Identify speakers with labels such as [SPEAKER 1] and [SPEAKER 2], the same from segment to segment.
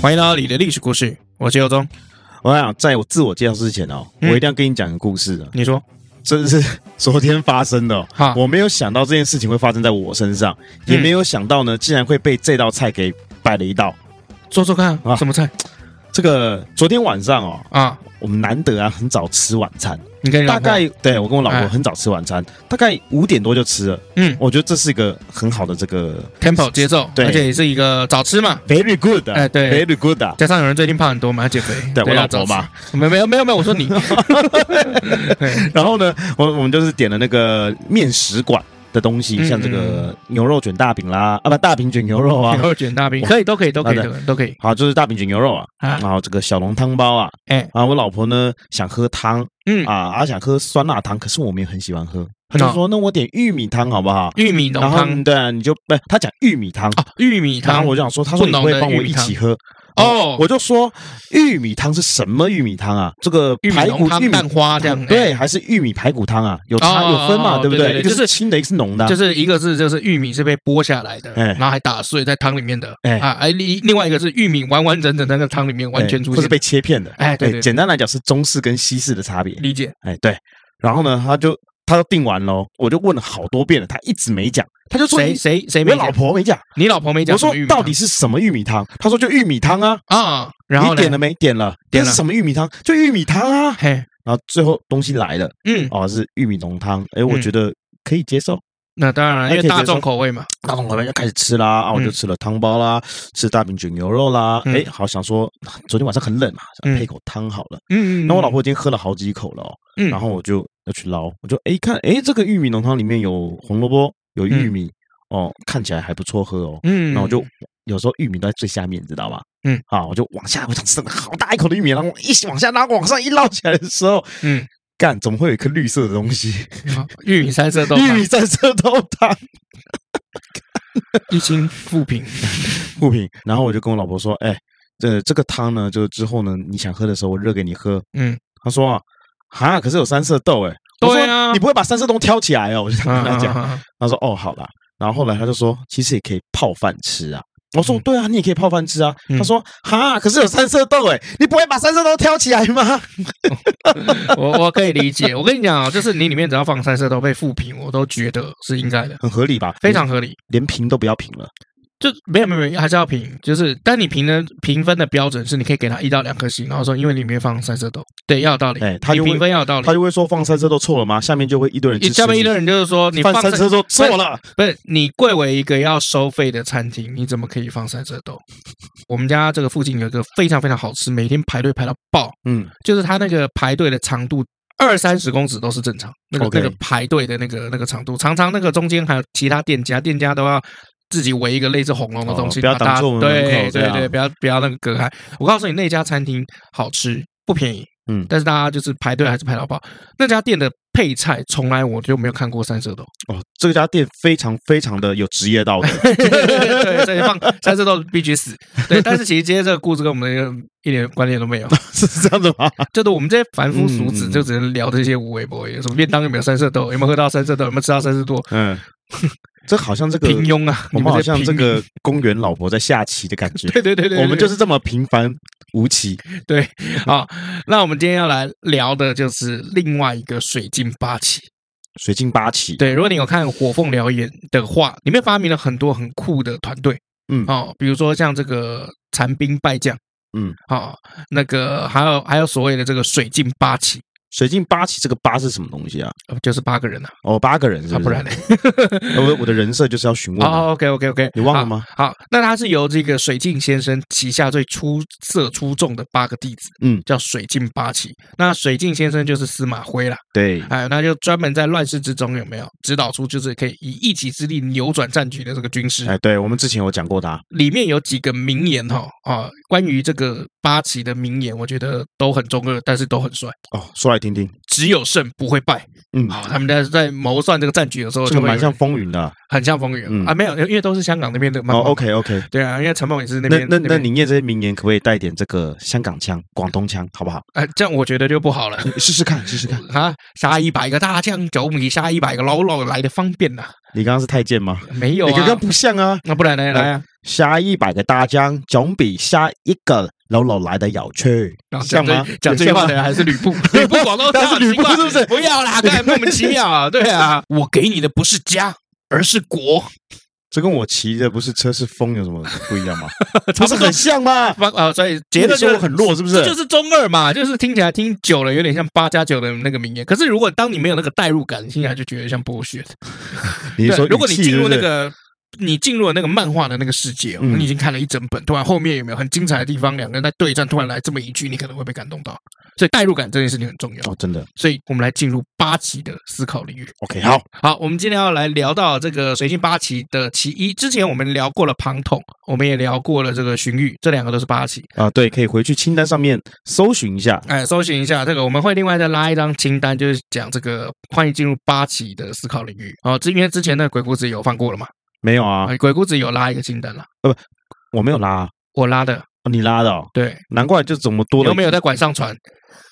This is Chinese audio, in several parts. [SPEAKER 1] 欢迎来到你的历史故事，我是尤忠。
[SPEAKER 2] 我想在我自我介绍之前哦，我
[SPEAKER 1] 嗯
[SPEAKER 2] 一定要跟你讲个故事啊，
[SPEAKER 1] 你说，
[SPEAKER 2] 这是 昨天发生的哦、
[SPEAKER 1] 哈
[SPEAKER 2] 我没有想到这件事情会发生在我身上，也
[SPEAKER 1] 嗯
[SPEAKER 2] 没有想到呢，竟然会被这道菜给摆了一道。
[SPEAKER 1] 说说看
[SPEAKER 2] 啊
[SPEAKER 1] 什么菜
[SPEAKER 2] 这个昨天晚上哦，
[SPEAKER 1] 啊？
[SPEAKER 2] 我们难得啊，很早吃晚餐，
[SPEAKER 1] 你跟你老
[SPEAKER 2] 大
[SPEAKER 1] 婆
[SPEAKER 2] 概对我跟我老
[SPEAKER 1] 哎
[SPEAKER 2] 婆很早吃晚餐，大概五点多就吃了。
[SPEAKER 1] 嗯
[SPEAKER 2] 我觉得这是一个很好的这个
[SPEAKER 1] tempo 节奏，
[SPEAKER 2] 对
[SPEAKER 1] 而且也是一个早吃嘛，
[SPEAKER 2] very good，啊
[SPEAKER 1] 哎对
[SPEAKER 2] ，very good 啊。
[SPEAKER 1] 加上有人最近胖很多嘛，要减肥，
[SPEAKER 2] 对啊我
[SPEAKER 1] 要
[SPEAKER 2] 老婆
[SPEAKER 1] 早
[SPEAKER 2] 嘛
[SPEAKER 1] 吃，没没有没有没有，我说 你，对
[SPEAKER 2] 然后呢，我我们就是点了那个面食馆的东西，
[SPEAKER 1] 嗯
[SPEAKER 2] 像这个牛肉卷大饼啦，啊不，大饼卷牛肉啊
[SPEAKER 1] 牛，肉卷大饼
[SPEAKER 2] 我
[SPEAKER 1] 可以，都可以，都可以，
[SPEAKER 2] 那
[SPEAKER 1] 都可以都可以
[SPEAKER 2] 好，就是大饼卷牛肉啊，
[SPEAKER 1] 啊
[SPEAKER 2] 然，后这个小笼汤包啊，
[SPEAKER 1] 哎，
[SPEAKER 2] 啊，我老婆呢想喝汤
[SPEAKER 1] 嗯，哦
[SPEAKER 2] 啊，她想喝酸辣汤，可是我没有很喜欢喝，她就说那我点玉米汤好不好？
[SPEAKER 1] 玉米浓
[SPEAKER 2] 然后
[SPEAKER 1] 汤
[SPEAKER 2] 对啊，你就不，她讲玉米汤，
[SPEAKER 1] 啊，玉米
[SPEAKER 2] 然
[SPEAKER 1] 汤
[SPEAKER 2] 后我就想说，她说
[SPEAKER 1] 不
[SPEAKER 2] 你
[SPEAKER 1] 浓
[SPEAKER 2] 会
[SPEAKER 1] 的
[SPEAKER 2] 帮
[SPEAKER 1] 玉
[SPEAKER 2] 我
[SPEAKER 1] 米
[SPEAKER 2] 一
[SPEAKER 1] 汤
[SPEAKER 2] 起喝，
[SPEAKER 1] 哦，
[SPEAKER 2] 我就说玉米汤是什么玉米汤啊？这个
[SPEAKER 1] 玉米
[SPEAKER 2] 排
[SPEAKER 1] 浓
[SPEAKER 2] 骨玉
[SPEAKER 1] 汤
[SPEAKER 2] 米
[SPEAKER 1] 蛋花这样，
[SPEAKER 2] 对，还是玉米排骨汤啊？有差
[SPEAKER 1] 哦
[SPEAKER 2] 有分
[SPEAKER 1] 哦
[SPEAKER 2] 嘛，
[SPEAKER 1] 哦
[SPEAKER 2] 对不
[SPEAKER 1] 对对
[SPEAKER 2] 对？
[SPEAKER 1] 对
[SPEAKER 2] 一个
[SPEAKER 1] 就是
[SPEAKER 2] 是清的，一个是浓的啊
[SPEAKER 1] 哎就。是一个是就是玉米是被剥下来的，
[SPEAKER 2] 哎
[SPEAKER 1] 然后还打碎在汤里面的，
[SPEAKER 2] 哎
[SPEAKER 1] 啊，哎另另外一个是玉米完完整整在那个汤里面完全
[SPEAKER 2] 哎
[SPEAKER 1] 出
[SPEAKER 2] 或是
[SPEAKER 1] 现，
[SPEAKER 2] 被切片的。
[SPEAKER 1] 哎对对对
[SPEAKER 2] 简单来讲是中式跟西式的差别。
[SPEAKER 1] 理解，
[SPEAKER 2] 哎，对。然后呢，他就他就订完喽，我就问了好多遍了，他一直没讲，他就说
[SPEAKER 1] 谁
[SPEAKER 2] 你
[SPEAKER 1] 谁谁没
[SPEAKER 2] 我
[SPEAKER 1] 讲
[SPEAKER 2] 老，婆没讲，
[SPEAKER 1] 你老婆没讲
[SPEAKER 2] 我
[SPEAKER 1] 什么
[SPEAKER 2] 说
[SPEAKER 1] 玉米汤，
[SPEAKER 2] 到底是什么玉米汤？他说就玉米汤啊。
[SPEAKER 1] 啊，然后呢
[SPEAKER 2] 你点了没？点了，
[SPEAKER 1] 点了
[SPEAKER 2] 这是什么玉米汤？就玉米汤啊。
[SPEAKER 1] 嘿，
[SPEAKER 2] 然后最后东西来了，
[SPEAKER 1] 嗯，
[SPEAKER 2] 哦，是玉米浓汤。哎，我
[SPEAKER 1] 嗯
[SPEAKER 2] 觉得可以接受。
[SPEAKER 1] 那当然了，因
[SPEAKER 2] 还
[SPEAKER 1] 为
[SPEAKER 2] 可以
[SPEAKER 1] 大
[SPEAKER 2] 接受
[SPEAKER 1] 众口味嘛，
[SPEAKER 2] 然后我们就开始吃啦，啊，我就
[SPEAKER 1] 嗯
[SPEAKER 2] 吃了汤包啦，吃大饼卷牛肉啦，
[SPEAKER 1] 嗯
[SPEAKER 2] 哎，好想说昨天晚上很冷嘛，
[SPEAKER 1] 嗯
[SPEAKER 2] 想配口汤好了。
[SPEAKER 1] 嗯，嗯
[SPEAKER 2] 那我老，婆已经喝了好几口了哦，
[SPEAKER 1] 嗯，
[SPEAKER 2] 然后我就要去捞，我就哎看，哎这个玉米浓汤里面有红萝卜，有玉米，哦，看起来还不错喝哦。
[SPEAKER 1] 嗯，
[SPEAKER 2] 那我就有时候玉米都在最下面，你知道吧？
[SPEAKER 1] 嗯，
[SPEAKER 2] 啊，我就往下，我想吃好大一口的玉米，然后我一往下拉，往上一捞起来的时候，
[SPEAKER 1] 嗯，
[SPEAKER 2] 干怎么会有一颗绿色的东西？
[SPEAKER 1] 好玉米三色豆，
[SPEAKER 2] 玉米在这都汤。
[SPEAKER 1] 一清复平，
[SPEAKER 2] 不平。然后我就跟我老婆说：“哎，这这个汤呢，就之后呢，你想喝的时候我热给你喝。
[SPEAKER 1] 嗯，”
[SPEAKER 2] 她说：“啊，哈，可是有三色豆哎。”我说
[SPEAKER 1] 对啊
[SPEAKER 2] 你不会把三色豆挑起来哦？我就这 样跟她讲。
[SPEAKER 1] 啊，
[SPEAKER 2] 她说：“哦，好啦。”然后后来她就说：“其实也可以泡饭吃啊。”我说
[SPEAKER 1] 嗯：“
[SPEAKER 2] 对啊，你也可以泡饭吃啊。”
[SPEAKER 1] 嗯
[SPEAKER 2] 她说：“哈，可是有三色豆哎，你不会把三色豆挑起来吗
[SPEAKER 1] 啊我我可以理 解，我跟你讲啊，就是你里面只要放三色豆被复平，我都觉得是应该的？”，
[SPEAKER 2] 很合理吧？
[SPEAKER 1] 非常合理。
[SPEAKER 2] 连平都不要平了。
[SPEAKER 1] 就没有没有没有，还是要评，就是但你评的评分的标准是你可以给他一到两颗星，然后说因为里面放三色豆，对，要有道理。
[SPEAKER 2] 哎他
[SPEAKER 1] 你
[SPEAKER 2] 就会
[SPEAKER 1] 评分要有道理
[SPEAKER 2] 她。就会说放三色豆错了吗？下面就会一堆人
[SPEAKER 1] 一
[SPEAKER 2] 去
[SPEAKER 1] 下面一堆人就是说你
[SPEAKER 2] 放
[SPEAKER 1] 放
[SPEAKER 2] 三色豆错了。
[SPEAKER 1] 不是你贵为一个要收费的餐厅，你怎么可以放三色豆？我们家这个附近有一个非常非常好吃，每天排队排到爆，
[SPEAKER 2] 嗯，
[SPEAKER 1] 就是它那个排队的长度二三十公尺都是正常，那个
[SPEAKER 2] OK
[SPEAKER 1] 那个排队的那个那个长度，常常那个中间还有其他店家，店家都要。自己围一个类似红龙的东西，
[SPEAKER 2] 哦不要
[SPEAKER 1] 把大家
[SPEAKER 2] 挡住我们门口
[SPEAKER 1] 对对
[SPEAKER 2] 对啊
[SPEAKER 1] 对，不要不要那个隔开。我告诉你，那家餐厅好吃不便宜，
[SPEAKER 2] 嗯
[SPEAKER 1] 但是大家就是排队还是排到爆。那家店的配菜从来我就没有看过三色豆，
[SPEAKER 2] 哦，这家店非常非常的有职业道 德。
[SPEAKER 1] 对，所以放三色豆必须死。对，但是其实今天这个故事跟我们的一点关联都 没有，
[SPEAKER 2] 是这样的吗？
[SPEAKER 1] 就是我们这些凡夫俗子
[SPEAKER 2] 嗯
[SPEAKER 1] 就只能聊这些无微博，有什么便当有没有三色豆，有没有喝到三色豆，有没有吃到三色豆，
[SPEAKER 2] 嗯， 这好像这个
[SPEAKER 1] 平，庸啊，
[SPEAKER 2] 我
[SPEAKER 1] 你
[SPEAKER 2] 们
[SPEAKER 1] 们
[SPEAKER 2] 好
[SPEAKER 1] 些
[SPEAKER 2] 像这
[SPEAKER 1] 平民，
[SPEAKER 2] 个公园老婆在下棋的感觉。
[SPEAKER 1] 对对对对，
[SPEAKER 2] 我们就是是这么平凡无奇。
[SPEAKER 1] 对啊。那我们今天要来聊的就是另外一个水晶八旗。
[SPEAKER 2] 水晶八旗，
[SPEAKER 1] 对，如果你有看《火凤燎原》的话，里面发明了很多很酷的团队，
[SPEAKER 2] 嗯
[SPEAKER 1] 哦，比如说像这个残兵败将，
[SPEAKER 2] 嗯，
[SPEAKER 1] 哦，那个还有还有所谓的这个水镜八旗，
[SPEAKER 2] 水晶八旗这个八是什么东西啊？
[SPEAKER 1] 呃就是八个人啊，
[SPEAKER 2] 哦，八个人是
[SPEAKER 1] 啊
[SPEAKER 2] 不
[SPEAKER 1] 不
[SPEAKER 2] 是？
[SPEAKER 1] 然呢？
[SPEAKER 2] 呃我我的人设就是要询问啊。
[SPEAKER 1] 哦，OK OK OK，
[SPEAKER 2] 你忘了吗？
[SPEAKER 1] 好，好那他是由这个水镜先生旗下最出色出众的八个弟子，
[SPEAKER 2] 嗯，
[SPEAKER 1] 叫水镜八旗。那水镜先生就是司马徽啦，
[SPEAKER 2] 对，
[SPEAKER 1] 哎，那就专门在乱世之中有没有指导出就是可以以一己之力扭转战
[SPEAKER 2] 哎
[SPEAKER 1] 局的这个军师。
[SPEAKER 2] 哎，对，我们之前有讲过他。
[SPEAKER 1] 里面有几个名言哈、哦、啊，关于这个八旗的名言，我觉得都很中二，但是都很帅。
[SPEAKER 2] 哦，说来听听。
[SPEAKER 1] 只有胜不会败。
[SPEAKER 2] 嗯，
[SPEAKER 1] 好，他们在在谋算这个战局的时候，
[SPEAKER 2] 这
[SPEAKER 1] 就
[SPEAKER 2] 个
[SPEAKER 1] 会
[SPEAKER 2] 蛮
[SPEAKER 1] 有
[SPEAKER 2] 像风云的啊。
[SPEAKER 1] 很像风云
[SPEAKER 2] 嗯
[SPEAKER 1] 啊，没有，因为都是香港那边的漫
[SPEAKER 2] 哦
[SPEAKER 1] 画。
[SPEAKER 2] ，OK OK。
[SPEAKER 1] 对啊，因为陈梦也是那
[SPEAKER 2] 那
[SPEAKER 1] 边。
[SPEAKER 2] 那那
[SPEAKER 1] 边
[SPEAKER 2] 你念这些名言，可不可以带点这个香港腔、广东腔，好 不好？
[SPEAKER 1] 哎，这样我觉得就不好 了。
[SPEAKER 2] 你试试看，试试看。
[SPEAKER 1] 啊，杀一百个大将，总比杀一百个喽啰来的方便呐、
[SPEAKER 2] 你刚刚是太监吗？
[SPEAKER 1] 没有
[SPEAKER 2] 你刚
[SPEAKER 1] 啊
[SPEAKER 2] 刚，不像啊。
[SPEAKER 1] 那不然呢？来啊，
[SPEAKER 2] 下一百个大江，总比下一个老老来的有趣
[SPEAKER 1] 然，后
[SPEAKER 2] 像
[SPEAKER 1] 讲
[SPEAKER 2] 吗
[SPEAKER 1] 这？讲这句话
[SPEAKER 2] 像
[SPEAKER 1] 的人
[SPEAKER 2] 吗
[SPEAKER 1] 还是吕 布，吕布广东
[SPEAKER 2] 但
[SPEAKER 1] 腔
[SPEAKER 2] 是吕
[SPEAKER 1] 奇
[SPEAKER 2] 布
[SPEAKER 1] 怪
[SPEAKER 2] 是不是
[SPEAKER 1] 不要啦，干莫名其妙啊！对 啊，我给你的不是家，而是国。
[SPEAKER 2] 这跟我骑的不是车是风有什么不一样 吗？
[SPEAKER 1] 差
[SPEAKER 2] 不
[SPEAKER 1] 不
[SPEAKER 2] 是
[SPEAKER 1] 多
[SPEAKER 2] 很像吗？
[SPEAKER 1] 方啊，所以结
[SPEAKER 2] 你
[SPEAKER 1] 论就
[SPEAKER 2] 说我
[SPEAKER 1] 是
[SPEAKER 2] 很弱是不
[SPEAKER 1] 这
[SPEAKER 2] 是
[SPEAKER 1] 就？是中二嘛，就是听起来听久了有点像八加九的那个名言。可是如果当你没有那个代入感，你听起来就觉得像剥削。
[SPEAKER 2] 你
[SPEAKER 1] 对
[SPEAKER 2] 说，
[SPEAKER 1] 如果你
[SPEAKER 2] 语气
[SPEAKER 1] 进入那
[SPEAKER 2] 是不是
[SPEAKER 1] 个你进入了那个漫画的那个世界、哦，
[SPEAKER 2] 嗯
[SPEAKER 1] 你已经看了一整本，突然后面有没有很精彩的地方，两个人在对战，突然来这么一句，你可能会被感动到。所以代入感这件事情很重要。
[SPEAKER 2] 哦，真的
[SPEAKER 1] 所以我们来进入八级的思考领域。
[SPEAKER 2] OK 好，
[SPEAKER 1] 好，我们今天要来聊到这个水性八旗的其一。之前我们聊过了庞统，我们也聊过了这个荀彧，这两个都是八旗。
[SPEAKER 2] 啊，对，可以回去清单上面搜寻一下。
[SPEAKER 1] 哎，搜寻一下这个，我们会另外再拉一张清单，就是讲这个欢迎进入八旗的思考领域。哦，之因为之前的鬼谷子有放过了嘛，
[SPEAKER 2] 没有啊，
[SPEAKER 1] 啊，鬼谷子有拉一个清单了，
[SPEAKER 2] 我没有拉，啊
[SPEAKER 1] 我拉的。
[SPEAKER 2] 哦你拉的，哦，
[SPEAKER 1] 对，
[SPEAKER 2] 难怪就怎么多
[SPEAKER 1] 你
[SPEAKER 2] 了
[SPEAKER 1] 有，没有在管上传？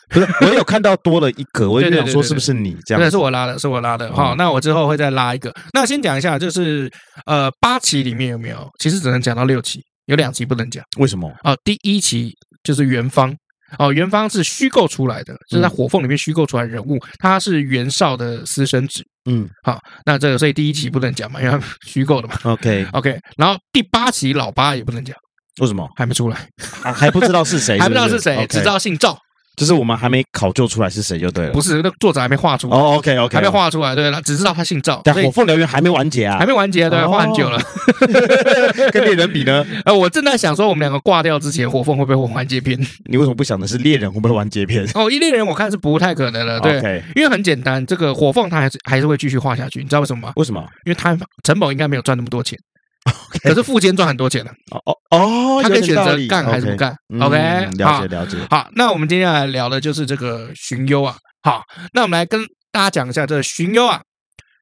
[SPEAKER 2] 不是，我有看到多了一个，我就
[SPEAKER 1] 对对
[SPEAKER 2] 想说
[SPEAKER 1] 对对
[SPEAKER 2] 是不是你这
[SPEAKER 1] 对，
[SPEAKER 2] 样
[SPEAKER 1] 是？
[SPEAKER 2] 子
[SPEAKER 1] 我拉的，是我拉的。好、
[SPEAKER 2] 嗯
[SPEAKER 1] 那我之后会再拉一个。那先讲一下，就是呃，八旗里面有没有？其实只能讲到六旗，有两旗不能讲。
[SPEAKER 2] 为什么？
[SPEAKER 1] 哦，第一期就是元芳。哦，元芳是虚构出来的，就是在
[SPEAKER 2] 嗯
[SPEAKER 1] 火凤里面虚构出来的人物，他是袁绍的私生子。
[SPEAKER 2] 嗯
[SPEAKER 1] 好，那这个所以第一期不能讲嘛，因为他虚构的嘛。
[SPEAKER 2] ，OK，
[SPEAKER 1] OK，然后第八期老八也不能讲，
[SPEAKER 2] 为什么
[SPEAKER 1] 还没出来，
[SPEAKER 2] 啊还不知道是 谁？
[SPEAKER 1] 还不知道是
[SPEAKER 2] 不
[SPEAKER 1] 谁，
[SPEAKER 2] OK
[SPEAKER 1] 只知道姓赵，
[SPEAKER 2] 就是我们还没考究出来是谁就对了。
[SPEAKER 1] 不是那个作者还没画出，
[SPEAKER 2] 哦，OK OK，
[SPEAKER 1] 还没画出来，对了，只知道他姓赵，
[SPEAKER 2] 但
[SPEAKER 1] 所以
[SPEAKER 2] 火凤燎原还没完结啊，
[SPEAKER 1] 还没完结，对，
[SPEAKER 2] 哦
[SPEAKER 1] 画很久了。
[SPEAKER 2] 跟猎人比呢？
[SPEAKER 1] 呃，我正在想说，我们两个挂掉之前，火凤会不会混完结篇？
[SPEAKER 2] 你为什么不想的是猎人会不会玩截片？
[SPEAKER 1] 哦，一猎人我看是不太可能了，啊对。
[SPEAKER 2] OK，
[SPEAKER 1] 因为很简单，这个火凤它还是还是会继续画下去，你知道为什么吗？
[SPEAKER 2] 为什么？
[SPEAKER 1] 因为他陈某应该没有赚那么 多钱，可是富坚赚很多钱了，
[SPEAKER 2] 哦哦哦，
[SPEAKER 1] 他可以选
[SPEAKER 2] 有点道
[SPEAKER 1] 择
[SPEAKER 2] 理
[SPEAKER 1] 干还是不干
[SPEAKER 2] OK，嗯
[SPEAKER 1] ？OK，
[SPEAKER 2] 了
[SPEAKER 1] 好
[SPEAKER 2] 解，了解。
[SPEAKER 1] 好，那我们接下来聊的就是这个荀攸啊。好，那我们来跟大家讲一下，这个荀攸啊，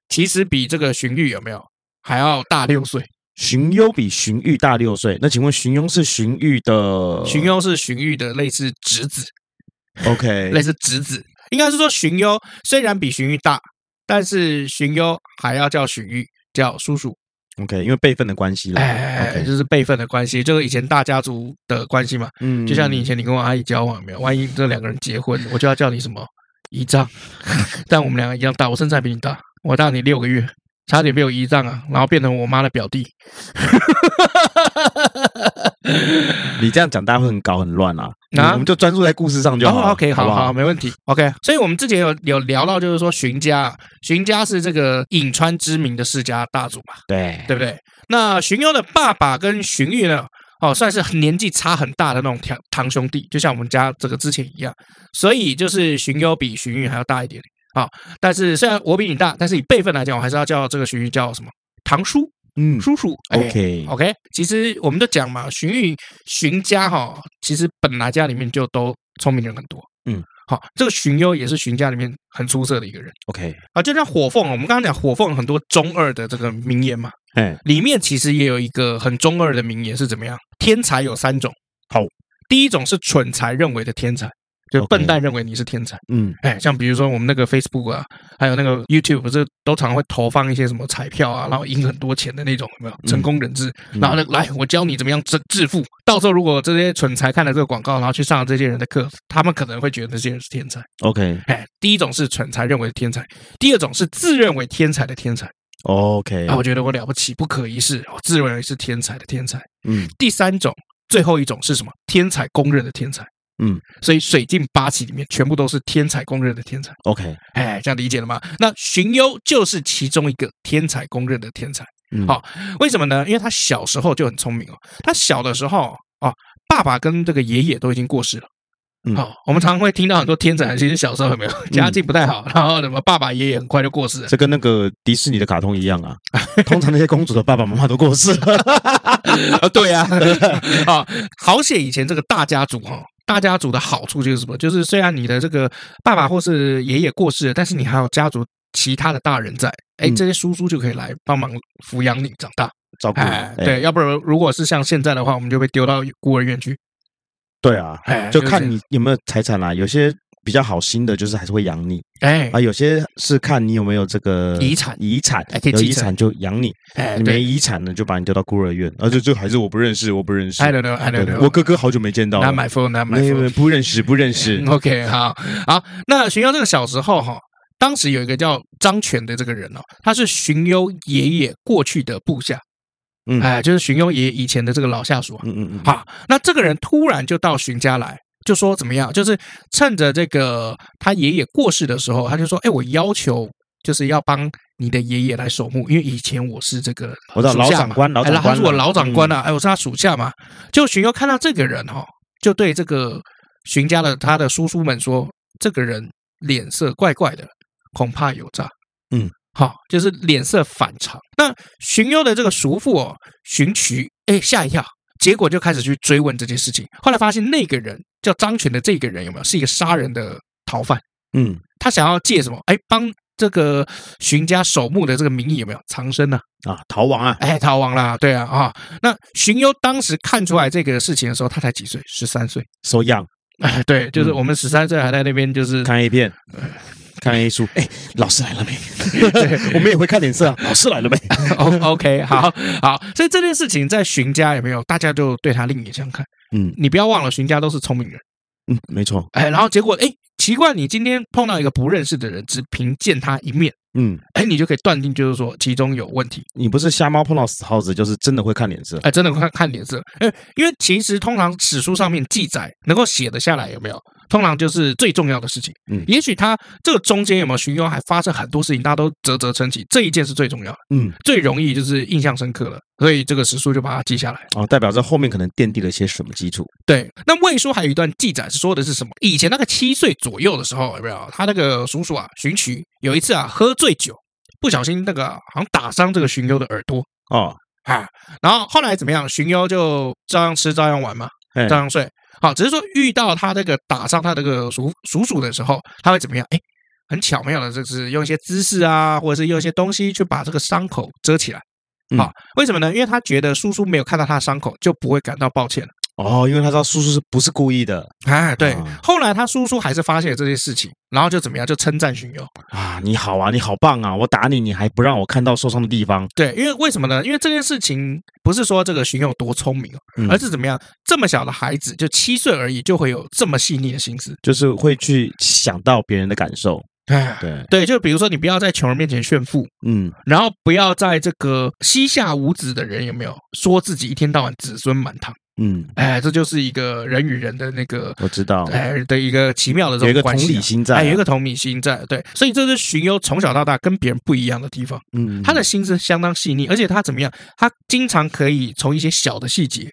[SPEAKER 1] 其实比这个荀彧有没有还要大六岁？
[SPEAKER 2] 荀攸比荀彧大六岁，那请问荀庸是荀彧的
[SPEAKER 1] 荀攸是荀彧的类似侄子，类
[SPEAKER 2] ？OK，
[SPEAKER 1] 似侄子，应该是说荀攸虽然比荀彧大，但是荀攸还要叫荀彧，叫叔叔。
[SPEAKER 2] OK，因为辈分的关系啦。
[SPEAKER 1] 哎，
[SPEAKER 2] OK，
[SPEAKER 1] 就是辈分的关系，就是以前大家族的关系嘛。
[SPEAKER 2] 嗯
[SPEAKER 1] 就像你以前你跟我阿姨交往有没有？万一这两个人结婚，我就要叫你什么姨丈， 但我们两个一样大，我身材比你大，我大你六个月，差点被我姨丈啊，然后变成我妈的表弟。
[SPEAKER 2] 你这样讲，大家会很搞很乱啊。
[SPEAKER 1] 啊
[SPEAKER 2] 我们就专注在故事上就
[SPEAKER 1] 然后
[SPEAKER 2] 好
[SPEAKER 1] 哦
[SPEAKER 2] 了。
[SPEAKER 1] OK，好
[SPEAKER 2] 不
[SPEAKER 1] 好，没问题。OK，所以我们之前有有聊到，就是说荀家，荀家是这个颍川知名的世家大族嘛，
[SPEAKER 2] 对
[SPEAKER 1] 对不对？那荀攸的爸爸跟荀彧呢，哦，算是年纪差很大的那种堂堂兄弟，就像我们家这个之前一样，所以就是荀攸比荀彧还要大一点啊、好但是虽然我比你大，但是以辈分来讲，我还是要叫这个荀彧叫什么堂叔、
[SPEAKER 2] 嗯
[SPEAKER 1] 叔叔。哎
[SPEAKER 2] ，OK，
[SPEAKER 1] OK，其实我们就讲嘛，荀彧、荀家哈、其实本来家里面就都聪明人很多。
[SPEAKER 2] 嗯，
[SPEAKER 1] 好，这个荀攸也是荀家里面很出色的一个人
[SPEAKER 2] OK，
[SPEAKER 1] 啊。就像火凤，我们刚刚讲火凤很多中二的这个名言嘛，
[SPEAKER 2] 哎，
[SPEAKER 1] 里面其实也有一个很中二的名言是怎么样？天才有三种，
[SPEAKER 2] 好，
[SPEAKER 1] 第一种是蠢才认为的天才，就是
[SPEAKER 2] OK
[SPEAKER 1] 笨蛋认为你是天才。
[SPEAKER 2] 嗯，
[SPEAKER 1] 哎，像比如说我们那个 Facebook 啊，还有那个 YouTube，不是都常会投放一些什么彩票啊，然后赢很多钱的那种，有没有成功人士？
[SPEAKER 2] 嗯
[SPEAKER 1] 然后呢，来我教你怎么样致致富。到时候如果这些蠢才看了这个广告，然后去上了这些人的课，他们可能会觉得这些人是天才。
[SPEAKER 2] OK，
[SPEAKER 1] 哎，第一种是蠢才认为的天才，第二种是自认为天才的天才。
[SPEAKER 2] OK，
[SPEAKER 1] 啊，我觉得我了不起，不可一世，我自认为是天才的天才。
[SPEAKER 2] 嗯
[SPEAKER 1] 第三种，最后一种是什么？天才公认的天才。
[SPEAKER 2] 嗯，
[SPEAKER 1] 所以水镜八旗里面全部都是天才公认的天才。
[SPEAKER 2] ，OK，
[SPEAKER 1] 哎，这样理解了吗？那荀攸就是其中一个天才公认的天才。
[SPEAKER 2] 嗯
[SPEAKER 1] 好为什么呢？因为他小啊时候就很聪明哦。他小的时候哦，爸爸跟这个爷爷都已经过世了，
[SPEAKER 2] 嗯
[SPEAKER 1] 好、我们常常会听到很多天才，其实小时候有没有家境不太好，然后什么爸爸爷爷很快就过世了，
[SPEAKER 2] 这跟那个迪士尼的卡通一样啊， 通常那些公主的爸爸妈妈都过世了。
[SPEAKER 1] 啊，对呀、啊，好险！以前这个大家族哈，大家族的好处就是什么？就是虽然你的这个爸爸或是爷爷过世了，但是你还有家族其他的大人在，哎，
[SPEAKER 2] 嗯
[SPEAKER 1] 这些叔叔就可以来帮忙抚养你长大。
[SPEAKER 2] 照顾
[SPEAKER 1] 哎，
[SPEAKER 2] 哎
[SPEAKER 1] 对，要不然如果是像现在的话，我们就被丢到孤儿院去。
[SPEAKER 2] 对啊，
[SPEAKER 1] 哎，
[SPEAKER 2] 就是看你有没有财产啦、有些比较好心的，就是还是会养你
[SPEAKER 1] 哎
[SPEAKER 2] 啊；有些是看你有没有这个
[SPEAKER 1] 遗产
[SPEAKER 2] 遗产
[SPEAKER 1] 哎可以
[SPEAKER 2] 有
[SPEAKER 1] 继
[SPEAKER 2] 遗
[SPEAKER 1] 承
[SPEAKER 2] 产就养你，
[SPEAKER 1] 哎，
[SPEAKER 2] 你没
[SPEAKER 1] 对，
[SPEAKER 2] 遗产呢就把你丢到孤儿院。而且这个孩子我不认识，我不认识。
[SPEAKER 1] I don't know，I don't
[SPEAKER 2] 对
[SPEAKER 1] know，
[SPEAKER 2] 我哥哥好久没见到了
[SPEAKER 1] 拿，买风，拿买
[SPEAKER 2] 没有没
[SPEAKER 1] 风
[SPEAKER 2] 有。不认识，不认 识。嗯
[SPEAKER 1] OK，好好。那荀攸这个小时候哈，当时有一个叫张全的这个人哦，他是荀攸爷爷过去的部下，
[SPEAKER 2] 嗯
[SPEAKER 1] 哎，就是荀攸爷爷以前的这个老下属啊。
[SPEAKER 2] 嗯嗯嗯，
[SPEAKER 1] 好，那这个人突然就到荀家来，就说怎么样？就是趁着这个他爷爷过世的时候，他就说：“哎，我要求就是要帮你的爷爷来守墓，因为以前我是这个
[SPEAKER 2] 我知道
[SPEAKER 1] 属下
[SPEAKER 2] 老长
[SPEAKER 1] 嘛
[SPEAKER 2] 官老
[SPEAKER 1] 哎
[SPEAKER 2] 长
[SPEAKER 1] 他是
[SPEAKER 2] 官嗯
[SPEAKER 1] 我
[SPEAKER 2] 了
[SPEAKER 1] 老长官啊，哎，我是他属下嘛。”就荀攸看到这个人哦，就对这个荀家的他的叔叔们说：“这个人脸色怪怪的，恐怕有诈。”
[SPEAKER 2] 嗯，
[SPEAKER 1] 好，就是脸色反常。那荀攸的这个叔父哦，荀渠，哎，吓一跳，结果就开始去追问这件事情。后来发现那个人叫张全的这个人有没有是一个杀人的逃犯，
[SPEAKER 2] 嗯
[SPEAKER 1] 他想要借什么？哎，帮这个荀家守墓的这个名义有没有藏身呢、
[SPEAKER 2] 啊，逃亡啊，
[SPEAKER 1] 哎，逃亡啦，对啊啊、那荀攸当时看出来这个事情的时候，他才几岁？十三岁。
[SPEAKER 2] 收养，
[SPEAKER 1] 哎，对，就是我们十三岁还在那边，就是
[SPEAKER 2] 看 A 片，看 A 书。哎，老师来 了没？我们也会看脸色啊。 老师来了没？
[SPEAKER 1] O OK，好好，所以这件事情在荀家有没有？大家就对他另眼相看。
[SPEAKER 2] 嗯
[SPEAKER 1] 你不要忘了，荀家都是聪明人。
[SPEAKER 2] 嗯，没错。
[SPEAKER 1] 哎，然后结果哎，奇怪，你今天碰到一个不认识的人，只凭见他一面，
[SPEAKER 2] 嗯，
[SPEAKER 1] 哎，你就可以断定就是说其中有问题。
[SPEAKER 2] 你不是瞎猫碰到死耗子，就是真的会看脸色。
[SPEAKER 1] 哎，真的看看脸色。哎，因为其实通常史书上面记载能够写得下来有没有，通常就是最重要的事情。
[SPEAKER 2] 嗯
[SPEAKER 1] 也许他这个中间有没有荀攸还发生很多事情，大家都啧啧称奇，这一件是最重要的，
[SPEAKER 2] 嗯，
[SPEAKER 1] 最容易就是印象深刻了，所以这个史书就把它记下来。
[SPEAKER 2] 哦，代表这后面可能奠定了些什么基础？
[SPEAKER 1] 对，那魏书还有一段记载是说的是什么？以前那个七岁左右的时候，有没有他那个叔叔啊，荀渠有一次啊喝醉酒，不小心那个啊好像打伤这个荀攸的耳朵
[SPEAKER 2] 哦，
[SPEAKER 1] 啊，然后后来怎么样？荀攸就照样吃，照样玩嘛，
[SPEAKER 2] 哎
[SPEAKER 1] 照样睡。好，只是说遇到他这个打伤他这个叔叔叔的时候，他会怎么样？哎，很巧妙的，就是用一些姿势啊，或者是用一些东西去把这个伤口遮起来。
[SPEAKER 2] 嗯
[SPEAKER 1] 好，为什么呢？因为他觉得叔叔没有看到他的伤口，就不会感到抱歉。
[SPEAKER 2] 哦，因为他知道叔叔是不是故意的
[SPEAKER 1] 哎，对
[SPEAKER 2] 啊，
[SPEAKER 1] 后来他叔叔还是发现了这些事情，然后就怎么样，就称赞荀攸。
[SPEAKER 2] 啊？你好啊，你好棒啊！我打你，你还不让我看到受伤的地方。
[SPEAKER 1] 对，因为为什么呢？因为这件事情不是说这个荀攸多聪明哦，
[SPEAKER 2] 嗯
[SPEAKER 1] 而是怎么样，这么小的孩子就七岁而已，就会有这么细腻的心思。
[SPEAKER 2] 就是会去想到别人的感受。
[SPEAKER 1] 哎，
[SPEAKER 2] 对，
[SPEAKER 1] 对，就比如说你不要在穷人面前炫富，
[SPEAKER 2] 嗯，
[SPEAKER 1] 然后不要在这个膝下无子的人有没有说自己一天到晚子孙满堂？
[SPEAKER 2] 嗯，
[SPEAKER 1] 哎，这就是一个人与人的那个
[SPEAKER 2] 我知道，
[SPEAKER 1] 哎的一个奇妙的这
[SPEAKER 2] 有一
[SPEAKER 1] 种
[SPEAKER 2] 个同
[SPEAKER 1] 关系啊、
[SPEAKER 2] 理心在啊，
[SPEAKER 1] 哎，有一个同理心在，对，所以这是荀攸从小到大跟别人不一样的地方。
[SPEAKER 2] 嗯，
[SPEAKER 1] 他的心思相当细腻，而且他怎么样？他经常可以从一些小的细节，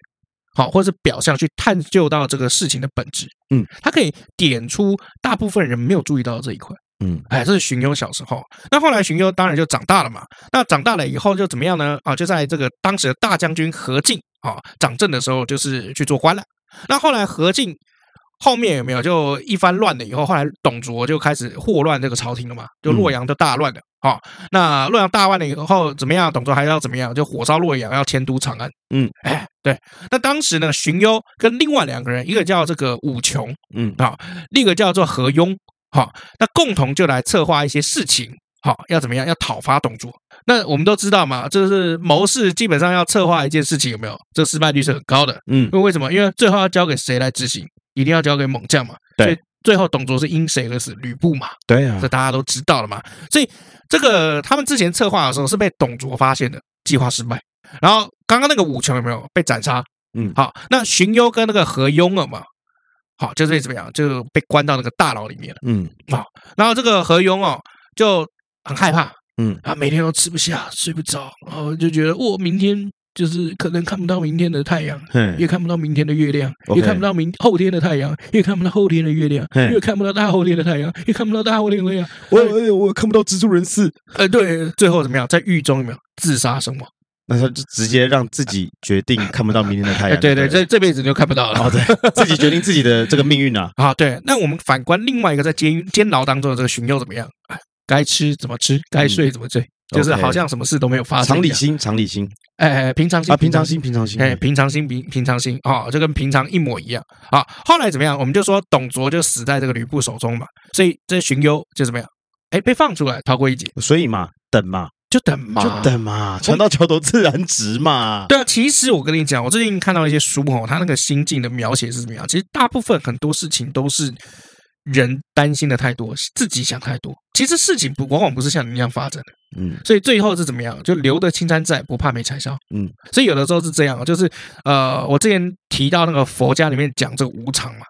[SPEAKER 1] 好，或者是表象去探究到这个事情的本质。
[SPEAKER 2] 嗯，
[SPEAKER 1] 他可以点出大部分人没有注意到的这一块。
[SPEAKER 2] 嗯，
[SPEAKER 1] 哎，这是荀攸小时候。那后来荀攸当然就长大了嘛。那长大了以后就怎么样呢？啊，就在这个当时的大将军何进啊掌政的时候，就是去做官了。那后来何进后面有没有就一番乱了以后，后来董卓就开始祸乱这个朝廷了嘛，就洛阳就大乱了。好、那洛阳大乱了以后怎么样？董卓还要怎么样？就火烧洛阳，要迁都长安。
[SPEAKER 2] 嗯，
[SPEAKER 1] 哎，对。那当时呢，荀攸跟另外两个人，一个叫这个武琼，
[SPEAKER 2] 嗯
[SPEAKER 1] 另一个叫做何庸，好、那共同就来策划一些事情，好、要怎么样？要讨伐董卓。那我们都知道嘛，就是谋士基本上要策划一件事情，有没有？这失败率是很高的。
[SPEAKER 2] 嗯
[SPEAKER 1] 因为为什么？因为最后要交给谁来执行？一定要交给猛将嘛。
[SPEAKER 2] 对
[SPEAKER 1] 所以最后董卓是因谁而死？吕布嘛，
[SPEAKER 2] 对啊
[SPEAKER 1] 这，大家都知道了嘛。所以这
[SPEAKER 2] 嗯
[SPEAKER 1] 个他们之前策划的时候是被董卓发现的，计划失败。然后刚刚那个武琼有没有被斩杀？
[SPEAKER 2] 嗯
[SPEAKER 1] 好，那荀攸跟那个何庸了嘛，好，就是被怎么样，就被关到那个大牢里面了。
[SPEAKER 2] 嗯
[SPEAKER 1] 然后这个何庸哦，就很害怕，
[SPEAKER 2] 嗯
[SPEAKER 1] 啊，每天都吃不下、睡不着，然后就觉得我明天就是可能看不到明天的太阳，也
[SPEAKER 2] 嘿，
[SPEAKER 1] 看不到明天的月亮，
[SPEAKER 2] 嗯 OK
[SPEAKER 1] 也看不到明后天的太阳，也看不到后天的月亮，
[SPEAKER 2] 嘿
[SPEAKER 1] 也看不到大后天的太阳，也看不到大后天的月亮。
[SPEAKER 2] 我我我看不到蜘蛛人四，
[SPEAKER 1] 呃，对，最后怎么样？在狱中有没有自杀身亡？
[SPEAKER 2] 那他就直接让自己决定看不到明天的太
[SPEAKER 1] 哎，
[SPEAKER 2] 阳。
[SPEAKER 1] 对对，
[SPEAKER 2] 不对
[SPEAKER 1] 这这辈子你就看不到了。
[SPEAKER 2] 哦 对，自己决定自己的这个命运啊。
[SPEAKER 1] 啊，对。那我们反观另外一个在监狱监牢当中的这个荀佑怎么样？哎该吃怎么吃，该睡怎么睡，就是好像什么事都没有发生。
[SPEAKER 2] 常理，心，常理心
[SPEAKER 1] 哎，平常心
[SPEAKER 2] 啊，平常。心，平常心。
[SPEAKER 1] 哎，平常心，平平常心啊、就跟平常一模一样啊。后来怎么样？我们就说董卓就死在这个吕布手中嘛，所以这荀攸就怎么样？哎，被放出来，逃过一劫，
[SPEAKER 2] 所以嘛，等嘛，
[SPEAKER 1] 就等嘛，
[SPEAKER 2] 就。等嘛，船到桥头自然直嘛。
[SPEAKER 1] 哦对啊，其实我跟你讲，我最近看到一些书哦，他那个心境的描写是怎么样？其实大部分很多事情都是人担心的太多，自己想太多。其实事情不往往不是像你那样发展的，
[SPEAKER 2] 嗯，
[SPEAKER 1] 所以最后是怎么样？就留得青山在，不怕没柴烧。
[SPEAKER 2] 嗯，
[SPEAKER 1] 所以有的时候是这样，就是呃，我之前提到那个佛家里面讲这个无常嘛。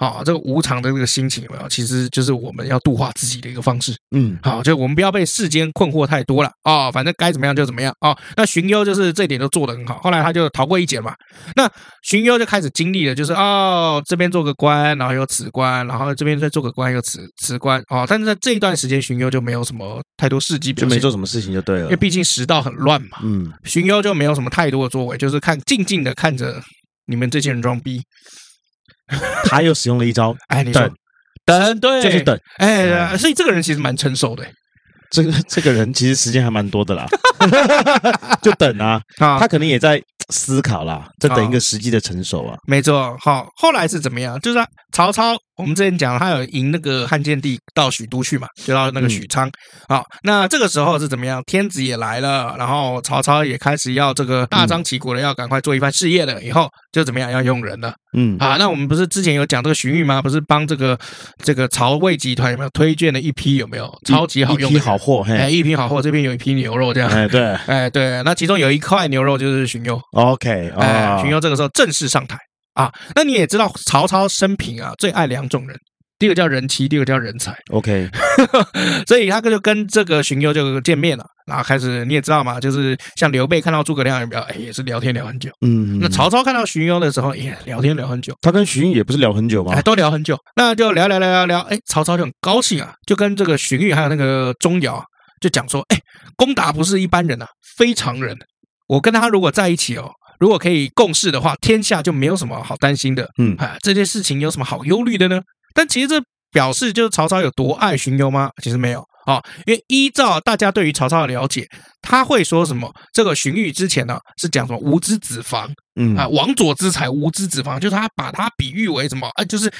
[SPEAKER 1] 啊、这个无常的这个心情有没有？其实就是我们要度化自己的一个方式。
[SPEAKER 2] 嗯，
[SPEAKER 1] 好，就我们不要被世间困惑太多了哦，反正该怎么样就怎么样哦。那荀攸就是这点都做得很好，后来他就逃过一劫嘛。那荀攸就开始经历了，就是哦，这边做个官，然后有此官，然后这边再做个官，有此此官哦。但是在这一段时间，荀攸就没有什么太多事迹
[SPEAKER 2] 就
[SPEAKER 1] 表
[SPEAKER 2] 没
[SPEAKER 1] 现，
[SPEAKER 2] 做什么事情就对了
[SPEAKER 1] 因为。毕竟时道很乱嘛。
[SPEAKER 2] 嗯，
[SPEAKER 1] 荀攸就没有什么太多的作为，就是看静静的看着你们这些人装逼。
[SPEAKER 2] 他又使用了一招，
[SPEAKER 1] 哎，你说
[SPEAKER 2] 等
[SPEAKER 1] 等对，
[SPEAKER 2] 就是。等。
[SPEAKER 1] 哎，所以这个人其实蛮成熟的
[SPEAKER 2] 这个这个人其实时间还蛮多的啦， 就等啊，
[SPEAKER 1] 啊。
[SPEAKER 2] 他可能也在思考啦，在等一个时机的成熟啊。
[SPEAKER 1] 没错，好、后来是怎么样？就是、啊、曹操，我们之前讲了他有迎那个汉献帝到许都去嘛，就到那个许
[SPEAKER 2] 嗯
[SPEAKER 1] 昌。好、那这个时候是怎么样？天子也来了，然后曹操也开始要这个大张旗鼓的要赶快做一番事业了，以后就怎么样要用人了
[SPEAKER 2] 嗯，
[SPEAKER 1] 啊？那我们不是之前有讲这个荀彧吗？不是帮这个这个曹魏集团有没有推荐了一批有没有超级好
[SPEAKER 2] 一
[SPEAKER 1] 用
[SPEAKER 2] 批
[SPEAKER 1] 的
[SPEAKER 2] 好货，
[SPEAKER 1] 人哎
[SPEAKER 2] 嘿，
[SPEAKER 1] 一批好货，这边有一批牛肉这样。
[SPEAKER 2] 哎，对
[SPEAKER 1] 哎，对，那其中有一块牛肉就是荀攸，
[SPEAKER 2] ，OK，
[SPEAKER 1] 哎
[SPEAKER 2] 啊，，
[SPEAKER 1] 荀攸这个时候正式上台啊。那你也知道，曹操生平啊最爱两种人，第一个叫人妻，第二个叫人才。
[SPEAKER 2] OK，
[SPEAKER 1] 所以他就跟这个荀攸就见面了，然后开始你也知道嘛，就是像刘备看到诸葛亮有没有，哎，也是聊天聊很久。
[SPEAKER 2] 嗯，
[SPEAKER 1] 那曹操看到荀攸的时候，哎也聊天聊很久，
[SPEAKER 2] 他跟荀彧也不是聊很久吗
[SPEAKER 1] 哎，？都聊很久。那就聊聊聊聊聊，哎，曹操就很高兴啊，就跟这个荀彧还有那个钟繇啊，就讲说，哎，公达不是一般人啊，非常人。我跟他如果在一起哦，如果可以共事的话，天下就没有什么好担心的。
[SPEAKER 2] 嗯
[SPEAKER 1] 啊，这件事情有什么好忧虑的呢？但其实这表示就是曹操有多爱荀攸吗？其实没有啊、哦，因为依照大家对于曹操的了解，他会说什么？这个荀彧之前呢、是讲什么无知子房
[SPEAKER 2] 嗯
[SPEAKER 1] 啊，王佐之才，无知子房，就是他把他比喻为什么啊？就是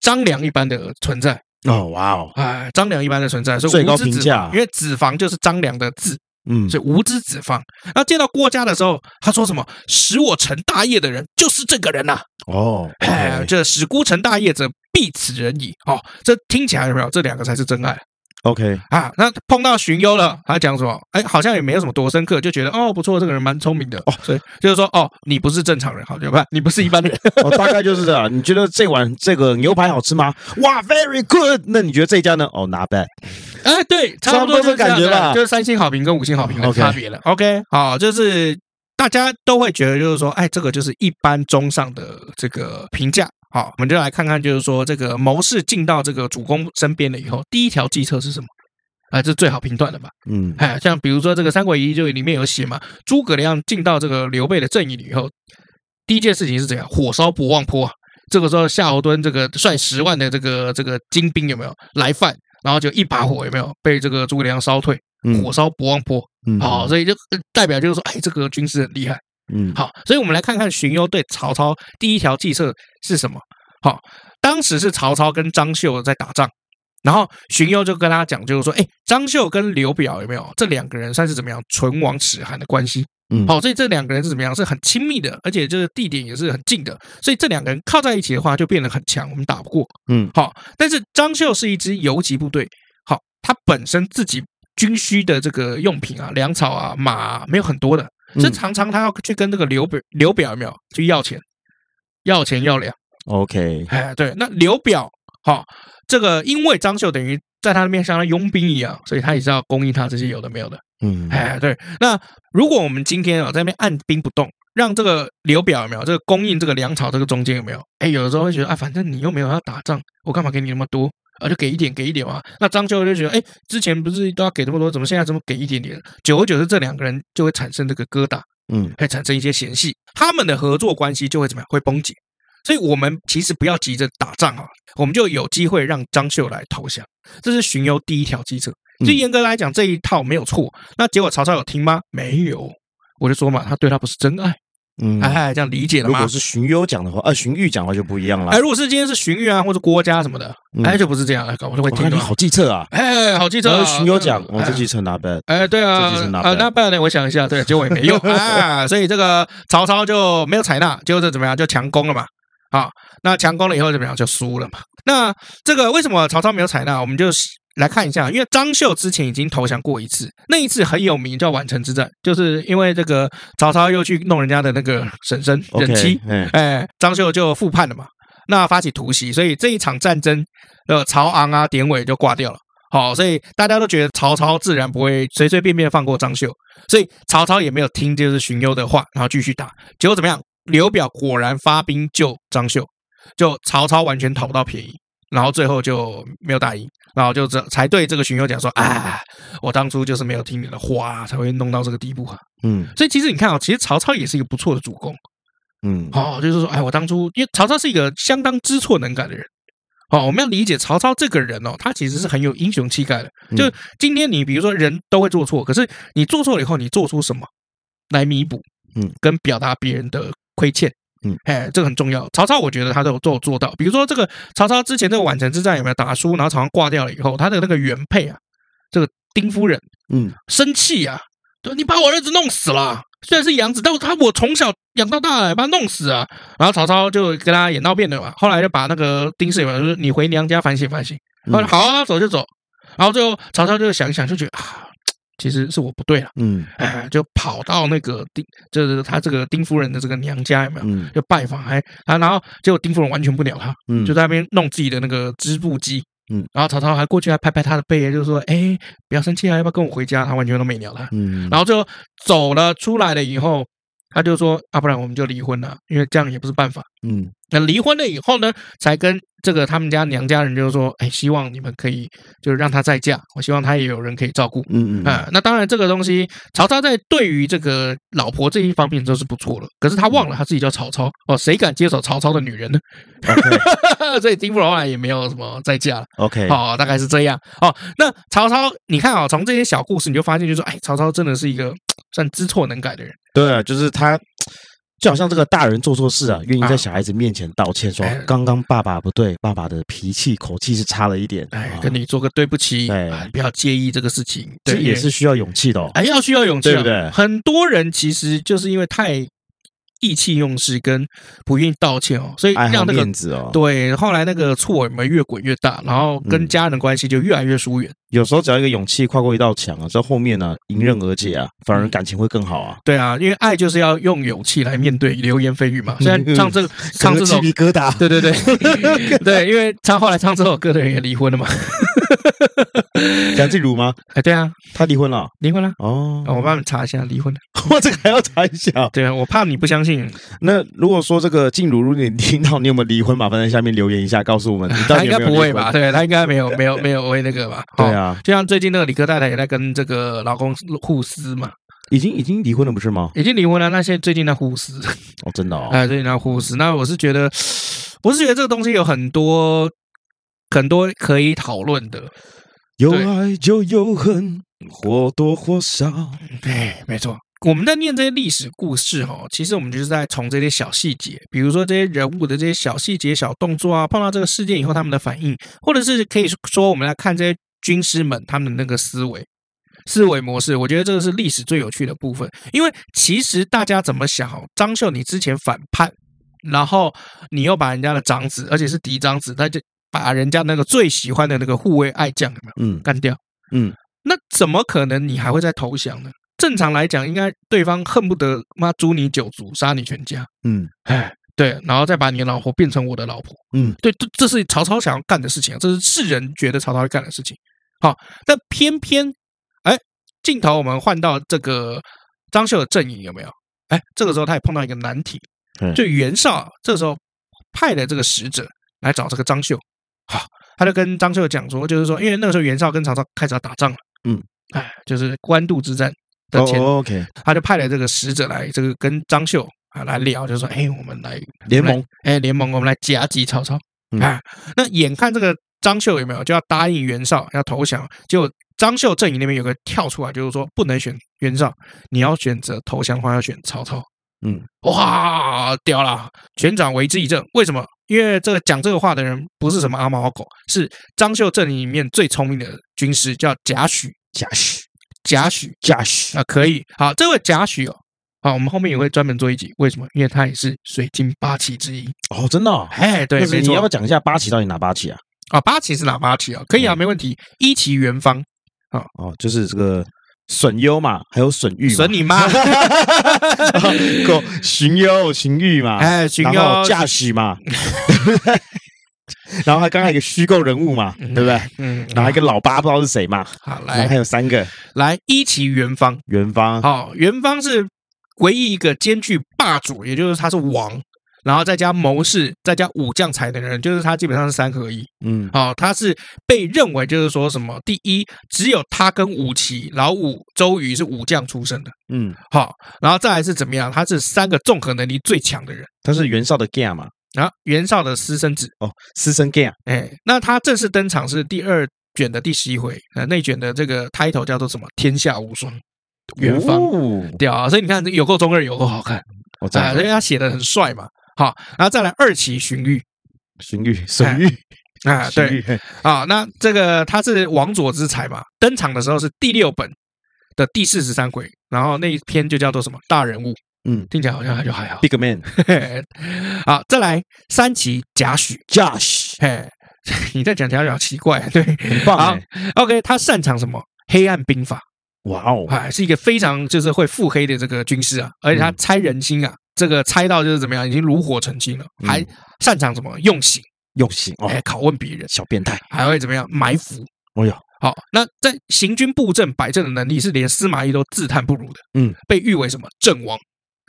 [SPEAKER 1] 张良一般的存在
[SPEAKER 2] 哦，哇哦，
[SPEAKER 1] 啊，张良一般的存在，所以
[SPEAKER 2] 最高
[SPEAKER 1] 无知子
[SPEAKER 2] 评价
[SPEAKER 1] 房因为子房就是张良的字，
[SPEAKER 2] 嗯，
[SPEAKER 1] 所以无知子房。然后见到郭嘉的时候，他说什么？使我成大业的人就是这个人啊呐、
[SPEAKER 2] 哦
[SPEAKER 1] 哎，这使孤成大业者，必此人矣。哦，这听起来有没有？这两个才是真爱
[SPEAKER 2] ，OK，
[SPEAKER 1] 啊！那碰到荀攸了，他讲什么？哎，好像也没有什么多深刻，就觉得哦，不错，这个人蛮聪明的哦，所以就是说哦，你不是正常人，好，对吧？你不是一般 人，
[SPEAKER 2] 哦，大概就是这样。 你觉得这碗这个牛排好吃吗？哇，very good。那你觉得这家呢？哦，拿 o bad。
[SPEAKER 1] 哎，对，差不多就是
[SPEAKER 2] 差不多这感觉
[SPEAKER 1] 这样的
[SPEAKER 2] 吧
[SPEAKER 1] 就是三星好评跟五星好评的
[SPEAKER 2] OK
[SPEAKER 1] 差别了。OK，好，就是大家都会觉得就是说，哎，这个就是一般中上的这个评价。好，我们就来看看，就是说这个谋士进到这个主公身边了以后，第一条计策是什么？啊，这是最好评断的吧？
[SPEAKER 2] 嗯，
[SPEAKER 1] 哎，像比如说这个《三国演义》就里面有写嘛，诸葛亮进到这个刘备的阵营里以后，第一件事情是怎样？火烧博望坡啊！这个时候夏侯惇这个率十万的这个这个精兵有没有来犯？然后就一把火有没有被这个诸葛亮烧退？
[SPEAKER 2] 嗯
[SPEAKER 1] 火烧博望坡，
[SPEAKER 2] 嗯
[SPEAKER 1] 好、所以就呃代表就是说，哎，这个军师很厉害。
[SPEAKER 2] 嗯，
[SPEAKER 1] 好，所以我们来看看荀攸对曹操第一条计策是什么。好，当时是曹操跟张绣在打仗，然后荀攸就跟他讲，就是说，哎，张绣跟刘表有没有这两个人算是怎么样唇亡齿寒的关系？
[SPEAKER 2] 嗯
[SPEAKER 1] 好，所以这两个人是怎么样是很亲密的，而且这个地点也是很近的，所以这两个人靠在一起的话就变得很强，我们打不过。
[SPEAKER 2] 嗯，
[SPEAKER 1] 好，但是张绣是一支游击部队，好，它本身自己军需的这个用品啊、粮草啊、马啊没有很多的，所以
[SPEAKER 2] 嗯
[SPEAKER 1] 常常他要去跟这个刘表刘表有没有去要钱，要钱要粮。
[SPEAKER 2] OK，
[SPEAKER 1] 哎，对，那刘表好、这个因为张绣等于在他那边相当于佣兵一样，所以他也是要供应他这些有的没有的。
[SPEAKER 2] 嗯，
[SPEAKER 1] 哎，对。那如果我们今天啊在那边按兵不动，让这个刘表有没有这个供应这个粮草这个中间有没有？哎，有的时候会觉得啊，反正你又没有要打仗，我干嘛给你那么多？啊，就给一点，给一点嘛。那张绣就觉得，哎，之前不是都要给这么多，怎么现在怎么给一点点？久而久之，这两个人就会产生这个疙瘩，
[SPEAKER 2] 嗯，
[SPEAKER 1] 会产生一些嫌隙，他们的合作关系就会怎么样？会崩解。所以我们其实不要急着打仗啊，我们就有机会让张绣来投降，这是荀攸第一条计策。
[SPEAKER 2] 嗯
[SPEAKER 1] 所以严格来讲，这一套没有错。那结果曹操有听吗？没有。我就说嘛，他对他不是真爱，
[SPEAKER 2] 嗯，
[SPEAKER 1] 哎，这样理解了
[SPEAKER 2] 如
[SPEAKER 1] 吗
[SPEAKER 2] 果？是荀攸讲的话，呃，荀彧讲的话就不一样了
[SPEAKER 1] 哎，。如果是今天是荀彧啊，或者郭嘉什么的，
[SPEAKER 2] 嗯
[SPEAKER 1] 哎，就不是这样，哎，搞不就会
[SPEAKER 2] 我看
[SPEAKER 1] 听
[SPEAKER 2] 你
[SPEAKER 1] 到。
[SPEAKER 2] 好计策啊，
[SPEAKER 1] 哎，好记者
[SPEAKER 2] 然
[SPEAKER 1] 啊，
[SPEAKER 2] 后荀攸讲，我这
[SPEAKER 1] 哎
[SPEAKER 2] 计策拿本，
[SPEAKER 1] 哎，对啊
[SPEAKER 2] 这就是，not
[SPEAKER 1] 啊，
[SPEAKER 2] bad
[SPEAKER 1] 那不然呢？我想一下，对，结果也没 用啊，所以这个曹操就没有采纳，结果就怎么样，就强攻了嘛。啊，那强攻了以后怎么样，就输了嘛。那这个为什么曹操没有采纳？我们就来看一下，因为张绣之前已经投降过一次，那一次很有名，叫宛城之战，就是因为这个曹操又去弄人家的那个婶婶人
[SPEAKER 2] OK，
[SPEAKER 1] 妻，
[SPEAKER 2] 嗯
[SPEAKER 1] 哎，张绣就复叛了嘛，那发起突袭，所以这一场战争，呃，曹昂啊、典韦就挂掉了。好，所以大家都觉得曹操自然不会随随便便放过张绣，所以曹操也没有听就是荀攸的话，然后继续打。结果怎么样？刘表果然发兵救张绣，就曹操完全讨不到便宜，然后最后就没有打赢，然后就这才对这个荀攸讲说：“啊，我当初就是没有听你的话，才会弄到这个地步啊。”
[SPEAKER 2] 嗯
[SPEAKER 1] 所以其实你看啊、其实曹操也是一个不错的主公。
[SPEAKER 2] 嗯，
[SPEAKER 1] 哦，就是说，哎，我当初因为曹操是一个相当知错能改的人。哦，我们要理解曹操这个人哦，他其实是很有英雄气概的。
[SPEAKER 2] 嗯
[SPEAKER 1] 就今天你比如说人都会做错，可是你做错了以后，你做出什么来弥补？
[SPEAKER 2] 嗯，
[SPEAKER 1] 跟表达别人的亏欠。
[SPEAKER 2] 嗯，
[SPEAKER 1] 哎，这个很重要。曹操我觉得他都有都有做到。比如说这个曹操之前这个宛城之战有没有打输，然后曹操挂掉了以后，他的那个原配啊，这个丁夫人
[SPEAKER 2] 嗯
[SPEAKER 1] 生气呀、对，你把我儿子弄死了。虽然是养子，但他我从小养到大，把他弄死啊。然后曹操就跟他演闹别扭嘛，后来就把那个丁氏也说你回娘家反省反省。
[SPEAKER 2] 嗯
[SPEAKER 1] 后来好、啊，走就走。然后最后曹操就想一想，就觉得啊，其实是我不对了，
[SPEAKER 2] 嗯
[SPEAKER 1] 哎，就跑到那个丁，就是他这个丁夫人的这个娘家有没有？
[SPEAKER 2] 嗯
[SPEAKER 1] 就拜访，还啊，然后结果丁夫人完全不鸟他，
[SPEAKER 2] 嗯，
[SPEAKER 1] 就在那边弄自己的那个织布机。
[SPEAKER 2] 嗯，
[SPEAKER 1] 然后曹操还过去还拍拍他的背，就说：“哎，不要生气啊，要不要跟我回家？”他完全都没鸟他。
[SPEAKER 2] 嗯，
[SPEAKER 1] 然后就走了出来了以后，他就说：“啊，不然我们就离婚了，因为这样也不是办法。”
[SPEAKER 2] 嗯
[SPEAKER 1] 那离婚了以后呢，才跟这个他们家娘家人就说：“哎，希望你们可以就是让他再嫁，我希望他也有人可以照顾。”
[SPEAKER 2] 嗯嗯，
[SPEAKER 1] 啊、那当然，这个东西曹操在对于这个老婆这一方面都是不错了，可是他忘了他自己叫曹操哦，谁敢接手曹操的女人呢？ 所以丁不后来也没有什么再嫁了。
[SPEAKER 2] OK，
[SPEAKER 1] 哦，大概是这样哦。那曹操，你看哦，从这些小故事你就发现，就是说，哎，曹操真的是一个算知错能改的人。
[SPEAKER 2] 对啊，就是他，就好像这个大人做错事啊，愿意
[SPEAKER 1] 啊
[SPEAKER 2] 在小孩子面前道歉，说
[SPEAKER 1] 哎
[SPEAKER 2] 刚刚爸爸不对，爸爸的脾气口气是差了一点，
[SPEAKER 1] 哎
[SPEAKER 2] 啊，
[SPEAKER 1] 跟你做个对不起，
[SPEAKER 2] 对
[SPEAKER 1] 哎不要介意这个事情，
[SPEAKER 2] 这
[SPEAKER 1] 对，
[SPEAKER 2] 也是需要勇气的哦。
[SPEAKER 1] 哎，要需要勇气啊，
[SPEAKER 2] 对不对
[SPEAKER 1] 很多人其实就是因为太意气用事跟不愿意道歉哦，所以
[SPEAKER 2] 爱好
[SPEAKER 1] 让那个
[SPEAKER 2] 面子哦，
[SPEAKER 1] 对后来那个错有没有越滚越大，然后跟
[SPEAKER 2] 嗯
[SPEAKER 1] 家人的关系就越来越疏远。
[SPEAKER 2] 有时候只要一个勇气跨过一道墙啊，在后面呢、迎刃而解啊，反
[SPEAKER 1] 嗯
[SPEAKER 2] 而感情会更好啊。
[SPEAKER 1] 对啊，因为爱就是要用勇气来面对流言蜚语嘛。虽然 唱这个唱这首
[SPEAKER 2] 疙瘩，
[SPEAKER 1] 对对对 对，因为唱后来唱这首歌的人也离婚了嘛。
[SPEAKER 2] 梁静茹吗？
[SPEAKER 1] 哎，对啊，
[SPEAKER 2] 她离婚了
[SPEAKER 1] 离婚了。
[SPEAKER 2] 哦
[SPEAKER 1] 啊，我帮你查一下离婚了。
[SPEAKER 2] 我这个还要查一下。哦
[SPEAKER 1] 对啊，我怕 你不相信，
[SPEAKER 2] 那如果说这个静茹，如果你听到你有没有离婚，麻烦在下面留言一下，告诉我 们你到
[SPEAKER 1] 他
[SPEAKER 2] 底
[SPEAKER 1] 应该
[SPEAKER 2] 有没有
[SPEAKER 1] 不
[SPEAKER 2] 离
[SPEAKER 1] 会
[SPEAKER 2] 婚
[SPEAKER 1] 吧？？对他应该没有没有没有为那个吧？
[SPEAKER 2] 对
[SPEAKER 1] 哦，
[SPEAKER 2] 啊，
[SPEAKER 1] 就像最近那个理科太太也在跟这个老公互撕嘛，
[SPEAKER 2] 已经已经离婚了不是吗？
[SPEAKER 1] 已经离婚了，那现在最近在互撕，
[SPEAKER 2] 哦，真的 哦，
[SPEAKER 1] 哎，最近在互撕。那我是觉得，我是觉得这个东西有很多很多可以讨论的。
[SPEAKER 2] 有
[SPEAKER 1] 对
[SPEAKER 2] 爱就有恨，或多或少。
[SPEAKER 1] 对，没错。我们在念这些历史故事哦，其实我们就是在从这些小细节，比如说这些人物的这些小细节、小动作啊，碰到这个事件以后他们的反应，或者是可以说我们来看这些军师们他们的那个思维、思维模式。我觉得这个是历史最有趣的部分，因为其实大家怎么想哦，张绣你之前反叛，然后你又把人家的长子，而且是嫡长子，他就把人家那个最喜欢的那个护卫爱将有没有
[SPEAKER 2] 嗯
[SPEAKER 1] 干掉？
[SPEAKER 2] 嗯，
[SPEAKER 1] 那怎么可能你还会再投降呢？正常来讲，应该对方恨不得妈诛你九族，杀你全家，
[SPEAKER 2] 嗯
[SPEAKER 1] 哎，对，然后再把你的老婆变成我的老婆，
[SPEAKER 2] 嗯
[SPEAKER 1] 对，这这是曹操想要干的事情，这是世人觉得曹操会干的事情。好、但偏偏哎，镜头我们换到这个张绣的阵营有没有？哎，这个时候他也碰到一个难题
[SPEAKER 2] 嗯，
[SPEAKER 1] 就袁绍啊这时候派了这个使者来找这个张绣，好、他就跟张绣讲说，就是说，因为那个时候袁绍跟曹操开始要打仗了，
[SPEAKER 2] 嗯，
[SPEAKER 1] 哎，就是官渡之战的
[SPEAKER 2] 哦
[SPEAKER 1] 前
[SPEAKER 2] 哦，OK，
[SPEAKER 1] 他就派了这个使者来，这个跟张绣啊来聊，就说：“哎，我们来
[SPEAKER 2] 联盟，
[SPEAKER 1] 哎联盟，我们来夹击曹操。
[SPEAKER 2] 嗯
[SPEAKER 1] 啊，那眼看这个张绣有没有就要答应袁绍要投降，结果张绣阵营那边有个跳出来，就是说不能选袁绍，你要选择投降的话要选曹操。
[SPEAKER 2] 嗯，
[SPEAKER 1] 哇，屌啦！全场为之一振。为什么？因为这个讲这个话的人不是什么阿猫阿狗，是张绣阵营里面最聪明的军师，叫贾诩。
[SPEAKER 2] 贾诩，
[SPEAKER 1] 贾诩
[SPEAKER 2] 贾诩，
[SPEAKER 1] 啊，可以。好，这位贾诩哦，好，我们后面也会专门做一集。为什么？因为他也是水晶八旗之一。
[SPEAKER 2] 哦，真的哦，
[SPEAKER 1] 哎，对，
[SPEAKER 2] 那是
[SPEAKER 1] 没
[SPEAKER 2] 你要不
[SPEAKER 1] 错
[SPEAKER 2] 要。讲一下八旗到底哪八旗啊？
[SPEAKER 1] 啊，八旗是哪八旗啊？可以啊，
[SPEAKER 2] 嗯
[SPEAKER 1] 没问题。一旗元方，
[SPEAKER 2] 哦，就是这个损优嘛，还有损玉嘛， 哦
[SPEAKER 1] 损你妈！
[SPEAKER 2] 够荀攸、荀彧嘛，
[SPEAKER 1] 哎， 荀
[SPEAKER 2] 然
[SPEAKER 1] 攸
[SPEAKER 2] 后，驾驶嘛， 然后还刚才一个虚构人物嘛，对不对？
[SPEAKER 1] 嗯，
[SPEAKER 2] 然后一个老八不知道是谁嘛，
[SPEAKER 1] 好
[SPEAKER 2] 然后
[SPEAKER 1] 来
[SPEAKER 2] 还有三个
[SPEAKER 1] 来，一旗元方。
[SPEAKER 2] 元芳，
[SPEAKER 1] 哎好，元方是唯一一个兼具霸主，也就是他是王，然后再加谋士，再加武将才能的人，就是他基本上是三合一。
[SPEAKER 2] 嗯
[SPEAKER 1] 哦，他是被认为就是说什么？第一，只有他跟武齐、老武、周瑜是武将出身的，
[SPEAKER 2] 嗯，
[SPEAKER 1] 好、然后再来是怎么样？他是三个综合能力最强的人
[SPEAKER 2] 他是袁绍的 gay 嘛，
[SPEAKER 1] 啊，袁绍的私生子，
[SPEAKER 2] 哦，私生 gay，
[SPEAKER 1] 哎，那他正式登场是第二卷的第十一回，呃，内卷的这个 title 叫做什么？天下无双，元芳。
[SPEAKER 2] 哦，
[SPEAKER 1] 屌啊！所以你看，有够中二，有够好看
[SPEAKER 2] 我
[SPEAKER 1] 啊！
[SPEAKER 2] 在
[SPEAKER 1] 因为他写的很帅嘛。好，然后再来二期荀彧
[SPEAKER 2] 荀彧，荀彧，
[SPEAKER 1] 啊，对，
[SPEAKER 2] 荀彧，
[SPEAKER 1] 啊，那这个他是王佐之才嘛，登场的时候是第六本的第四十三回，然后那一篇就叫做什么大人物，
[SPEAKER 2] 嗯
[SPEAKER 1] 听起来好像就还好。
[SPEAKER 2] ，big man，
[SPEAKER 1] 好，再来三期贾诩，
[SPEAKER 2] 驾驶，
[SPEAKER 1] 嘿， 你在讲贾诩好奇怪，对
[SPEAKER 2] 很棒
[SPEAKER 1] 好
[SPEAKER 2] 哎，
[SPEAKER 1] ，OK，他擅长什么？黑暗兵法，
[SPEAKER 2] 哇哦，
[SPEAKER 1] 哎，是一个非常就是会腹黑的这个军师啊，而且他
[SPEAKER 2] 嗯
[SPEAKER 1] 猜人心啊，这个猜到就是怎么样，已经炉火纯青了，还
[SPEAKER 2] 嗯
[SPEAKER 1] 擅长什么用刑，
[SPEAKER 2] 用心哦，
[SPEAKER 1] 哎，拷问别人，
[SPEAKER 2] 小变态，
[SPEAKER 1] 还会怎么样埋伏，
[SPEAKER 2] 哦哟，
[SPEAKER 1] 好，那在行军布阵摆阵的能力是连司马懿都自叹不如的，
[SPEAKER 2] 嗯，
[SPEAKER 1] 被誉为什么阵王，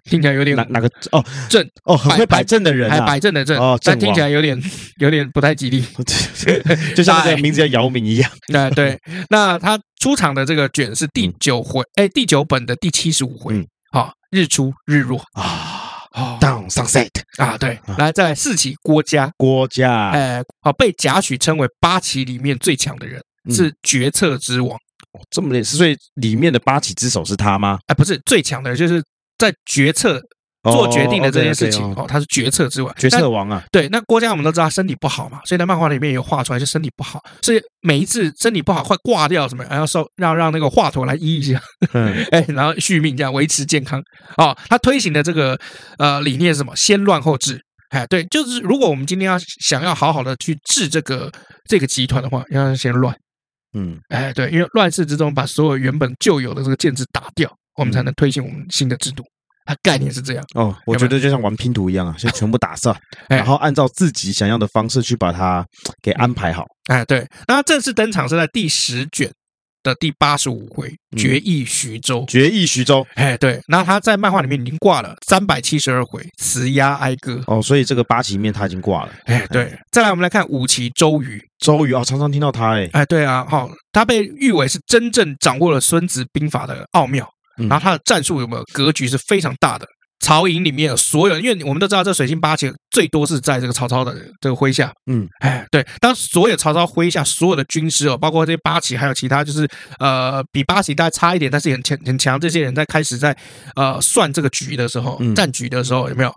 [SPEAKER 1] 听起来有点
[SPEAKER 2] 哪哪个哦
[SPEAKER 1] 正，
[SPEAKER 2] 哦，很会
[SPEAKER 1] 摆
[SPEAKER 2] 摆阵的人
[SPEAKER 1] 还
[SPEAKER 2] 啊，
[SPEAKER 1] 摆阵的阵，
[SPEAKER 2] 哦
[SPEAKER 1] 但
[SPEAKER 2] 阵
[SPEAKER 1] 听起来有点有点不太吉利。
[SPEAKER 2] 就像那
[SPEAKER 1] 哎
[SPEAKER 2] 个名字叫姚明一样，
[SPEAKER 1] 那哎对，那他出场的这个卷是第
[SPEAKER 2] 嗯
[SPEAKER 1] 九回，哎，第九本的第七十五回
[SPEAKER 2] 嗯，
[SPEAKER 1] 好，日出日落，
[SPEAKER 2] 啊
[SPEAKER 1] 哦
[SPEAKER 2] ，Down Sunset
[SPEAKER 1] 啊，对
[SPEAKER 2] 啊，
[SPEAKER 1] 来再来四旗郭嘉，
[SPEAKER 2] 郭嘉，
[SPEAKER 1] 哎，好，被贾诩称为八旗里面最强的人，
[SPEAKER 2] 嗯
[SPEAKER 1] 是决策之王，
[SPEAKER 2] 哦这么累，所以里面的八旗之首是他吗？
[SPEAKER 1] 哎，不是最强的人，就是在决策做决定的这件事情
[SPEAKER 2] 哦，OK，OK，哦
[SPEAKER 1] 哦，他是决策之王。
[SPEAKER 2] 决
[SPEAKER 1] 但
[SPEAKER 2] 策王啊，
[SPEAKER 1] 对，那郭嘉我们都知道他身体不好嘛，所以在漫画里面有画出来，就身体不好，所以每一次身体不好快挂掉什么，然后受让让那个华佗来医一下，
[SPEAKER 2] 嗯
[SPEAKER 1] 哎，然后续命这样维持健康。哦，他推行的这个呃理念是什么？先乱后治。哎，对，就是如果我们今天要想要好好的去治这个这个集团的话，要先乱。
[SPEAKER 2] 嗯，
[SPEAKER 1] 哎，对，因为乱世之中把所有原本旧有的这个建制打掉，我们才能推行我们新的制度。它概念是这样。
[SPEAKER 2] 哦，我觉得就像玩拼图一样啊，先全部打散，
[SPEAKER 1] 哎
[SPEAKER 2] 然后按照自己想要的方式去把它给安排好。
[SPEAKER 1] 哎，对，那他正式登场是在第十卷的第八十五回《
[SPEAKER 2] 嗯
[SPEAKER 1] 决议徐州》
[SPEAKER 2] 决议徐州
[SPEAKER 1] 哎，对，那他在漫画里面已经挂了三百七十二回《慈鸭哀歌》。
[SPEAKER 2] 哦，所以这个八旗里面他已经挂了。
[SPEAKER 1] 哎，对，再来我们来看五旗周瑜。
[SPEAKER 2] 周瑜哦，常常听到他哎，
[SPEAKER 1] 哎，对啊，好、他被誉为是真正掌握了《孙子兵法》的奥妙，
[SPEAKER 2] 嗯
[SPEAKER 1] 然后他的战术有没有格局是非常大的。曹营里面有所有，因为我们都知道这水星八旗最多是在这个曹操的这个麾下，
[SPEAKER 2] 嗯，
[SPEAKER 1] 哎，对，当所有曹操麾下所有的军师哦，包括这些八旗，还有其他就是呃比八旗大概差一点，但是也很强很强，这些人在开始在呃算这个局的时候，
[SPEAKER 2] 嗯
[SPEAKER 1] 战局的时候有没有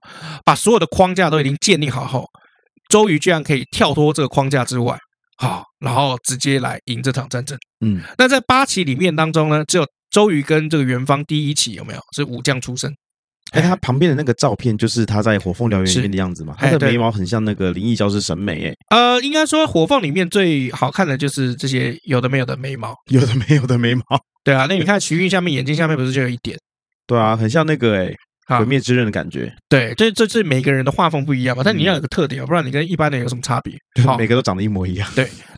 [SPEAKER 1] 把所有的框架都已经建立好后，周瑜居然可以跳脱这个框架之外，好，然后直接来赢这场战争。
[SPEAKER 2] 嗯，
[SPEAKER 1] 那在八旗里面当中呢，只有周瑜跟这个元芳第一旗有没有是武将出身？
[SPEAKER 2] 哎，他旁边的那个照片就是他在《火凤燎原》里面的样子嘛，
[SPEAKER 1] 是哎
[SPEAKER 2] 他的
[SPEAKER 1] 对
[SPEAKER 2] 眉毛很像那个灵异教师审美哎，
[SPEAKER 1] 呃，应该说火凤里面最好看的就是这些有的没有的眉毛。
[SPEAKER 2] 有的没有的眉毛，
[SPEAKER 1] 对啊，那你看徐运下面眼睛下面不是就有一点？
[SPEAKER 2] 对啊，很像那个哎，
[SPEAKER 1] 啊
[SPEAKER 2] 鬼灭之刃》的感觉，
[SPEAKER 1] 对，这这是每个人的画风不一样嘛，但你要有个特点，不然你跟一般人有什么差别？好，
[SPEAKER 2] 每个都长得一模一样。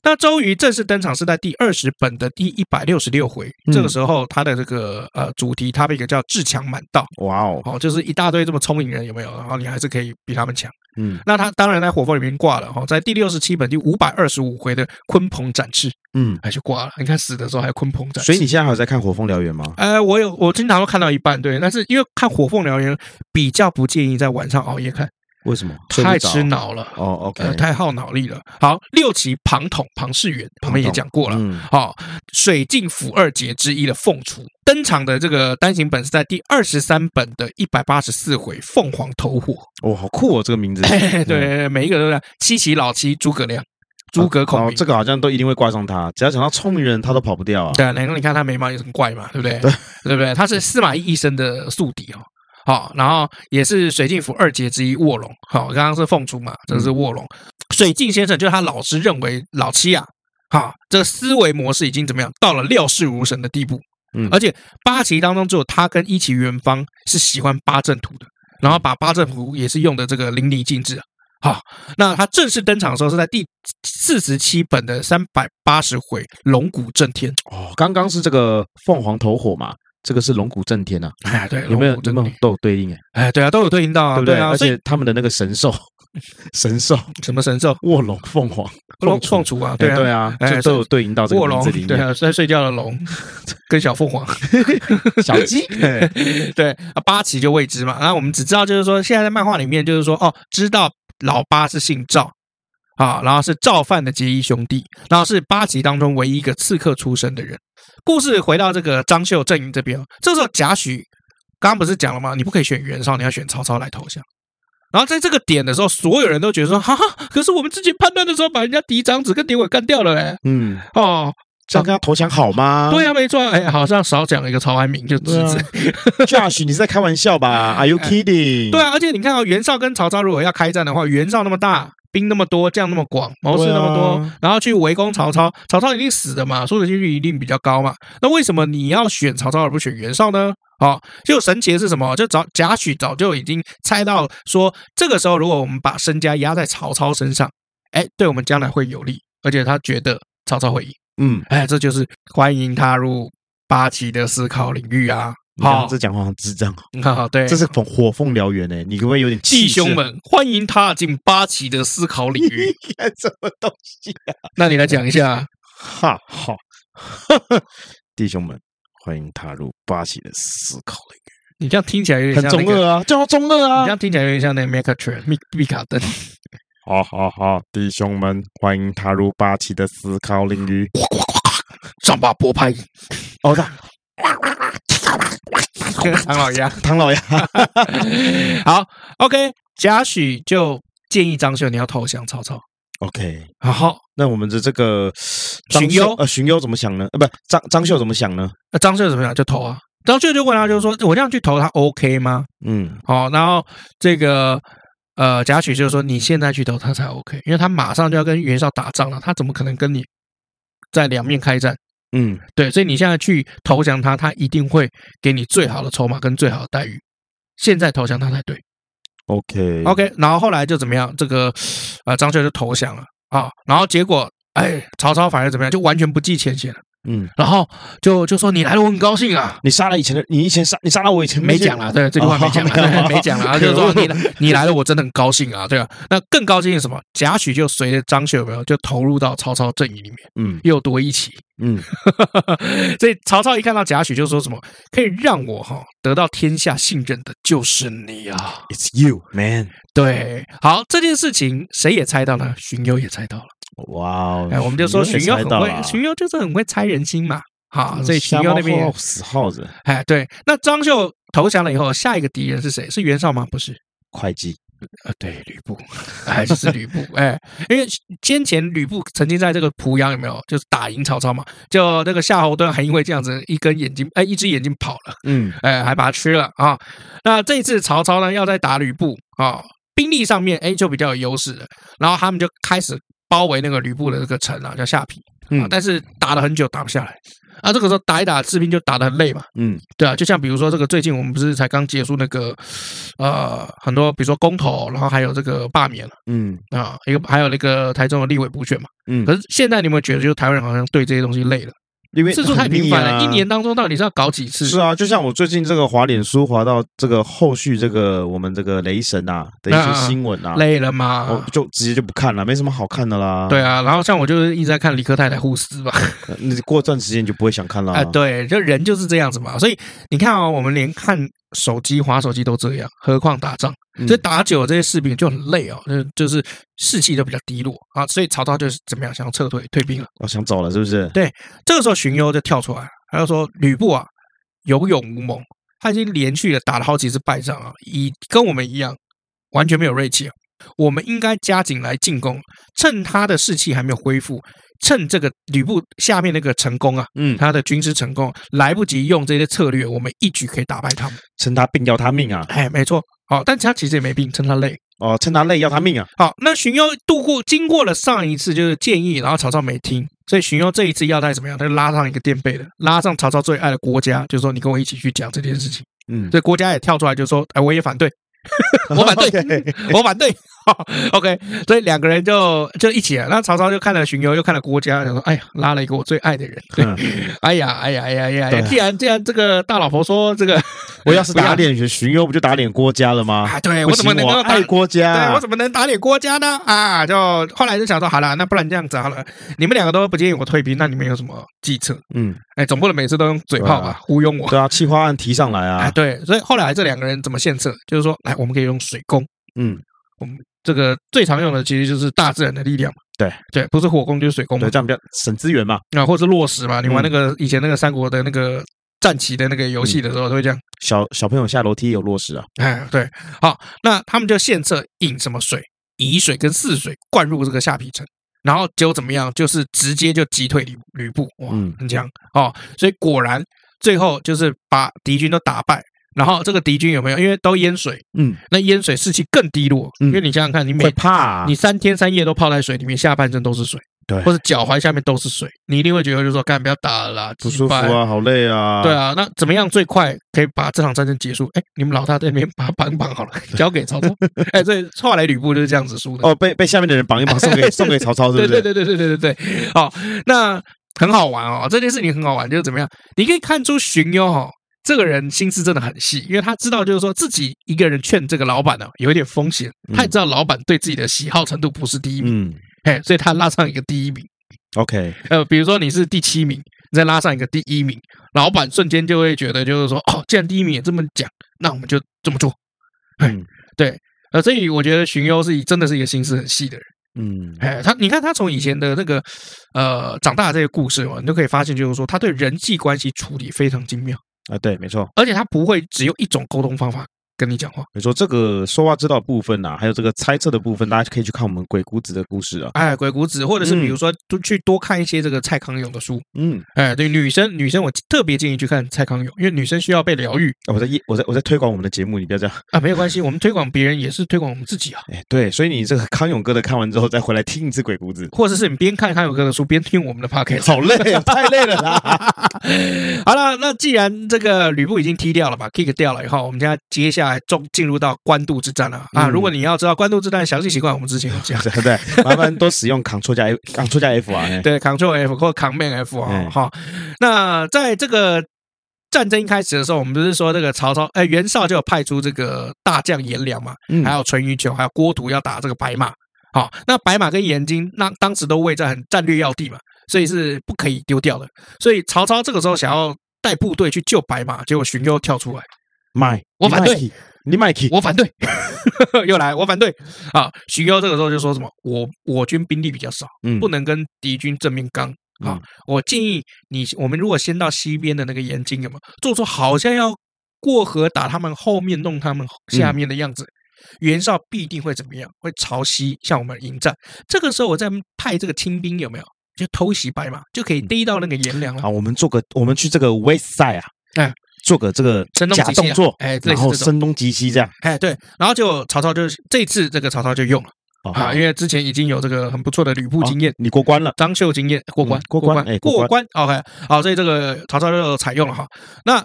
[SPEAKER 1] 那周瑜正式登场是在第二十本的第一百六十六回，
[SPEAKER 2] 嗯
[SPEAKER 1] 这个时候他的这个呃主题，他被一个叫“自强满道
[SPEAKER 2] 哇”，哦，
[SPEAKER 1] 哦，就是一大堆这么聪明人有没有？然后你还是可以比他们强。
[SPEAKER 2] 嗯
[SPEAKER 1] 那他当然在火凤里面挂了哦，在第六十七本第五百二十五回的鲲鹏展翅，
[SPEAKER 2] 嗯，
[SPEAKER 1] 哎就挂了。你看死的时候还有鲲鹏展翅，
[SPEAKER 2] 所以你现在还有在看《火凤燎原》吗？
[SPEAKER 1] 呃，我有我经常会看到一半，对，但是因为看火凤燎原比较不建议在晚上熬夜看，
[SPEAKER 2] 为什么？睡不
[SPEAKER 1] 太
[SPEAKER 2] 着
[SPEAKER 1] 吃脑了。
[SPEAKER 2] 哦，OK，
[SPEAKER 1] 呃，太耗脑力了。好，六旗庞统庞士元，我们也讲过了。
[SPEAKER 2] 嗯
[SPEAKER 1] 哦，水镜府二杰之一的凤雏登场的这个单行本是在第二十三本的一百八十四回《凤凰投火
[SPEAKER 2] 哇，好酷哦，这 个名字。》
[SPEAKER 1] 对，对，每一个都在七旗老七诸葛亮、诸葛孔
[SPEAKER 2] 哦，
[SPEAKER 1] 明。
[SPEAKER 2] 这个好像都一定会挂上他，只要讲到聪明人，他都跑不掉啊。
[SPEAKER 1] 对啊，然后你看他眉毛也很怪嘛，对不对？
[SPEAKER 2] 对
[SPEAKER 1] 对不对？他是司马懿一生的宿敌哦。好、然后也是水镜府二杰之一卧龙。好、刚刚是凤雏嘛，这是卧龙。
[SPEAKER 2] 嗯
[SPEAKER 1] 水镜先生就是他老师认为老七啊，哈、这个思维模式已经怎么样，到了料事如神的地步。
[SPEAKER 2] 嗯
[SPEAKER 1] 而且八旗当中只有他跟一旗元方是喜欢八阵图的，然后把八阵图也是用的这个淋漓尽致啊。好，那他正式登场的时候是在第四十七本的三百八十回《龙骨震天》。
[SPEAKER 2] 哦，刚刚是这个凤凰头火嘛，这个是龙骨震天啊，
[SPEAKER 1] 哎，对，
[SPEAKER 2] 有没
[SPEAKER 1] 龙骨
[SPEAKER 2] 有有
[SPEAKER 1] 真
[SPEAKER 2] 没
[SPEAKER 1] 的
[SPEAKER 2] 有？都有对应哎，
[SPEAKER 1] 哎，对啊，都有对应到啊，
[SPEAKER 2] 对不对？
[SPEAKER 1] 啊，
[SPEAKER 2] 而
[SPEAKER 1] 所以
[SPEAKER 2] 且他们的那个神兽， 神兽
[SPEAKER 1] 什么神兽？
[SPEAKER 2] 卧龙凤凰，
[SPEAKER 1] 龙
[SPEAKER 2] 雏
[SPEAKER 1] 凤雏啊，
[SPEAKER 2] 对
[SPEAKER 1] 对啊，
[SPEAKER 2] 对啊，
[SPEAKER 1] 哎
[SPEAKER 2] 就都有对应到这
[SPEAKER 1] 卧
[SPEAKER 2] 个名字里
[SPEAKER 1] 龙，对
[SPEAKER 2] 面。
[SPEAKER 1] 啊，在睡觉的龙跟小凤凰，
[SPEAKER 2] 小 鸡，哎
[SPEAKER 1] 对啊，八旗就未知嘛。然后我们只知道就是说，现在在漫画里面就是说，哦，知道老八是姓赵啊，然后是赵范的结义兄弟，然后是八旗当中唯一一个刺客出身的人。故事回到这个张绣阵营这边哦，这时候贾诩刚刚不是讲了吗？你不可以选袁绍，你要选曹操来投降。然后在这个点的时候，所有人都觉得说，哈哈，可是我们之前判断的时候，把人家嫡长子跟典韦干掉了、欸，
[SPEAKER 2] 嗯，
[SPEAKER 1] 哦，
[SPEAKER 2] 这样跟他投降好吗？
[SPEAKER 1] 对啊，没错啊，哎，好像少讲了一个曹安民，就侄
[SPEAKER 2] 对啊
[SPEAKER 1] 子，
[SPEAKER 2] ，Josh，你是在开玩笑 吧？Are you kidding？
[SPEAKER 1] 对啊，而且你看啊、袁绍跟曹操如果要开战的话，袁绍那么大，兵那么多，将那么广，谋士那么多，
[SPEAKER 2] 嗯对啊
[SPEAKER 1] 然后去围攻曹操，曹操一定死的嘛，输的几率一定比较高嘛。那为什么你要选曹操而不选袁绍呢？哦，就神奇的是什么？就早贾诩早就已经猜到说，这个时候如果我们把身家压在曹操身上，哎，对我们将来会有利，而且他觉得曹操会赢，
[SPEAKER 2] 嗯，
[SPEAKER 1] 哎，这就是欢迎踏入八旗的思考领域啊。
[SPEAKER 2] 你刚
[SPEAKER 1] 好
[SPEAKER 2] 刚这，讲话好像智障哦，
[SPEAKER 1] 好， 对，
[SPEAKER 2] 这是火火凤燎原哎，你可不可以有点
[SPEAKER 1] 弟
[SPEAKER 2] 气势
[SPEAKER 1] 兄？们，欢迎踏进八旗的思考领域。
[SPEAKER 2] 你看什哎么东西？
[SPEAKER 1] 那你来讲一下，
[SPEAKER 2] 哈哈， 弟兄们，欢迎踏入八旗的思考领
[SPEAKER 1] 你这样听起来有
[SPEAKER 2] 域。
[SPEAKER 1] 点
[SPEAKER 2] 很
[SPEAKER 1] 像那
[SPEAKER 2] 中
[SPEAKER 1] 个，
[SPEAKER 2] 二啊，叫他中二
[SPEAKER 1] 你这
[SPEAKER 2] 啊！
[SPEAKER 1] 样听起来有点像那个麦克圈密密卡登。
[SPEAKER 2] 好好好，弟兄们，欢迎踏入八旗的思考领域。
[SPEAKER 1] 上吧，波拍，
[SPEAKER 2] 哦，唐
[SPEAKER 1] 唐老鸭。
[SPEAKER 2] 唐老鸭，
[SPEAKER 1] 好，OK，贾诩就建议张绣你要投降曹操。
[SPEAKER 2] OK，
[SPEAKER 1] 好，
[SPEAKER 2] 那我们的这个
[SPEAKER 1] 荀攸
[SPEAKER 2] 张绣呃，荀攸怎么想呢？呃，不，张张绣怎么想呢？
[SPEAKER 1] 那张绣怎么样？就投啊。张绣就问他，就是说我这样去投他 OK 吗？
[SPEAKER 2] 嗯，
[SPEAKER 1] 好，然后这个呃贾诩就说你现在去投他才 OK，因为他马上就要跟袁绍打仗了，他怎么可能跟你在两面开战？
[SPEAKER 2] 嗯，
[SPEAKER 1] 对，所以你现在去投降他，他一定会给你最好的筹码跟最好的待遇。现在投降他才对。
[SPEAKER 2] OK，
[SPEAKER 1] OK，然后后来就怎么样？这个呃，张绣就投降了啊，然后结果哎，曹操反而怎么样？就完全不计前嫌了，
[SPEAKER 2] 嗯，
[SPEAKER 1] 然后就就说你来了，我很高兴 啊。
[SPEAKER 2] 你杀了以前的，你以前杀，你杀了我以前
[SPEAKER 1] 没讲
[SPEAKER 2] 了，
[SPEAKER 1] 了，对这句话没讲了，
[SPEAKER 2] 哦没有
[SPEAKER 1] 对没讲了， 啊就是说你来你来了，我真的很高兴啊，对吧、那更高兴是什么？贾诩就随着张绣有没有就投入到曹操阵营里面，
[SPEAKER 2] 嗯
[SPEAKER 1] 又多一起，
[SPEAKER 2] 嗯，
[SPEAKER 1] 所以曹操一看到贾诩就说什么可以让我哈得到天下信任的就是你啊！
[SPEAKER 2] It's you, man！
[SPEAKER 1] 对，好这件事情谁也猜到了，荀攸也猜到了。
[SPEAKER 2] 哇哦，
[SPEAKER 1] 哎，我们就说
[SPEAKER 2] 荀
[SPEAKER 1] 荀
[SPEAKER 2] 也
[SPEAKER 1] 攸
[SPEAKER 2] 猜
[SPEAKER 1] 很
[SPEAKER 2] 到了
[SPEAKER 1] 会，
[SPEAKER 2] 啊
[SPEAKER 1] 荀攸就是很会猜人心嘛。好，
[SPEAKER 2] 嗯
[SPEAKER 1] 所以荀攸那边
[SPEAKER 2] 瞎猫
[SPEAKER 1] 也
[SPEAKER 2] 耗死耗子，
[SPEAKER 1] 哎对，那张绣投降了以后，下一个敌人是谁？是袁绍吗？不是，
[SPEAKER 2] 会计，
[SPEAKER 1] 呃，对，吕 布，哎，就是吕布，哎，因为先前吕布曾经在这个濮阳有没有，就是打赢曹操嘛，就那个夏侯惇还因为这样子一根眼睛，哎，一只眼睛跑了。
[SPEAKER 2] 嗯
[SPEAKER 1] 哎，还把它吃了啊。那这一次曹操呢，要再打吕布啊，兵力上面哎就比较有优势了。然后他们就开始包围那个吕布的这个城啊，叫下邳啊
[SPEAKER 2] 嗯，
[SPEAKER 1] 但是打了很久打不下来啊，这个时候打一打士兵就打得很累嘛，
[SPEAKER 2] 嗯，
[SPEAKER 1] 对啊，就像比如说这个最近我们不是才刚结束那个呃很多比如说公投，然后还有这个罢免
[SPEAKER 2] 嗯
[SPEAKER 1] 啊，一个还有那个台中的立委补选嘛。
[SPEAKER 2] 嗯
[SPEAKER 1] 可，是现在你有没有觉得，就是台湾人好像对这些东西累了，
[SPEAKER 2] 因为
[SPEAKER 1] 次数
[SPEAKER 2] 很
[SPEAKER 1] 太频
[SPEAKER 2] 腻
[SPEAKER 1] 繁
[SPEAKER 2] 啊
[SPEAKER 1] 了，一年当中到底是要搞几次？
[SPEAKER 2] 是啊，就像我最近这个滑脸书滑到这个后续这个我们这个雷神啊的一些
[SPEAKER 1] 啊
[SPEAKER 2] 新闻啊，
[SPEAKER 1] 累了
[SPEAKER 2] 我
[SPEAKER 1] 嘛。
[SPEAKER 2] 就直接就不看了，没什么好看的啦。
[SPEAKER 1] 对啊，然后像我就是一直在看理科太太护士吧，
[SPEAKER 2] 呃，你过段时间你就不会想看了。
[SPEAKER 1] 啊，， 对，就人就是这样子嘛。所以你看啊、我们连看手机、划手机都这样，何况打仗？
[SPEAKER 2] 嗯
[SPEAKER 1] 所以打久了这些士兵就很累哦，就就是士气都比较低落啊。所以曹操就是怎么样，想要撤退退兵了。
[SPEAKER 2] 我哦想走了，是不是？
[SPEAKER 1] 这个时候荀攸就跳出来，他就说：“吕布啊，有勇无谋，他已经连续的打了好几次败仗啊，以跟我们一样，完全没有锐气啊。我们应该加紧来进攻，趁他的士气还没有恢复，趁这个吕布下面那个成功啊，
[SPEAKER 2] 嗯，
[SPEAKER 1] 他的军师成功，来不及用这些策略，我们一举可以打败他们。
[SPEAKER 2] 趁他病要他命啊！
[SPEAKER 1] 哎，没错，好、但他其实也没病，趁他累。
[SPEAKER 2] 哦，趁他累要他命啊！
[SPEAKER 1] 好，那荀攸度过经过了上一次就是建议，然后曹操没听，所以荀攸这一次要他怎么样？他就拉上一个垫背的，拉上曹操最爱的郭嘉，就说你跟我一起去讲这件事情。
[SPEAKER 2] 嗯，
[SPEAKER 1] 所以郭嘉也跳出来就说，哎，我也 反对，我反对
[SPEAKER 2] OK
[SPEAKER 1] 我反对。OK，所以两个人就就一起了。那曹操就看了荀攸，又看了郭嘉，想说：“哎呀，拉了一个我最爱的人。”
[SPEAKER 2] 嗯
[SPEAKER 1] 哎呀，哎呀，哎呀，哎呀！
[SPEAKER 2] 对啊
[SPEAKER 1] 既然既然这个大老婆说这个，
[SPEAKER 2] 我要是
[SPEAKER 1] 不
[SPEAKER 2] 打
[SPEAKER 1] 要
[SPEAKER 2] 脸荀攸，不就打脸郭嘉了吗？
[SPEAKER 1] 啊，对
[SPEAKER 2] 不
[SPEAKER 1] 我怎么
[SPEAKER 2] 行
[SPEAKER 1] 能
[SPEAKER 2] 我
[SPEAKER 1] 够打
[SPEAKER 2] 爱郭
[SPEAKER 1] 对
[SPEAKER 2] 嘉
[SPEAKER 1] 我？怎么能打脸郭嘉呢？啊，就后来就想说，好了，那不然这样子好了，你们两个都不建议我退兵，那你们有什么计策？
[SPEAKER 2] 嗯，
[SPEAKER 1] 哎，总不能每次都用嘴炮
[SPEAKER 2] 对
[SPEAKER 1] 吧
[SPEAKER 2] 啊，
[SPEAKER 1] 忽悠我。
[SPEAKER 2] 对啊，气化案提上来
[SPEAKER 1] 啊，
[SPEAKER 2] 啊。
[SPEAKER 1] 对，所以后来这两个人怎么献策？就是说，来，我们可以用水攻，
[SPEAKER 2] 嗯，
[SPEAKER 1] 这个最常用的其实就是大自然的力量嘛。
[SPEAKER 2] 对
[SPEAKER 1] 对，不是火攻就是水攻嘛
[SPEAKER 2] 对，，这样比较省资源嘛。
[SPEAKER 1] 啊，或是落石嘛。你玩那
[SPEAKER 2] 嗯
[SPEAKER 1] 个以前那个三国的那个战棋的那个游戏的时候，都会这样。
[SPEAKER 2] 小小朋友下楼梯也有落实啊。
[SPEAKER 1] 哎，对，好，那他们就献策引什么水，以水跟泗水灌入这个下邳城，然后结果怎么样？就是直接就击退吕吕布，哇
[SPEAKER 2] 嗯，
[SPEAKER 1] 很强哦。所以果然最后就是把敌军都打败。然后这个敌军有没有？因为都淹水，
[SPEAKER 2] 嗯，
[SPEAKER 1] 那淹水士气更低落。
[SPEAKER 2] 嗯
[SPEAKER 1] 因为你想想看，你每
[SPEAKER 2] 会怕啊
[SPEAKER 1] 你三天三夜都泡在水里面，下半身都是水，
[SPEAKER 2] 对
[SPEAKER 1] 或者脚踝下面都是水，你一定会觉得就是说，干不要打了啦，
[SPEAKER 2] 不舒服
[SPEAKER 1] 击败
[SPEAKER 2] 啊，好累啊。
[SPEAKER 1] 对，啊，那怎么样最快可以把这场战争结束？哎，你们老大在那边把他绑绑好了，交给曹操。哎，所以后来吕布就是这样子输的。
[SPEAKER 2] 哦，被被下面的人 绑一绑，送给送给曹操，是不
[SPEAKER 1] 对
[SPEAKER 2] 是？
[SPEAKER 1] 对对对对对对对。好，那很好玩哦，这件事情很好玩，就是怎么样？你可以看出荀攸哈这个人心思真的很细，因为他知道就是说自己一个人劝这个老板呢、哦有一点风险，他也知道老板对自己的喜好程度不是第一名，
[SPEAKER 2] 嗯
[SPEAKER 1] 哎，所以他拉上一个第一名。
[SPEAKER 2] ，OK，
[SPEAKER 1] 呃，比如说你是第七名，你再拉上一个第一名，老板瞬间就会觉得就是说，哦，既然第一名也这么讲，那我们就这么做。
[SPEAKER 2] 嗯
[SPEAKER 1] 呃，所以我觉得荀攸是一真的是一个心思很细的人。
[SPEAKER 2] 嗯，
[SPEAKER 1] 哎，他你看他从以前的那个呃长大的这个故事哦，你就可以发现，就是说他对人际关系处理非常精妙，
[SPEAKER 2] 啊，对，没错。
[SPEAKER 1] 而且他不会只用一种沟通方法跟你讲话。
[SPEAKER 2] 你说这个说话之道部分啊，还有这个猜测的部分，大家可以去看我们鬼谷子的故事啊。
[SPEAKER 1] 哎，鬼谷子，或者是比
[SPEAKER 2] 嗯
[SPEAKER 1] 如说多去多看一些这个蔡康永的书。
[SPEAKER 2] 嗯，
[SPEAKER 1] 哎，对女生，女生我特别建议去看蔡康永，因为女生需要被疗愈
[SPEAKER 2] 啊我在业我在我在推广我们的节目，你不要这样。
[SPEAKER 1] 啊，没有关系，我们推广别人也是推广我们自己啊。
[SPEAKER 2] 哎，对，所以你这个康永哥的看完之后，再回来听一次鬼 谷子，
[SPEAKER 1] 或者是你边看康永哥的书边听我们的 podcast。
[SPEAKER 2] 好累啊，太累了啦。
[SPEAKER 1] 好了，那既然这个吕布已经踢掉了嘛，kick 掉了以后，我们现在接下来中进入到官渡之战了啊！
[SPEAKER 2] 嗯
[SPEAKER 1] 如果你要知道官渡之战的详细情况，我们之前有 讲。
[SPEAKER 2] 对对，麻烦多使用 Ctrl 加 F，Ctrl 加 F 啊。哎
[SPEAKER 1] 对，Ctrl F 或 Command F 啊、
[SPEAKER 2] 嗯
[SPEAKER 1] 哈、那在这个战争一开始的时候，我们不是说这个曹操，哎、袁绍就有派出这个大将颜良嘛，
[SPEAKER 2] 嗯
[SPEAKER 1] 还有淳于琼，还有郭图要打这个白马。好，那白马跟颜金那当时都位在很战略要地嘛，所以是不可以丢掉的。所以曹操这个时候想要带部队去救白马，结果荀攸跳出来，
[SPEAKER 2] 卖，
[SPEAKER 1] 我反对
[SPEAKER 2] 你卖去，你卖去，
[SPEAKER 1] 我反对， 又来，我反对啊！荀攸这个时候就说什么，我我军兵力比较少，
[SPEAKER 2] 嗯
[SPEAKER 1] 不能跟敌军正面刚。啊
[SPEAKER 2] 嗯，
[SPEAKER 1] 我建议你，我们如果先到西边的那个盐津，有没有做出好像要过河打他们后面弄他们
[SPEAKER 2] 嗯
[SPEAKER 1] 下面的样子？袁绍必定会怎么样？会朝西向我们迎战。这个时候，我再派这个清兵有没有就偷袭白马，就
[SPEAKER 2] 嗯
[SPEAKER 1] 可以逮到那个颜良了
[SPEAKER 2] 啊，。我们做个，我们去这个 West Side 啊，
[SPEAKER 1] 哎，
[SPEAKER 2] 做个这个
[SPEAKER 1] 声东
[SPEAKER 2] 假
[SPEAKER 1] 击西啊
[SPEAKER 2] 动作，
[SPEAKER 1] 哎类似
[SPEAKER 2] 然后
[SPEAKER 1] 这种
[SPEAKER 2] 声东击西这样，
[SPEAKER 1] 哎，对，然后就曹操就是这次这个曹操就用了，
[SPEAKER 2] 哦
[SPEAKER 1] 啊，因为之前已经有这个很不错的吕布经验
[SPEAKER 2] 哦，你过关了，
[SPEAKER 1] 张绣经验过关
[SPEAKER 2] 嗯，过关哎
[SPEAKER 1] 过
[SPEAKER 2] 过
[SPEAKER 1] 关。OK，好，所以这个曹操就采用了哈。那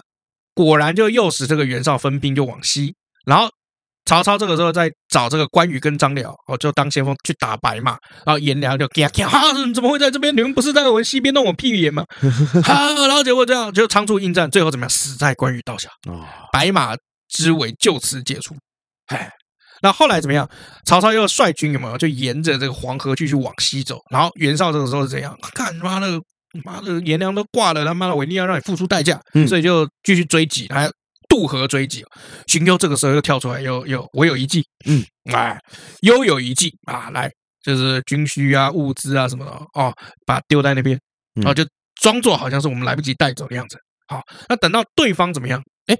[SPEAKER 1] 果然就诱使这个袁绍分兵就往西，然后曹操这个时候在找这个关羽跟张辽，哦，就当先锋去打白马。然后颜良就给他哈，你怎么会在这边？你们不是在我们西边弄我屁眼吗？ 哈，然后结果这样就仓促应战，最后怎么样？死在关羽刀下。
[SPEAKER 2] 啊，
[SPEAKER 1] 白马之围就此解除。哎，那后来怎么样？曹操又率军有没有就沿着这个黄河继续往西走？然后袁绍这个时候是怎样？看妈的，妈的，颜良都挂了，他妈的，我一定要让你付出代价，
[SPEAKER 2] 嗯
[SPEAKER 1] 所以就继续追击，还渡河追击。荀攸这个时候又跳出来，又又我有一计，
[SPEAKER 2] 嗯，
[SPEAKER 1] 哎，又有一计啊，来就是军需啊、物资啊什么的哦，把它丢在那边，
[SPEAKER 2] 嗯
[SPEAKER 1] 然后就装作好像是我们来不及带走的样子。好，那等到对方怎么样？哎，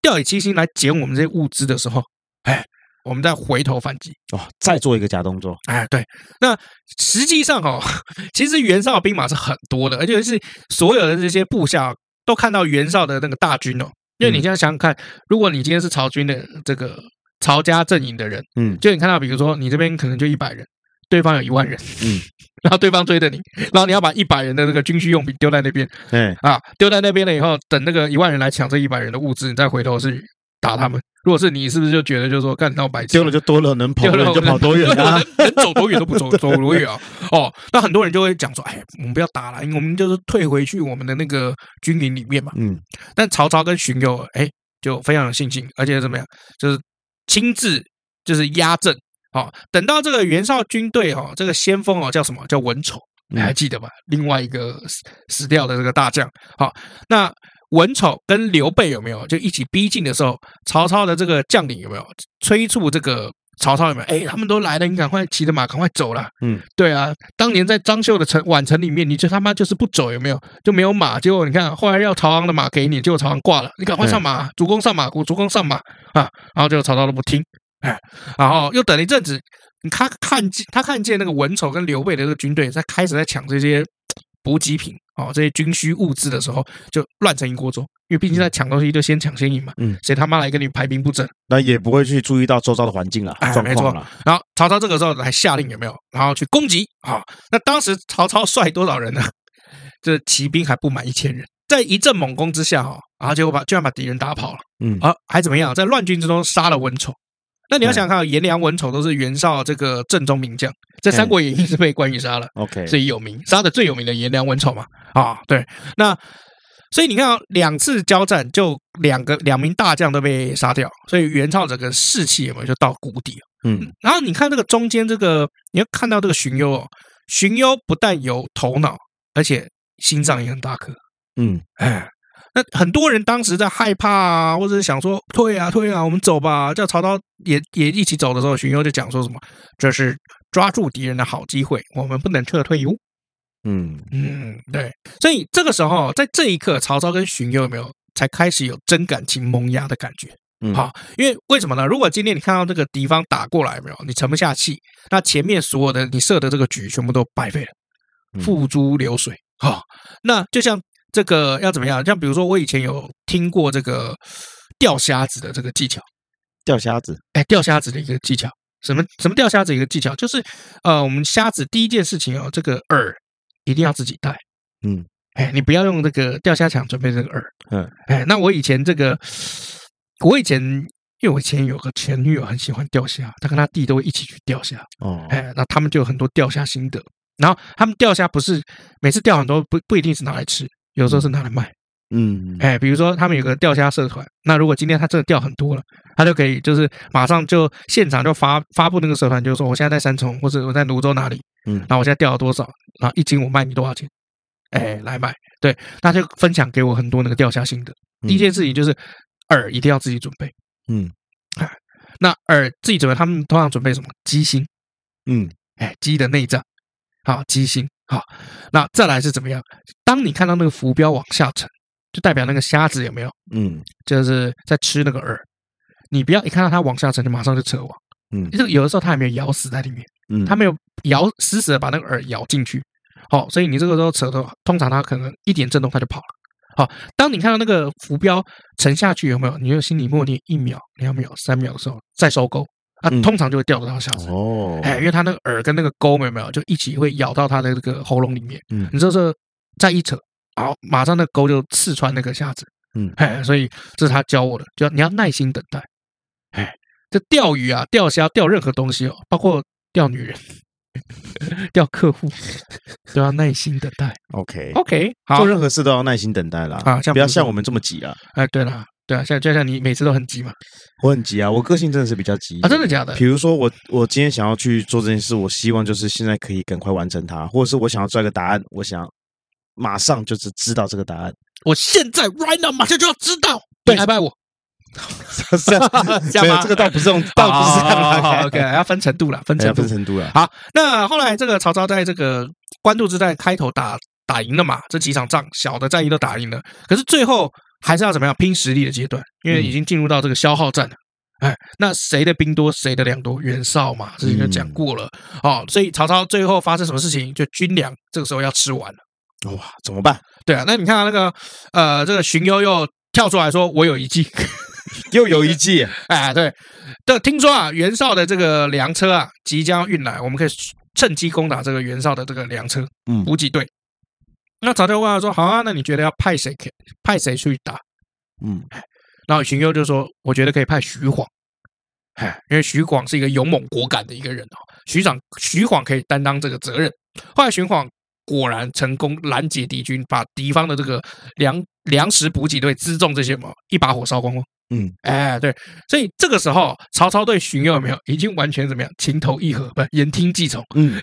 [SPEAKER 1] 掉以轻心来捡我们这些物资的时候，哎，我们再回头反击。
[SPEAKER 2] 哇，哦再做一个假动作，
[SPEAKER 1] 哎，对，那实际上哦， 其实袁绍兵马是很多的，而且是所有的这些部下都看到袁绍的那个大军哦。因为你
[SPEAKER 2] 嗯
[SPEAKER 1] 现在想想看，如果你今天是曹军的这个曹家阵营的人，
[SPEAKER 2] 嗯
[SPEAKER 1] 就你看到，比如说你这边可能就一百人，对方有一万人，
[SPEAKER 2] 嗯，
[SPEAKER 1] 然后对方追着你，然后你要把一百人的那个军需用品丢在那边
[SPEAKER 2] 哎，
[SPEAKER 1] 啊，丢在那边了以后，等那个一万人来抢这一百人的物资，你再回头是打他们。如果是你，是不是就觉得就是说干你到白痴啊
[SPEAKER 2] 丢了就多了，能跑
[SPEAKER 1] 对
[SPEAKER 2] 多
[SPEAKER 1] 了，
[SPEAKER 2] 远就跑多远
[SPEAKER 1] 对
[SPEAKER 2] 啊，
[SPEAKER 1] 能能走多远都不走走多远啊！哦，那很多人就会讲说，哎，我们不要打了，因为我们就是退回去我们的那个军营里面嘛。
[SPEAKER 2] 嗯，
[SPEAKER 1] 但曹操跟荀攸，哎，就非常有信心，而且怎么样，就是亲自就是压阵。好、等到这个袁绍军队哦，这个先锋哦叫什么叫文丑，你还
[SPEAKER 2] 嗯
[SPEAKER 1] 记得吧？另外一个死死掉的这个大将。好、那文丑跟刘备有没有就一起逼近的时候，曹操的这个将领有没有催促这个曹操有没有？哎，他们都来了，你赶快骑着马赶快走了。
[SPEAKER 2] 嗯，
[SPEAKER 1] 对啊，当年在张绣的城宛城里面，你就他妈就是不走有没有？就没有马，结果你看后来要曹昂的马给你，结果曹昂挂了，你赶快上马，主公上马，主公上马啊！然后就曹操都不听，哎，然后又等了一阵子，他看见他看见那个文丑跟刘备的这个军队在开始在抢这些补给品哦，这些军需物资的时候，就乱成一锅粥，因为毕竟在抢东西就先抢先赢嘛，
[SPEAKER 2] 嗯，
[SPEAKER 1] 谁他妈来跟你排兵布阵？
[SPEAKER 2] 那也不会去注意到周遭的环境啦
[SPEAKER 1] 哎，
[SPEAKER 2] 状
[SPEAKER 1] 没错
[SPEAKER 2] 况啦，
[SPEAKER 1] 然后曹操这个时候还下令有没有？然后去攻击啊、那当时曹操率多少人呢？这骑兵还不满一千人，在一阵猛攻之下哈、哦，然后结果把居然把敌人打跑了，
[SPEAKER 2] 嗯
[SPEAKER 1] 啊，还怎么样？在乱军之中杀了文丑。那你要想想看，颜良、文丑都是袁绍这个正宗名将，在《三国演义》是被关羽杀了。
[SPEAKER 2] ，OK，
[SPEAKER 1] 最有名，杀的最有名的颜良文丑嘛。啊，对，那所以你看、哦，两次交战就两个两名大将都被杀掉，所以袁绍整个士气有没有就到谷底了
[SPEAKER 2] 嗯
[SPEAKER 1] 然后你看这个中间这个，你要看到这个荀攸哦，荀攸不但有头脑，而且心脏也很大颗。
[SPEAKER 2] 嗯，
[SPEAKER 1] 哎，那很多人当时在害怕啊，或者是想说退啊退啊，我们走吧。叫曹操也也一起走的时候，荀攸就讲说什么，这是抓住敌人的好机会，我们不能撤退哟。
[SPEAKER 2] 嗯，
[SPEAKER 1] 嗯，对，所以这个时候，在这一刻，曹操跟荀攸有没有才开始有真感情萌芽的感觉？
[SPEAKER 2] 嗯
[SPEAKER 1] 好，因为为什么呢？如果今天你看到这个敌方打过来有没有，你沉不下气，那前面所有的你设的这个局全部都白费了，
[SPEAKER 2] 嗯
[SPEAKER 1] 付诸流水。好、那就像这个要怎么样？像比如说，我以前有听过这个钓虾子的这个技巧。
[SPEAKER 2] 钓虾子，
[SPEAKER 1] 哎，钓虾子的一个技巧。什么什么钓虾子一个技巧，就是呃，我们虾子第一件事情哦，这个饵一定要自己带。
[SPEAKER 2] 嗯，
[SPEAKER 1] 哎，你不要用这个钓虾场准备这个饵。
[SPEAKER 2] 嗯，
[SPEAKER 1] 哎，那我以前这个，我以前因为我以前有个前女友很喜欢钓虾，她跟她弟都会一起去钓虾。
[SPEAKER 2] 哦，
[SPEAKER 1] 哎，那他们就有很多钓虾心得。然后他们钓虾不是每次钓很多不不一定是拿来吃，有时候是拿来卖。
[SPEAKER 2] 嗯，
[SPEAKER 1] 哎，比如说他们有个钓虾社团，那如果今天他真的钓很多了，他就可以就是马上就现场就发发布那个社团，就是说我现在在三重或者我在泸州哪里，
[SPEAKER 2] 嗯
[SPEAKER 1] 然后我现在钓了多少，然后一斤我卖你多少钱，哎，来买，对，那就分享给我很多那个钓虾心得。
[SPEAKER 2] 嗯
[SPEAKER 1] 第一件事情就是饵一定要自己准备，
[SPEAKER 2] 嗯
[SPEAKER 1] 哎，那饵自己准备，他们通常准备什么鸡心，
[SPEAKER 2] 嗯
[SPEAKER 1] 哎，鸡的内脏，好，鸡心，好，那再来是怎么样？当你看到那个浮标往下沉，就代表那个虾子有没有，
[SPEAKER 2] 嗯
[SPEAKER 1] 就是在吃那个饵。你不要一看到它往下沉就马上就扯网，
[SPEAKER 2] 嗯
[SPEAKER 1] 这个有的时候它还没有咬死在里面，
[SPEAKER 2] 嗯，
[SPEAKER 1] 它没有咬死死的把那个饵咬进去，好，所以你这个时候扯的话，通常它可能一点震动它就跑了。好，当你看到那个浮标沉下去有没有？你就心里默念一秒、两秒、三秒的时候再收钩啊
[SPEAKER 2] 嗯，
[SPEAKER 1] 通常就会掉到他下身。
[SPEAKER 2] 哦，
[SPEAKER 1] 哎，因为他那个耳跟那个沟有没有，就一起会咬到他的这个喉咙里面。
[SPEAKER 2] 嗯
[SPEAKER 1] 你这时候再一扯，好，马上那个沟就刺穿那个下肢。
[SPEAKER 2] 嗯
[SPEAKER 1] 哎，所以这是他教我的，就要你要耐心等待。哎，这钓鱼啊，钓虾，钓任何东西哦，包括钓女人、 钓客 户，都要耐心等 待。
[SPEAKER 2] ，OK，
[SPEAKER 1] OK，好
[SPEAKER 2] 做，任何事都要耐心等待啦，
[SPEAKER 1] 啊像
[SPEAKER 2] 不要
[SPEAKER 1] 比如
[SPEAKER 2] 像
[SPEAKER 1] 说
[SPEAKER 2] 我们这么急啊，
[SPEAKER 1] 哎，对了，对啊，像就像你每次都很急嘛，
[SPEAKER 2] 我很急啊，我个性真的是比较急
[SPEAKER 1] 啊，真的假的？
[SPEAKER 2] 比如说我我今天想要去做这件事，我希望就是现在可以赶快完成它，或者是我想要抓一个答案，我想马上就是知道这个答案，
[SPEAKER 1] 我现在 right now 马上就要知道，对，爱不爱我？
[SPEAKER 2] 是这样
[SPEAKER 1] 这样
[SPEAKER 2] 没有
[SPEAKER 1] 吗
[SPEAKER 2] 这个倒 不是用，倒不是这样
[SPEAKER 1] 好好好
[SPEAKER 2] 啊
[SPEAKER 1] 好，OK，要哦 分程度了，分
[SPEAKER 2] 哎
[SPEAKER 1] 程
[SPEAKER 2] 呀
[SPEAKER 1] 度
[SPEAKER 2] 分。程度了，
[SPEAKER 1] 好，那后来这个曹操在这个官渡之战开头打打赢了嘛，这几场仗小的战役都打赢了，可是最后还是要怎么样拼实力的阶段，因为已经进入到这个消耗战了。哎，那谁的兵多，谁的粮多？袁绍嘛，之前就讲过了。哦，所以曹操最后发生什么事情，就军粮这个时候要吃完了。
[SPEAKER 2] 哇，怎么办？
[SPEAKER 1] 对啊，那你看、那个呃，这个荀攸又跳出来说：“我有一计。”
[SPEAKER 2] 又有一计，
[SPEAKER 1] 哎，对，但听说啊，袁绍的这个粮车啊，即将运来，我们可以趁机攻打这个袁绍的这个粮车
[SPEAKER 2] 嗯
[SPEAKER 1] 补给队。那曹操问他说：“好啊，那你觉得要派谁可以派谁去打
[SPEAKER 2] 嗯，？”
[SPEAKER 1] 然后荀攸就说：“我觉得可以派徐晃，哎，因为徐晃是一个勇猛果敢的一个人哦，徐长徐晃可以担当这个责任。”后来徐晃果然成功拦截敌军，把敌方的这个粮粮食补给队辎重这些嘛，一把火烧光光。
[SPEAKER 2] 嗯，
[SPEAKER 1] 哎，对，所以这个时候曹操对荀攸有没有已经完全怎么样情投意合，不言听计从。
[SPEAKER 2] 嗯，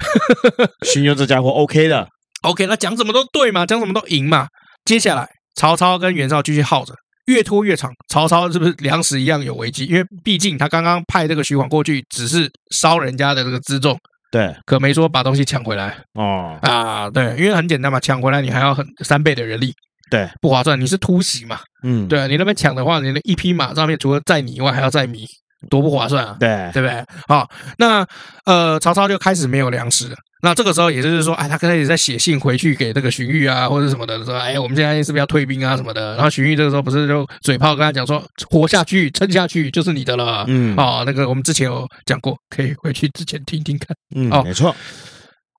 [SPEAKER 2] 荀攸这家伙 OK 的，
[SPEAKER 1] OK，那讲什么都对嘛，讲什么都赢嘛。接下来曹操跟袁绍继续耗着，越拖越长。曹操是不是粮食一样有危机？因为毕竟他刚刚派这个徐晃过去，只是烧人家的这个辎重，
[SPEAKER 2] 对
[SPEAKER 1] 可没说把东西抢回来
[SPEAKER 2] 哦，
[SPEAKER 1] 啊。对，因为很简单嘛，抢回来你还要很三倍的人力，
[SPEAKER 2] 对，
[SPEAKER 1] 不划算。你是突袭嘛？
[SPEAKER 2] 嗯，
[SPEAKER 1] 对啊，你那边抢的话，你的一匹马上面除了载你以外，还要载米，多不划算啊！
[SPEAKER 2] 对，
[SPEAKER 1] 对不对？好，那呃，曹操就开始没有粮食了。那这个时候，也就是说，哎，他开始在写信回去给这个荀彧啊，或者什么的，说，哎，我们现在是不是要退兵啊什么的？然后荀彧这个时候不是就嘴炮跟他讲说，活下去，撑下去就是你的了。
[SPEAKER 2] 嗯
[SPEAKER 1] 哦，那个我们之前有讲过，可以回去之前听听看。
[SPEAKER 2] 嗯，
[SPEAKER 1] 哦
[SPEAKER 2] 没错，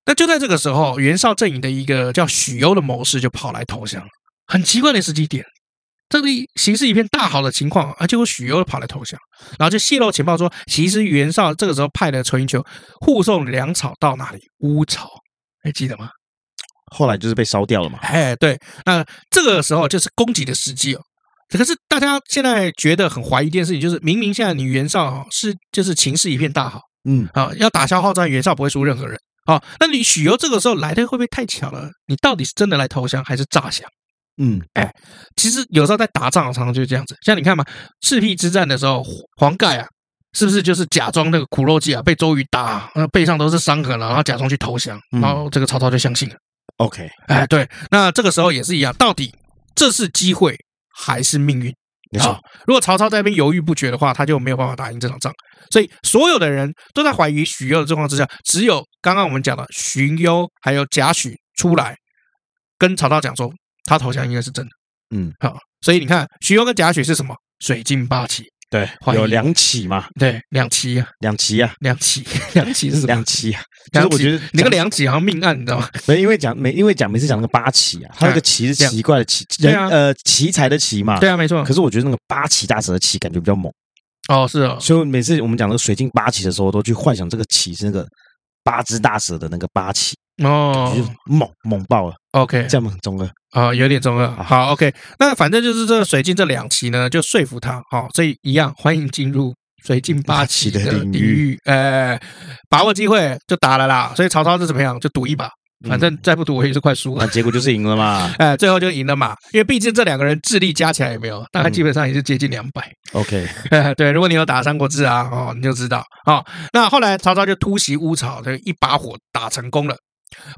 [SPEAKER 1] 那就在这个时候，袁绍阵营的一个叫许攸的谋士就跑来投降了，很奇怪的时机点。这里形势一片大好的情况，啊，结果许攸跑来投降，然后就泄露情报说，其实袁绍这个时候派的淳于求护送粮草到哪里？乌巢，还记得吗？
[SPEAKER 2] 后来就是被烧掉了嘛，
[SPEAKER 1] 哎，对，那这个时候就是攻击的时机哦。可是大家现在觉得很怀疑一件事情，就是明明现在你袁绍哦是就是情势一片大好。
[SPEAKER 2] 嗯，
[SPEAKER 1] 啊，要打消耗战，袁绍不会输任何人。啊，那你许攸这个时候来的会不会太巧了？你到底是真的来投降还是诈降？
[SPEAKER 2] 嗯，
[SPEAKER 1] 其实有时候在打仗，常常就是这样子。像你看嘛，赤壁之战的时候，黄盖啊，是不是就是假装那个苦肉计啊，被周瑜打，那背上都是伤痕了，然后假装去投降，
[SPEAKER 2] 嗯
[SPEAKER 1] 然后这个曹操就相信了。
[SPEAKER 2] OK，
[SPEAKER 1] 哎，对，那这个时候也是一样，到底这是机会还是命运？
[SPEAKER 2] 没
[SPEAKER 1] 啊
[SPEAKER 2] 错，
[SPEAKER 1] 如果曹操在那边犹豫不决的话，他就没有办法打赢这场仗。所以所有的人都在怀疑许攸的状况之下，只有刚刚我们讲的荀攸还有贾诩出来跟曹操讲说，他投降应该是真的。
[SPEAKER 2] 嗯，
[SPEAKER 1] 好，所以你看许攸跟贾诩是什么？水晶八旗，
[SPEAKER 2] 对，
[SPEAKER 1] 欢迎
[SPEAKER 2] 有两起嘛，
[SPEAKER 1] 对，两旗啊，
[SPEAKER 2] 两旗啊，
[SPEAKER 1] 两旗， 两旗是什么？
[SPEAKER 2] 两旗啊，就是我觉得
[SPEAKER 1] 两旗你那个
[SPEAKER 2] 讲
[SPEAKER 1] 两旗好像命案，你知道吗？
[SPEAKER 2] 没因为讲每因为讲每次讲那个八旗啊，他那个旗是
[SPEAKER 1] 两
[SPEAKER 2] 奇怪的旗，
[SPEAKER 1] 对
[SPEAKER 2] 人
[SPEAKER 1] 啊
[SPEAKER 2] 呃奇才的奇嘛，
[SPEAKER 1] 对。啊，没错
[SPEAKER 2] 可。是我觉得那个八旗大蛇的旗感觉比较猛，
[SPEAKER 1] 哦，是哦，
[SPEAKER 2] 所以每次我们讲那个水镜八旗的时候，都去幻想这个旗是那个八只大蛇的那个八旗，就是
[SPEAKER 1] 哦
[SPEAKER 2] 猛猛爆了，
[SPEAKER 1] ，OK，
[SPEAKER 2] 这样很中二。
[SPEAKER 1] 啊、有点中二。好，OK，那反正就是这个水镜这两期呢，就说服他，好、所以一样欢迎进入水镜八旗
[SPEAKER 2] 八旗的
[SPEAKER 1] 的
[SPEAKER 2] 领
[SPEAKER 1] 领
[SPEAKER 2] 域
[SPEAKER 1] 域，呃，把握机会就打了啦。所以曹操是怎么样，就赌一把，反
[SPEAKER 2] 嗯
[SPEAKER 1] 正再不赌我也是快输了
[SPEAKER 2] 那。结果就是赢了嘛
[SPEAKER 1] 哎、最后就赢了嘛，因为毕竟这两个人智力加起来也没有，大
[SPEAKER 2] 嗯
[SPEAKER 1] 概基本上也是接近两百、
[SPEAKER 2] ，OK，
[SPEAKER 1] 对，如果你有打《三国志》啊，哦，你就知道哦。那后来曹操就突袭乌巢，就一把火打成功了。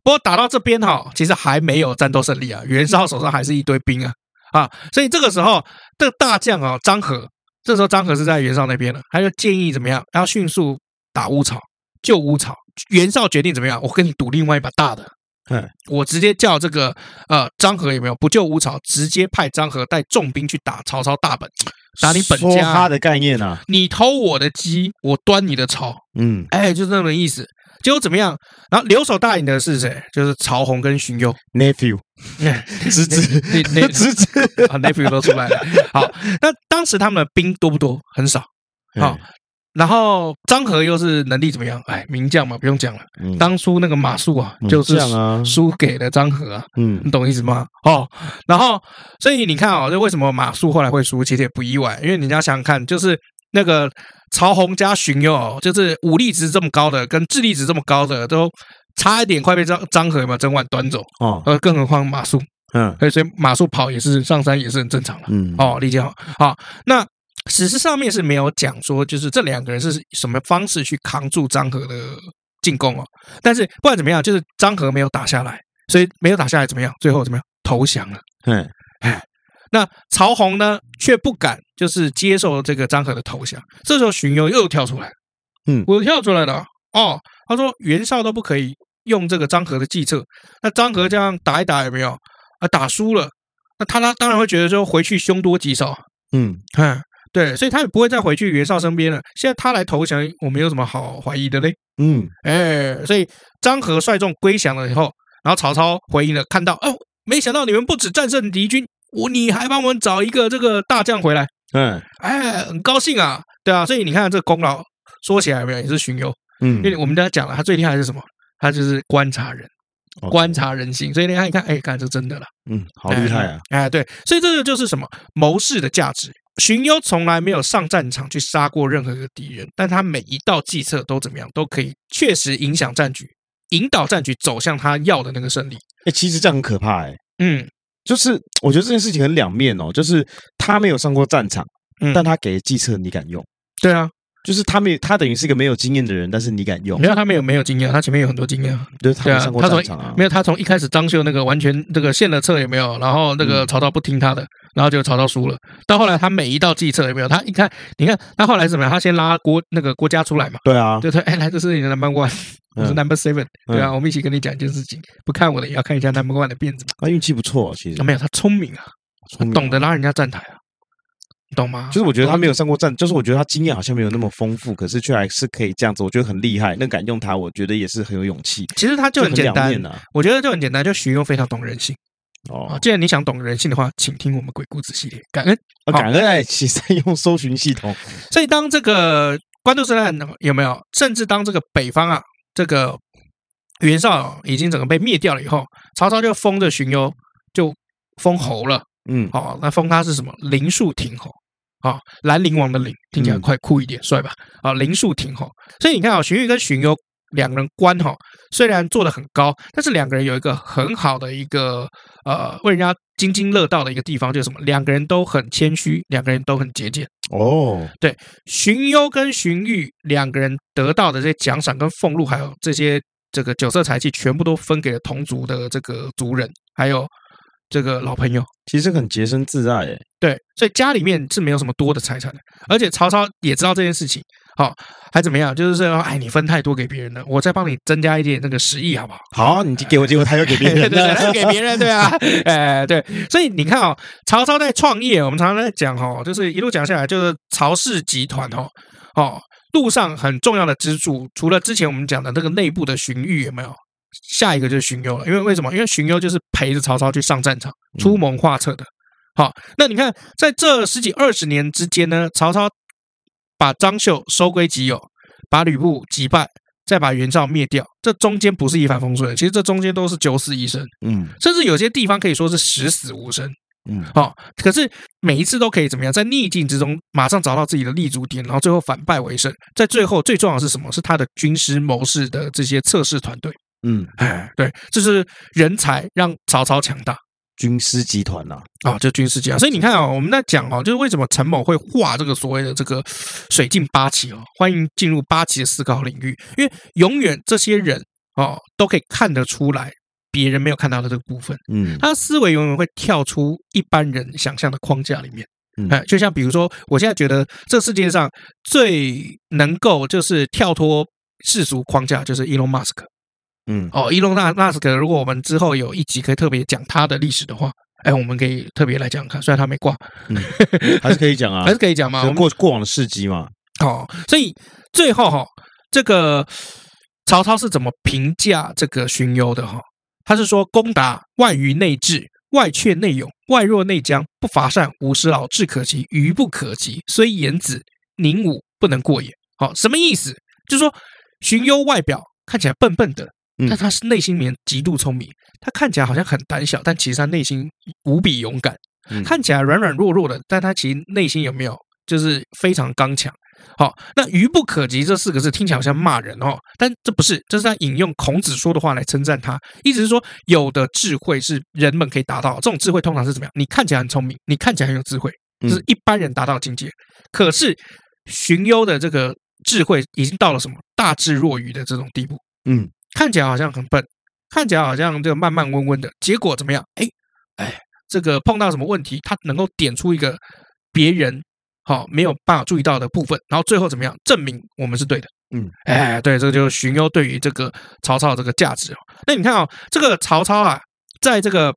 [SPEAKER 1] 不过打到这边哈、其实还没有战斗胜利啊，袁绍手上还是一堆兵啊啊，所以这个时候这个大将哦张合，这时候张合是在袁绍那边了，他就建议怎么样，要迅速打乌巢，救乌巢。袁绍决定怎么样，我跟你赌另外一把大的，
[SPEAKER 2] 嗯
[SPEAKER 1] 我直接叫这个呃张合有没有不救乌巢，直接派张合带重兵去打曹操大本，打你本
[SPEAKER 2] 说
[SPEAKER 1] 家啊
[SPEAKER 2] 他。的概念啊，
[SPEAKER 1] 你偷我的鸡，我端你的草，
[SPEAKER 2] 嗯，
[SPEAKER 1] 哎，就是那种意思。结果怎么样？然后留守大营的是谁？就是曹洪跟荀攸。哎
[SPEAKER 2] nephew 侄子
[SPEAKER 1] 那那
[SPEAKER 2] 侄子，
[SPEAKER 1] 啊，nephew 都出来了。 好，那当时他们的兵多不多？很少。
[SPEAKER 2] 哎
[SPEAKER 1] 好然后张合又是能力怎么样？哎，名将嘛，不用讲了。
[SPEAKER 2] 嗯，
[SPEAKER 1] 当初那个马谡啊，
[SPEAKER 2] 嗯
[SPEAKER 1] 就是
[SPEAKER 2] 这样啊
[SPEAKER 1] 输给了张合啊，
[SPEAKER 2] 嗯
[SPEAKER 1] 你懂意思吗？哦，然后所以你看啊、哦，就为什么马谡后来会输，其实也不意外，因为你要想想看，就是那个曹洪加荀攸哦，就是武力值这么高的，跟智力值这么高的，都差一点快被张张合嘛整晚端走，
[SPEAKER 2] 哦
[SPEAKER 1] 呃，更何况马谡，
[SPEAKER 2] 嗯
[SPEAKER 1] 呃所以马谡跑也是上山也是很正常了。
[SPEAKER 2] 嗯
[SPEAKER 1] 哦，理解好。好，那史实上面是没有讲说，就是这两个人是什么方式去扛住张合的进攻哦。但是不管怎么样，就是张合没有打下来，所以没有打下来怎么样？最后怎么样？投降了。
[SPEAKER 2] 嗯
[SPEAKER 1] 那曹洪呢，却不敢就是接受这个张合的投降。这时候荀攸又跳出来，
[SPEAKER 2] 嗯
[SPEAKER 1] 我跳出来了哦。他说袁绍都不可以用这个张合的计策，那张合这样打一打有没有？啊，打输了，那他他当然会觉得说回去凶多吉少啊，
[SPEAKER 2] 嗯
[SPEAKER 1] 嗯，对，所以他也不会再回去袁绍身边了。现在他来投降，我们有什么好怀疑的嘞？
[SPEAKER 2] 嗯
[SPEAKER 1] 哎，所以张合率众归降了以后，然后曹操回应了，看到哦，没想到你们不止战胜敌军，我你还帮我们找一个这个大将回来，
[SPEAKER 2] 嗯
[SPEAKER 1] 哎，很高兴啊，对啊，所以你看这功劳说起来有没有也是荀攸，因为
[SPEAKER 2] 嗯，
[SPEAKER 1] 我们刚才讲了，他最厉害的是什么？他就是观察人，
[SPEAKER 2] 哦
[SPEAKER 1] 观察人心，所以你看，你看，哎，看这真的了。
[SPEAKER 2] 嗯，好厉害啊，
[SPEAKER 1] 哎！哎，对，所以这个就是什么谋士的价值。荀攸从来没有上战场去杀过任何一个敌人，但他每一道计策都怎么样，都可以确实影响战局，引导战局走向他要的那个胜利。
[SPEAKER 2] 哎，其实这样很可怕哎，
[SPEAKER 1] 嗯
[SPEAKER 2] 就是我觉得这件事情很两面哦，就是他没有上过战场，
[SPEAKER 1] 嗯，
[SPEAKER 2] 但他给的计策你敢用，
[SPEAKER 1] 对啊，
[SPEAKER 2] 就是他没他等于是一个没有经验的人，但是你敢用
[SPEAKER 1] 没，有他没有没有经验，他前面有很多经验啊。
[SPEAKER 2] 就是他
[SPEAKER 1] 对
[SPEAKER 2] 没
[SPEAKER 1] 啊
[SPEAKER 2] 上，过
[SPEAKER 1] 他
[SPEAKER 2] 战
[SPEAKER 1] 从
[SPEAKER 2] 场啊
[SPEAKER 1] 没，有他从一开始张绣那个完全这个献了策也没有，然后那个
[SPEAKER 2] 嗯
[SPEAKER 1] 曹操不听他的，然后就曹操输了。到后来他每一道计策也没有，他一看你看他后来是怎么样？他先拉郭那个郭嘉出来嘛，
[SPEAKER 2] 对啊，
[SPEAKER 1] 就说：“哎，来，这是你的 number one，我是
[SPEAKER 2] 嗯
[SPEAKER 1] number seven，对啊，
[SPEAKER 2] 嗯
[SPEAKER 1] 我们一起跟你讲一件事情，不看我的也要看一下 number one 的辫子嘛。
[SPEAKER 2] 他运气不错，其实
[SPEAKER 1] 啊”没有，他聪明啊，
[SPEAKER 2] 聪明啊
[SPEAKER 1] 懂得拉人家站台啊，你懂吗？
[SPEAKER 2] 就是我觉得他没有上过战，就是我觉得他经验好像没有那么丰富，可是却还是可以这样子，我觉得很厉害。那敢用他，我觉得也是很有勇气，
[SPEAKER 1] 其实他就很简
[SPEAKER 2] 两
[SPEAKER 1] 单，
[SPEAKER 2] 面啊。
[SPEAKER 1] 我觉得就很简单，就许攸非常懂人性啊。
[SPEAKER 2] 哦，
[SPEAKER 1] 既然你想懂人性的话，请听我们鬼故事系列，感恩。
[SPEAKER 2] 啊感恩爱奇 善用搜寻系统，
[SPEAKER 1] 所以当这个官渡之战有没有，甚至当这个北方啊，这个袁绍已经整个被灭掉了以后，曹操就封着荀攸，就封侯了。
[SPEAKER 2] 嗯，
[SPEAKER 1] 哦，那封他是什么？林树亭侯。啊，兰陵王的陵听起来快酷一点，帅吧？啊，林树亭侯。所以你看啊、荀彧跟荀攸两人官哈、虽然做的很高，但是两个人有一个很好的一个呃，为人家津津乐道的一个地方，就是什么？两个人都很谦虚，两个人都很节俭。
[SPEAKER 2] 哦，
[SPEAKER 1] 荀攸跟荀彧两个人得到的这些奖赏跟俸禄，还有这些这个酒色财气，全部都分给了同族的这个族人，还有这个老朋友。
[SPEAKER 2] 其实很洁身自爱，哎，
[SPEAKER 1] 对，所以家里面是没有什么多的财产的，而且曹操也知道这件事情，好、还怎么样？就是说，哎，你分太多给别人了，我再帮你增加一点那个十亿，好不好？
[SPEAKER 2] 好，你给我机会，他又给 别
[SPEAKER 1] 对
[SPEAKER 2] 人
[SPEAKER 1] 对对，那
[SPEAKER 2] 了，
[SPEAKER 1] 给别人，对 啊，哎，对，所以你看哦，曹操在创业，我们常常在讲哦，就是一路讲下来，就是曹氏集团哦，哦，路上很重要的支柱，除了之前我们讲的那个内部的荀彧有没有？下一个就是荀攸了，因为为什么？因为荀攸就是陪着曹操去上战场、出谋划策的。好，那你看，在这十几二十年之间呢，曹操把张绣收归己有，把吕布击败，再把袁绍灭掉，这中间不是一帆风顺，其实这中间都是九死一生，
[SPEAKER 2] 嗯
[SPEAKER 1] 甚至有些地方可以说是十死无生。
[SPEAKER 2] 嗯，
[SPEAKER 1] 哦，可是每一次都可以怎么样，在逆境之中马上找到自己的立足点，然后最后反败为胜。在最后最重要的是什么？是他的军师谋士的这些测试团队。
[SPEAKER 2] 嗯，
[SPEAKER 1] 哎，对，这是人才让曹操强大。
[SPEAKER 2] 军师集团呐，
[SPEAKER 1] 啊，就军事家。所以你看啊、我们在讲哦，就是为什么陈某会画这个所谓的这个水镜八旗哦，欢迎进入八旗的思考领域，因为永远这些人哦都可以看得出来别人没有看到的这个部分，
[SPEAKER 2] 嗯
[SPEAKER 1] 他的思维永远会跳出一般人想象的框架里面
[SPEAKER 2] 嗯。
[SPEAKER 1] 哎，就像比如说，我现在觉得这世界上最能够就是跳脱世俗框架，就是 Elon Musk。
[SPEAKER 2] 嗯，
[SPEAKER 1] 哦，伊隆纳纳斯克，如果我们之后有一集可以特别讲他的历史的话，哎，我们可以特别来讲看，虽然他没挂，
[SPEAKER 2] 还是可以讲啊
[SPEAKER 1] 还，是可以讲嘛。我
[SPEAKER 2] 就
[SPEAKER 1] 们
[SPEAKER 2] 过过往的事迹嘛。
[SPEAKER 1] 哦，所以最后哈、这个曹操是怎么评价这个荀攸的哈、他是说攻打外愚内治，外怯内勇，外弱内僵，不乏善，无师老，智可及，愚不可及。虽言子宁武不能过也。好、什么意思？就是说荀攸外表看起来笨笨的，
[SPEAKER 2] 嗯
[SPEAKER 1] 但他是内心里面极度聪明。他看起来好像很胆小，但其实他内心无比勇敢。
[SPEAKER 2] 嗯
[SPEAKER 1] 看起来软软弱弱的，但他其实内心有没有就是非常刚强。好，那愚不可及这四个字听起来好像骂人哦，但这不是，这是他引用孔子说的话来称赞他，意思是说有的智慧是人们可以达到的，这种智慧通常是怎么样？你看起来很聪明，你看起来很有智慧，这
[SPEAKER 2] 嗯
[SPEAKER 1] 是一般人达到的境界。可是荀攸的这个智慧已经到了什么大智若愚的这种地步，
[SPEAKER 2] 嗯，
[SPEAKER 1] 看起来好像很笨，看起来好像这个慢慢温温的，结果怎么样？哎哎，这个碰到什么问题，他能够点出一个别人好、没有办法注意到的部分，然后最后怎么样证明我们是对的？
[SPEAKER 2] 嗯，
[SPEAKER 1] 哎，对，这个就是荀攸对于这个曹操的这个价值哦。那你看哦，这个曹操啊，在这个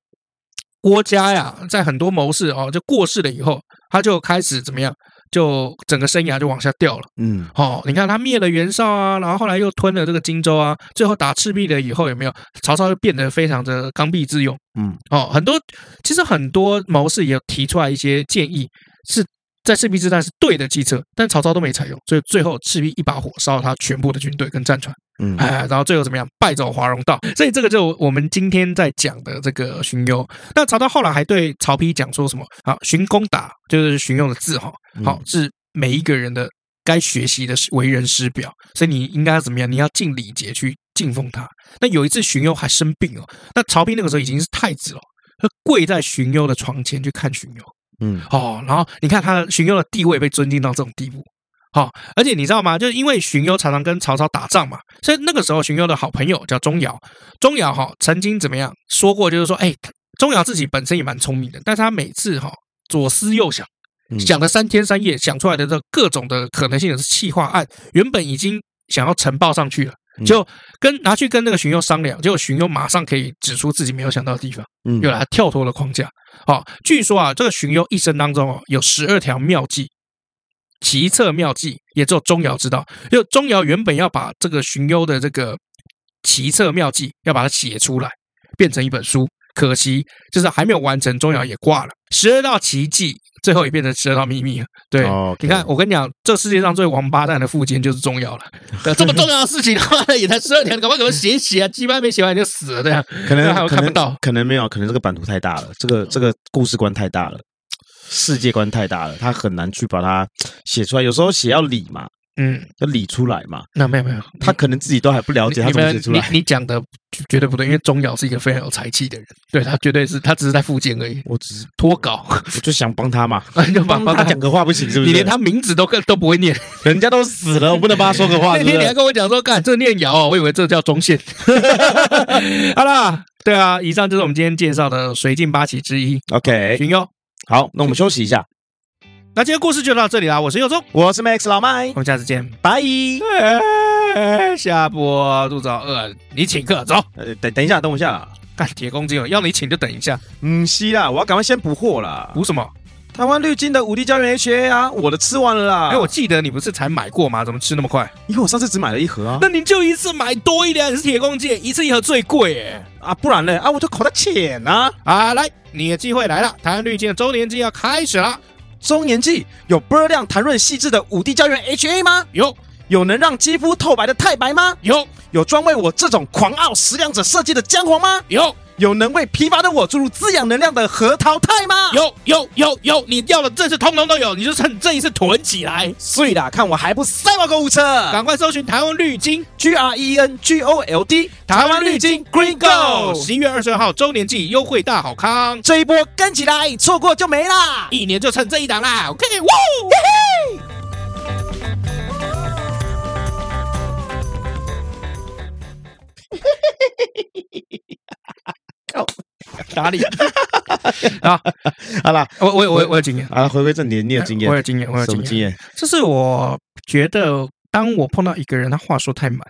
[SPEAKER 1] 郭嘉呀，在很多谋士哦，就过世了以后，他就开始怎么样，就整个生涯就往下掉了。
[SPEAKER 2] 嗯
[SPEAKER 1] 哦，你看他灭了袁绍啊，然后后来又吞了这个荆州啊，最后打赤壁了以后，有没有曹操就变得非常的刚愎自用？
[SPEAKER 2] 嗯
[SPEAKER 1] 哦，很多其实很多谋士也有提出来一些建议，是在赤壁之战是对的计策，但曹操都没采用，所以最后赤壁一把火烧了他全部的军队跟战船，
[SPEAKER 2] 嗯
[SPEAKER 1] 哎，然后最后怎么样败走华容道，所以这个就我们今天在讲的这个荀攸。那曹操后来还对曹丕讲说什么啊？荀公打就是荀用的字哈，好、是每一个人的该学习的为人师表，所以你应该要怎么样？你要尽礼节去敬奉他。那有一次荀攸还生病哦，那曹丕那个时候已经是太子了，他跪在荀攸的床前去看荀攸
[SPEAKER 2] 嗯
[SPEAKER 1] 哦，然后你看他的荀攸的地位被尊敬到这种地步。好、而且你知道吗？就是因为荀攸常常跟曹操打仗嘛，所以那个时候荀攸的好朋友叫钟繇，钟繇哈曾经怎么样说过，就是说，哎，钟繇自己本身也蛮聪明的，但是他每次哈、左思右想。
[SPEAKER 2] 嗯
[SPEAKER 1] 想了三天三夜，想出来的这各种的可能性的企划案，原本已经想要呈报上去了，
[SPEAKER 2] 嗯
[SPEAKER 1] 就跟拿去跟那个荀攸商量，结果荀攸马上可以指出自己没有想到的地方，
[SPEAKER 2] 嗯
[SPEAKER 1] 又来跳脱了框架。好、据说啊，这个荀攸一生当中哦，有十二条妙计，奇策妙计也只有钟繇知道。就钟繇原本要把这个荀攸的这个奇策妙计要把它写出来，变成一本书，可惜就是还没有完成，钟繇也挂了。十二道奇计最后也变成十二道秘密了。对，
[SPEAKER 2] 哦，OK
[SPEAKER 1] 你看，我跟你讲，这世界上最王八蛋的附件就是钟繇了。呃这么重要的事情，他妈的也才十二条，赶快给我写一写啊！鸡巴没写完就死了，这样
[SPEAKER 2] 可能
[SPEAKER 1] 还有
[SPEAKER 2] 可
[SPEAKER 1] 看
[SPEAKER 2] 能
[SPEAKER 1] 不到。嗯
[SPEAKER 2] 可能没有，可能这个版图太大了，这个这个故事观太大了，世界观太大了，他很难去把它写出来。有时候写要理嘛，
[SPEAKER 1] 嗯，
[SPEAKER 2] 要理出来嘛，
[SPEAKER 1] 那没有没有，
[SPEAKER 2] 他可能自己都还不了解
[SPEAKER 1] 嗯
[SPEAKER 2] 他
[SPEAKER 1] 你
[SPEAKER 2] 怎么写
[SPEAKER 1] 们
[SPEAKER 2] 出
[SPEAKER 1] 你
[SPEAKER 2] 来。
[SPEAKER 1] 你讲的绝对不对，因为钟繇是一个非常有才气的人，对他绝对是他只是在附件而已，
[SPEAKER 2] 我只是
[SPEAKER 1] 脱 稿
[SPEAKER 2] 我就想帮他 嘛，
[SPEAKER 1] 你就把
[SPEAKER 2] 帮他讲，个话不行是不是？
[SPEAKER 1] 你连他名字都跟都不会念。
[SPEAKER 2] 人家都死了，我不能帮他说个 话，
[SPEAKER 1] 那
[SPEAKER 2] 是 不
[SPEAKER 1] 天你还
[SPEAKER 2] 是？
[SPEAKER 1] 跟我讲说，干这念谣哦，我以为这叫中线。 好啦，对啊，以上就是我们今天介绍的绥靖八旗之一
[SPEAKER 2] OK，
[SPEAKER 1] 荀攸。
[SPEAKER 2] 好，那我们休息一下。
[SPEAKER 1] 那今天故事就到这里啦，我是佑宗，
[SPEAKER 2] 我是 Max 老麦
[SPEAKER 1] 我，们下次见。
[SPEAKER 2] 拜。
[SPEAKER 1] 哎下播肚子好饿，你请客走。
[SPEAKER 2] 呃，等等一下，等我一下啦。
[SPEAKER 1] 干铁公鸡哦，要你请就等一下，
[SPEAKER 2] 嗯，是啦，我要赶快先补货啦。
[SPEAKER 1] 补什么？
[SPEAKER 2] 台湾绿金的五 D 胶原 HA 啊，我的吃完了啦。
[SPEAKER 1] 哎，我记得你不是才买过吗？怎么吃那么快？
[SPEAKER 2] 因为我上次只买了一盒啊，
[SPEAKER 1] 那你就一次买多一点，你是铁公鸡，一次一盒最贵哎。
[SPEAKER 2] 啊，不然呢？啊，我就口袋浅啊。
[SPEAKER 1] 啊，来，你的机会来了，台湾绿金的周年庆要开始了。
[SPEAKER 2] 中年季有波热量弹润细致的五 D 胶原 HA 吗？
[SPEAKER 1] 有
[SPEAKER 2] 有能让肌肤透白的太白吗？
[SPEAKER 1] 有
[SPEAKER 2] 有专为我这种狂傲食量者设计的姜黄吗？
[SPEAKER 1] 有
[SPEAKER 2] 有能为疲乏的我注入滋养能量的核桃肽吗？
[SPEAKER 1] 有有有有，你要的这次通通都有，你就趁这一次囤起来，
[SPEAKER 2] 碎啦，看我还不塞爆购物车
[SPEAKER 1] 赶快搜寻台湾绿金，
[SPEAKER 2] ！G R E N G O L D，台湾绿金 Green
[SPEAKER 1] Go！
[SPEAKER 2] Go，
[SPEAKER 1] 十一月二十二号周年季优惠大好康，
[SPEAKER 2] 这一波跟起来，错过就没啦！
[SPEAKER 1] 一年就趁这一档啦，OK，哇！ 打 脸啊！
[SPEAKER 2] 好啦，
[SPEAKER 1] 我我有我有我有经验，
[SPEAKER 2] 啊，回归正题，你有经验
[SPEAKER 1] 我？有经验，我有
[SPEAKER 2] 什
[SPEAKER 1] 经
[SPEAKER 2] 么
[SPEAKER 1] 验
[SPEAKER 2] 经。验？
[SPEAKER 1] 就是我觉得，当我碰到一个人，他话说太满，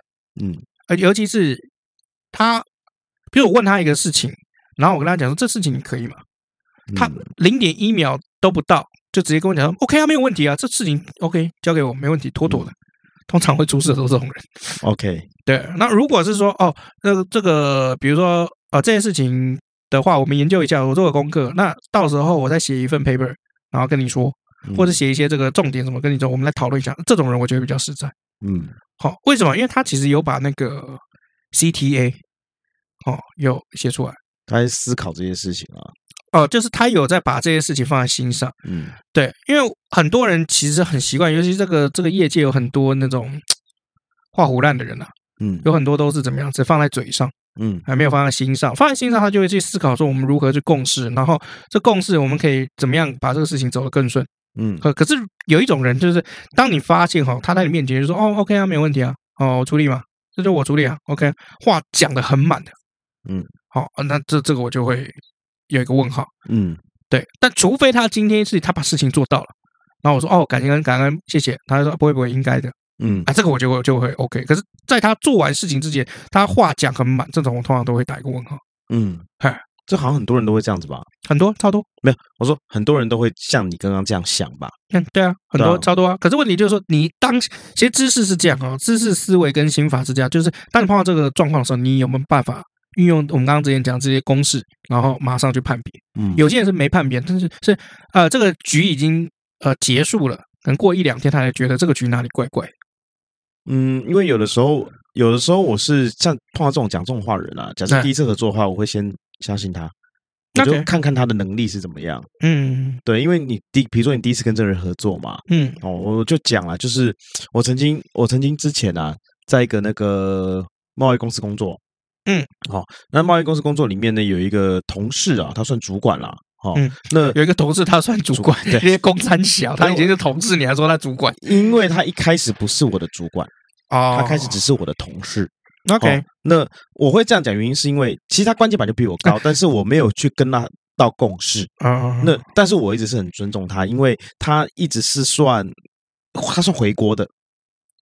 [SPEAKER 2] 嗯
[SPEAKER 1] 呃，尤其是他，比如我问他一个事情，然后我跟他讲说这事情你可以吗？他
[SPEAKER 2] 嗯
[SPEAKER 1] 零点一秒都不到，就直接跟我讲说 OK 啊，没有问题啊，这事情 OK 交给我，没问题，妥
[SPEAKER 2] 嗯
[SPEAKER 1] 妥的。通常会出事的都是这种人。
[SPEAKER 2] OK，
[SPEAKER 1] 对，那如果是说哦，那个这个，比如说呃，这件事情的话，我们研究一下，我做个功课，那到时候我再写一份 paper，然后跟你说，
[SPEAKER 2] 嗯
[SPEAKER 1] 或者写一些这个重点什么跟你说，我们来讨论一下。这种人我觉得比较实在。
[SPEAKER 2] 嗯
[SPEAKER 1] 好、为什么？因为他其实有把那个 CTA 哦有写出来，
[SPEAKER 2] 他在思考这些事情啊，
[SPEAKER 1] 哦、就是他有在把这些事情放在心上。
[SPEAKER 2] 嗯
[SPEAKER 1] 对，因为很多人其实很习惯，尤其这个这个业界有很多那种画胡烂的人啊，
[SPEAKER 2] 嗯
[SPEAKER 1] 有很多都是怎么样，只放在嘴上。
[SPEAKER 2] 嗯
[SPEAKER 1] 还没有放在心上，放在心上，他就会去思考说我们如何去共事，然后这共事我们可以怎么样把这个事情走得更顺。
[SPEAKER 2] 嗯
[SPEAKER 1] 可可是有一种人，就是当你发现哈，他在你面前就说哦，OK 啊，没有问题啊，哦，我处理嘛，这就我处理啊，OK，啊话讲的很满的，
[SPEAKER 2] 嗯，
[SPEAKER 1] 好、那这这个我就会有一个问号，
[SPEAKER 2] 嗯
[SPEAKER 1] 对，但除非他今天是他把事情做到了。然后我说哦，感恩感恩，谢谢。他就说不会不会，应该的
[SPEAKER 2] 嗯
[SPEAKER 1] 啊，这个我就会就会 OK。可是，在他做完事情之前，他话讲很满，这种我通常都会打一个问号。
[SPEAKER 2] 嗯
[SPEAKER 1] 嘿，
[SPEAKER 2] 这好像很多人都会这样子吧？
[SPEAKER 1] 很多超多，
[SPEAKER 2] 没有，我说很多人都会像你刚刚这样想吧？
[SPEAKER 1] 嗯，对啊，很
[SPEAKER 2] 对啊
[SPEAKER 1] 多超多啊。可是问题就是说，你当其实知识是这样哦，知识思维跟心法是这样，就是当你碰到这个状况的时候，你有没有办法运用我们刚刚之前讲这些公式，然后马上去判别？
[SPEAKER 2] 嗯
[SPEAKER 1] 有些人是没判别，但是是呃，这个局已经呃结束了，可能过一两天他才觉得这个局哪里怪怪。
[SPEAKER 2] 嗯，因为有的时候，有的时候我是像碰到这种讲这种话的人啊，假
[SPEAKER 1] 嗯
[SPEAKER 2] 设第一次合作的话，我会先相信他，我就
[SPEAKER 1] OK
[SPEAKER 2] 看看他的能力是怎么样。
[SPEAKER 1] 嗯
[SPEAKER 2] 对，因为你第，比如说你第一次跟这个人合作嘛，
[SPEAKER 1] 嗯
[SPEAKER 2] 哦，我就讲了，就是我曾经，我曾经之前啊，在一个那个贸易公司工作，
[SPEAKER 1] 嗯，
[SPEAKER 2] 好、那贸易公司工作里面呢，有一个同事啊，他算主管啦，哦，
[SPEAKER 1] 嗯
[SPEAKER 2] 那
[SPEAKER 1] 有一个同事他算主管，
[SPEAKER 2] 主管对
[SPEAKER 1] 因为公三小，他已经是同事，你还说他主管？
[SPEAKER 2] 因为他一开始不是我的主管，
[SPEAKER 1] 哦
[SPEAKER 2] 他开始只是我的同事，
[SPEAKER 1] OK，
[SPEAKER 2] 哦那我会这样讲，原因是因为其实他关键板就比我高，但是我没有去跟他到共识。
[SPEAKER 1] 嗯，
[SPEAKER 2] 那但是我一直是很尊重他，因为他一直是算他算回国的，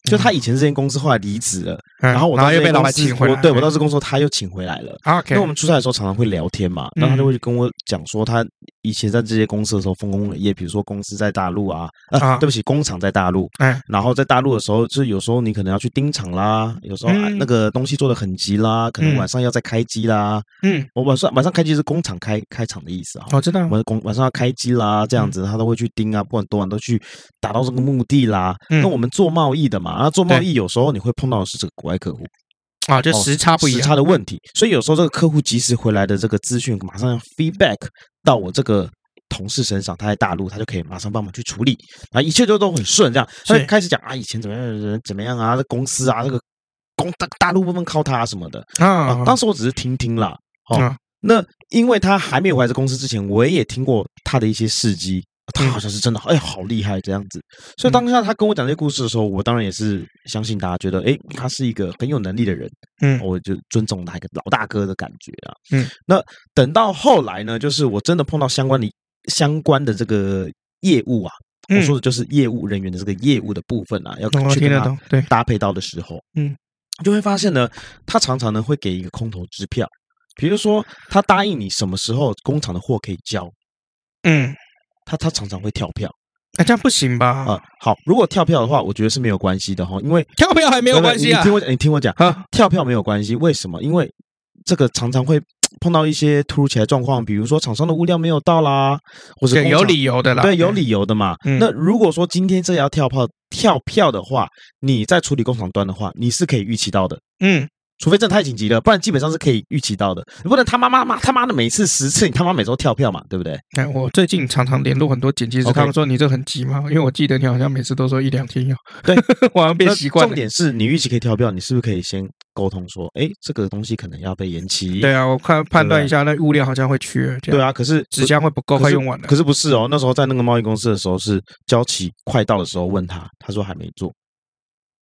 [SPEAKER 2] 就他以前这间公司后来离职了，
[SPEAKER 1] 嗯
[SPEAKER 2] 然后我
[SPEAKER 1] 然
[SPEAKER 2] 到
[SPEAKER 1] 后又
[SPEAKER 2] 这
[SPEAKER 1] 被
[SPEAKER 2] 间
[SPEAKER 1] 老
[SPEAKER 2] 公
[SPEAKER 1] 板
[SPEAKER 2] 司
[SPEAKER 1] 请回来啊
[SPEAKER 2] 我，对我到这公司他又请回来了。
[SPEAKER 1] OK，嗯
[SPEAKER 2] 那我们出差的时候常常会聊天嘛，然后他就会跟我讲说，他以前在这些公司的时候丰功伟业，比如说公司在大陆啊，
[SPEAKER 1] 啊
[SPEAKER 2] 啊，对不起，工厂在大陆，
[SPEAKER 1] 哎，
[SPEAKER 2] 然后在大陆的时候，就是有时候你可能要去盯场啦，有时候啊
[SPEAKER 1] 嗯
[SPEAKER 2] 那个东西做的很急啦，可能
[SPEAKER 1] 嗯
[SPEAKER 2] 晚上要再开机啦，
[SPEAKER 1] 嗯，
[SPEAKER 2] 我晚上晚上开机是工厂开开场的意思啊。
[SPEAKER 1] 我知道，
[SPEAKER 2] 晚工晚上要开机啦，这
[SPEAKER 1] 嗯
[SPEAKER 2] 样子他都会去盯啊，不管多晚都去达到这个目的啦。
[SPEAKER 1] 嗯
[SPEAKER 2] 那我们做贸易的嘛，啊，做贸易有时候你会碰到的是这个国外客户，
[SPEAKER 1] 啊，就
[SPEAKER 2] 哦
[SPEAKER 1] 时差不一
[SPEAKER 2] 时
[SPEAKER 1] 样。
[SPEAKER 2] 差的问题，所以有时候这个客户及时回来的这个资讯，马上要 feedback 到我这个同事身上，他在大陆，他就可以马上帮忙去处理，啊，一切就都很顺，这样他
[SPEAKER 1] 是
[SPEAKER 2] 就开始讲啊，以前怎么样人怎么样啊，这公司啊，这个公大大陆部分靠他啊什么的，啊
[SPEAKER 1] 啊，，
[SPEAKER 2] 当时我只是听听啦，哦，
[SPEAKER 1] 啊
[SPEAKER 2] 那因为他还没有回来这公司之前，我也听过他的一些事迹。他好像是真的，哎，好厉害这样子。所以当下他跟我讲这些故事的时候，我当然也是相信他，觉得哎，他是一个很有能力的人。
[SPEAKER 1] 嗯
[SPEAKER 2] 我就尊重他一个老大哥的感觉啊。
[SPEAKER 1] 嗯，
[SPEAKER 2] 那等到后来呢，就是我真的碰到相关的相关的这个业务啊，
[SPEAKER 1] 嗯
[SPEAKER 2] 我说的就是业务人员的这个业务的部分啊，要
[SPEAKER 1] 我
[SPEAKER 2] 去
[SPEAKER 1] 听
[SPEAKER 2] 跟
[SPEAKER 1] 得
[SPEAKER 2] 他
[SPEAKER 1] 懂，对，
[SPEAKER 2] 搭配到的时候，
[SPEAKER 1] 嗯，
[SPEAKER 2] 就会发现呢，他常常呢会给一个空头支票，比如说他答应你什么时候工厂的货可以交，
[SPEAKER 1] 嗯，
[SPEAKER 2] 他他常常会跳票
[SPEAKER 1] 那这样不行
[SPEAKER 2] 啊、
[SPEAKER 1] 吧？
[SPEAKER 2] 好，如果跳票的话，我觉得是没有关系的哈，因为
[SPEAKER 1] 跳票还没有
[SPEAKER 2] 等等
[SPEAKER 1] 关系啊
[SPEAKER 2] 你，听我讲，你听我讲，
[SPEAKER 1] 啊，
[SPEAKER 2] 跳票没有关系，为什么？因为这个常常会碰到一些突如其来状况，比如说厂商的物料没有到啦，或者
[SPEAKER 1] 对，有
[SPEAKER 2] 由
[SPEAKER 1] 理由的啦，
[SPEAKER 2] 对有理由的嘛。
[SPEAKER 1] 嗯
[SPEAKER 2] 那如果说今天这要跳票跳票的话，你在处理工厂端的话，你是可以预期到的。
[SPEAKER 1] 嗯，
[SPEAKER 2] 除非真的太紧急了，不然基本上是可以预期到的。你不能他妈妈妈他妈的每次十次，你他妈每周跳票嘛，对不对？
[SPEAKER 1] 哎，我最近常常联络很多剪辑师，
[SPEAKER 2] 嗯 OK
[SPEAKER 1] 他们说你这很急吗？因为我记得你好像每次都说一两天要，
[SPEAKER 2] 对，
[SPEAKER 1] 我好像变
[SPEAKER 2] 那
[SPEAKER 1] 习惯
[SPEAKER 2] 重
[SPEAKER 1] 了。
[SPEAKER 2] 点是你预期可以跳票，你是不是可以先沟通说，哎，这个东西可能要被延期？
[SPEAKER 1] 对啊，我看判断
[SPEAKER 2] 对
[SPEAKER 1] 一下，那物料好像会缺，这
[SPEAKER 2] 对
[SPEAKER 1] 样
[SPEAKER 2] 啊，可是
[SPEAKER 1] 纸箱会不够，
[SPEAKER 2] 可
[SPEAKER 1] 快
[SPEAKER 2] 是
[SPEAKER 1] 用完了
[SPEAKER 2] 可。是不是哦，那时候在那个贸易公司的时候是交期快到的时候问他，他说还没做，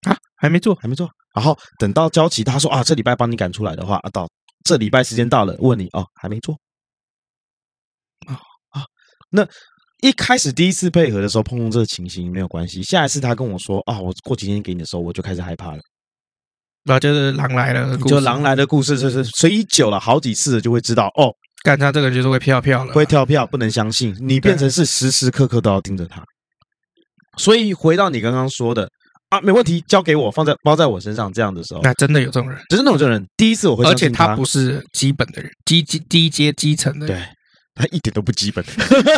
[SPEAKER 1] 啊，还没做
[SPEAKER 2] 还没做。然后等到交期，他说啊，这礼拜帮你赶出来的话，啊，到这礼拜时间到了，问你哦，还没做。啊啊，那一开始第一次配合的时候碰碰这个情形没有关系，下一次他跟我说啊，我过几天给你的时候，我就开始害怕了。
[SPEAKER 1] 啊，就是狼来了，
[SPEAKER 2] 就狼来的故事，就是所以久了好几次了就会知道哦，
[SPEAKER 1] 干他这个人就是会跳票了，嗯
[SPEAKER 2] 会跳票，不能相信，你变成是时时刻刻都要盯着他。所以回到你刚刚说的啊，没问题，交给我，放在包在我身上这样的时候，
[SPEAKER 1] 那真的有这种人，
[SPEAKER 2] 只是那种人，第一次我会
[SPEAKER 1] 而
[SPEAKER 2] 相
[SPEAKER 1] 且
[SPEAKER 2] 信
[SPEAKER 1] 他不是基本的人，基基低阶基层的人，
[SPEAKER 2] 对，他一点都不基 本，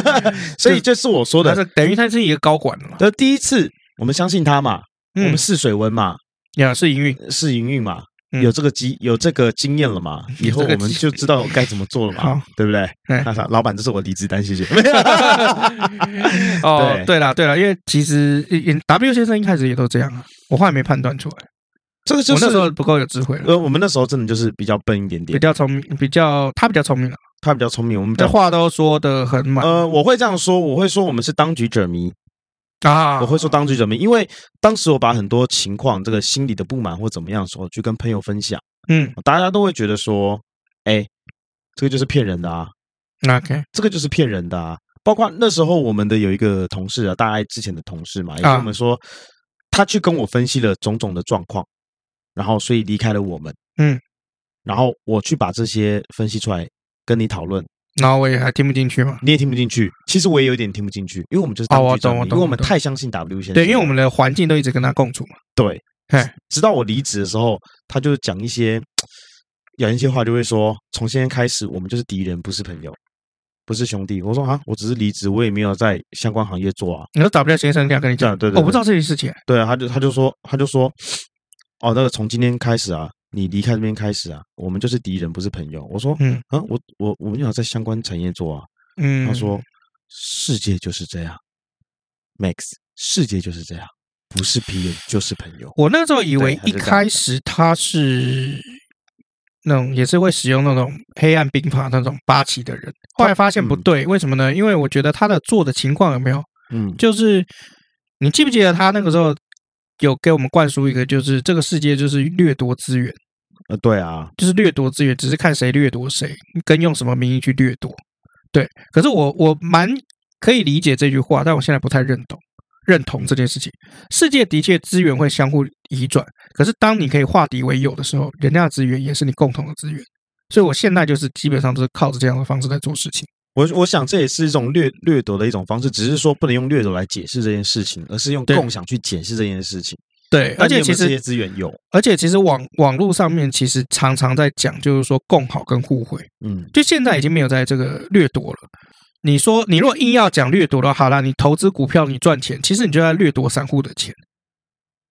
[SPEAKER 2] 所以就是我说
[SPEAKER 1] 他
[SPEAKER 2] 的，
[SPEAKER 1] 是等于他是一个高管了嘛，
[SPEAKER 2] 呃，第一次我们相信他嘛，我
[SPEAKER 1] 嗯
[SPEAKER 2] 们，试水温嘛，
[SPEAKER 1] 呀是营运，
[SPEAKER 2] 试营运嘛，
[SPEAKER 1] 嗯
[SPEAKER 2] 有这个经有这个经验了嘛，以后
[SPEAKER 1] 有这个
[SPEAKER 2] 我们就知道该怎么做了嘛
[SPEAKER 1] 好，
[SPEAKER 2] 对不对？
[SPEAKER 1] 嗯
[SPEAKER 2] 那啥，老板，这是我离职 单，谢谢。 没有
[SPEAKER 1] 哦
[SPEAKER 2] 对，
[SPEAKER 1] 对了对了，因为其实因因 W 先生一开始也都这样啊，我后来没判断出来，
[SPEAKER 2] 这个就
[SPEAKER 1] 我
[SPEAKER 2] 是
[SPEAKER 1] 那时候不够有智慧了，
[SPEAKER 2] 呃，我们那时候真的就是比较笨一点
[SPEAKER 1] 比
[SPEAKER 2] 点，
[SPEAKER 1] 较聪明，比较他比较聪明了，
[SPEAKER 2] 他比较聪明，我们比
[SPEAKER 1] 这
[SPEAKER 2] 较
[SPEAKER 1] 话都说的很满
[SPEAKER 2] 呃，我会这样说，我会说我们是当局者迷，
[SPEAKER 1] 啊，
[SPEAKER 2] 我会说当局者迷，因为当时我把很多情况，这个心里的不满或怎么样的时候，去跟朋友分享，
[SPEAKER 1] 嗯
[SPEAKER 2] 大家都会觉得说，哎，这个就是骗人的啊，
[SPEAKER 1] ，OK
[SPEAKER 2] 这个就是骗人的啊。包括那时候我们的有一个同事啊，大概之前的同事嘛，也跟
[SPEAKER 1] 啊
[SPEAKER 2] 我们说，他去跟我分析了种种的状况，然后所以离开了我们。
[SPEAKER 1] 嗯，
[SPEAKER 2] 然后我去把这些分析出来跟你讨论，
[SPEAKER 1] 然后我也还听不进去嘛。
[SPEAKER 2] 你也听不进去。其实我也有点听不进去，因为我们就是
[SPEAKER 1] 哦
[SPEAKER 2] 当
[SPEAKER 1] 我
[SPEAKER 2] 局者
[SPEAKER 1] 懂
[SPEAKER 2] 迷
[SPEAKER 1] 我
[SPEAKER 2] 因
[SPEAKER 1] 懂
[SPEAKER 2] 为我
[SPEAKER 1] 我
[SPEAKER 2] 们
[SPEAKER 1] 懂
[SPEAKER 2] 太相信 W 先生了。
[SPEAKER 1] 对，因为我们的环境都一直跟他共处嘛。
[SPEAKER 2] 对
[SPEAKER 1] 嘿，
[SPEAKER 2] 直到我离职的时候，他就讲一些讲一些话，就会说从现在开始我们就是敌人，不是朋友，不是兄弟。我说啊，我只是离职，我也没有在相关行业做啊。
[SPEAKER 1] 你说 W 先生这样跟你讲，
[SPEAKER 2] 啊对对对
[SPEAKER 1] 我不知道这件事情。
[SPEAKER 2] 对啊，他就他就说他就说，哦，那个从今天开始啊，你离开这边开始啊，我们就是敌人，不是朋友。我说
[SPEAKER 1] 嗯
[SPEAKER 2] 啊，我我我们有在相关产业做啊。
[SPEAKER 1] 嗯，
[SPEAKER 2] 他说世界就是这样，Max，世界就是这样，不是敌人就是朋 友。
[SPEAKER 1] 我那时候以为
[SPEAKER 2] 对
[SPEAKER 1] 一
[SPEAKER 2] 他是这样
[SPEAKER 1] 开始他是那种也是会使用那种黑暗兵法那种八旗的人，后来发现不对，为什么呢？因为我觉得他的做的情况有没有，
[SPEAKER 2] 嗯，
[SPEAKER 1] 就是你记不记得他那个时候有给我们灌输一个，就是这个世界就是掠夺资源，
[SPEAKER 2] 呃，对啊，
[SPEAKER 1] 就是掠夺资源，只是看谁掠夺谁，跟用什么名义去掠夺。对，可是我我蛮可以理解这句话，但我现在不太认同认同这件事情。世界的确资源会相互移转，可是当你可以化敌为友的时候，人家的资源也是你共同的资源。所以我现在就是基本上都是靠着这样的方式在做事情。
[SPEAKER 2] 我我想这也是一种掠掠夺的一种方式，只是说不能用掠夺来解释这件事情，而是用
[SPEAKER 1] 对
[SPEAKER 2] 共享去解释这件事情。
[SPEAKER 1] 对，而
[SPEAKER 2] 但
[SPEAKER 1] 且
[SPEAKER 2] 你有没
[SPEAKER 1] 其
[SPEAKER 2] 有这些
[SPEAKER 1] 实
[SPEAKER 2] 资源有，
[SPEAKER 1] 而且其实网网络上面其实常常在讲，就是说共好跟互惠。
[SPEAKER 2] 嗯，
[SPEAKER 1] 就现在已经没有在这个掠夺了。你说，你如果硬要讲掠夺的话，好啦，你投资股票你赚钱，其实你就在掠夺散户的钱，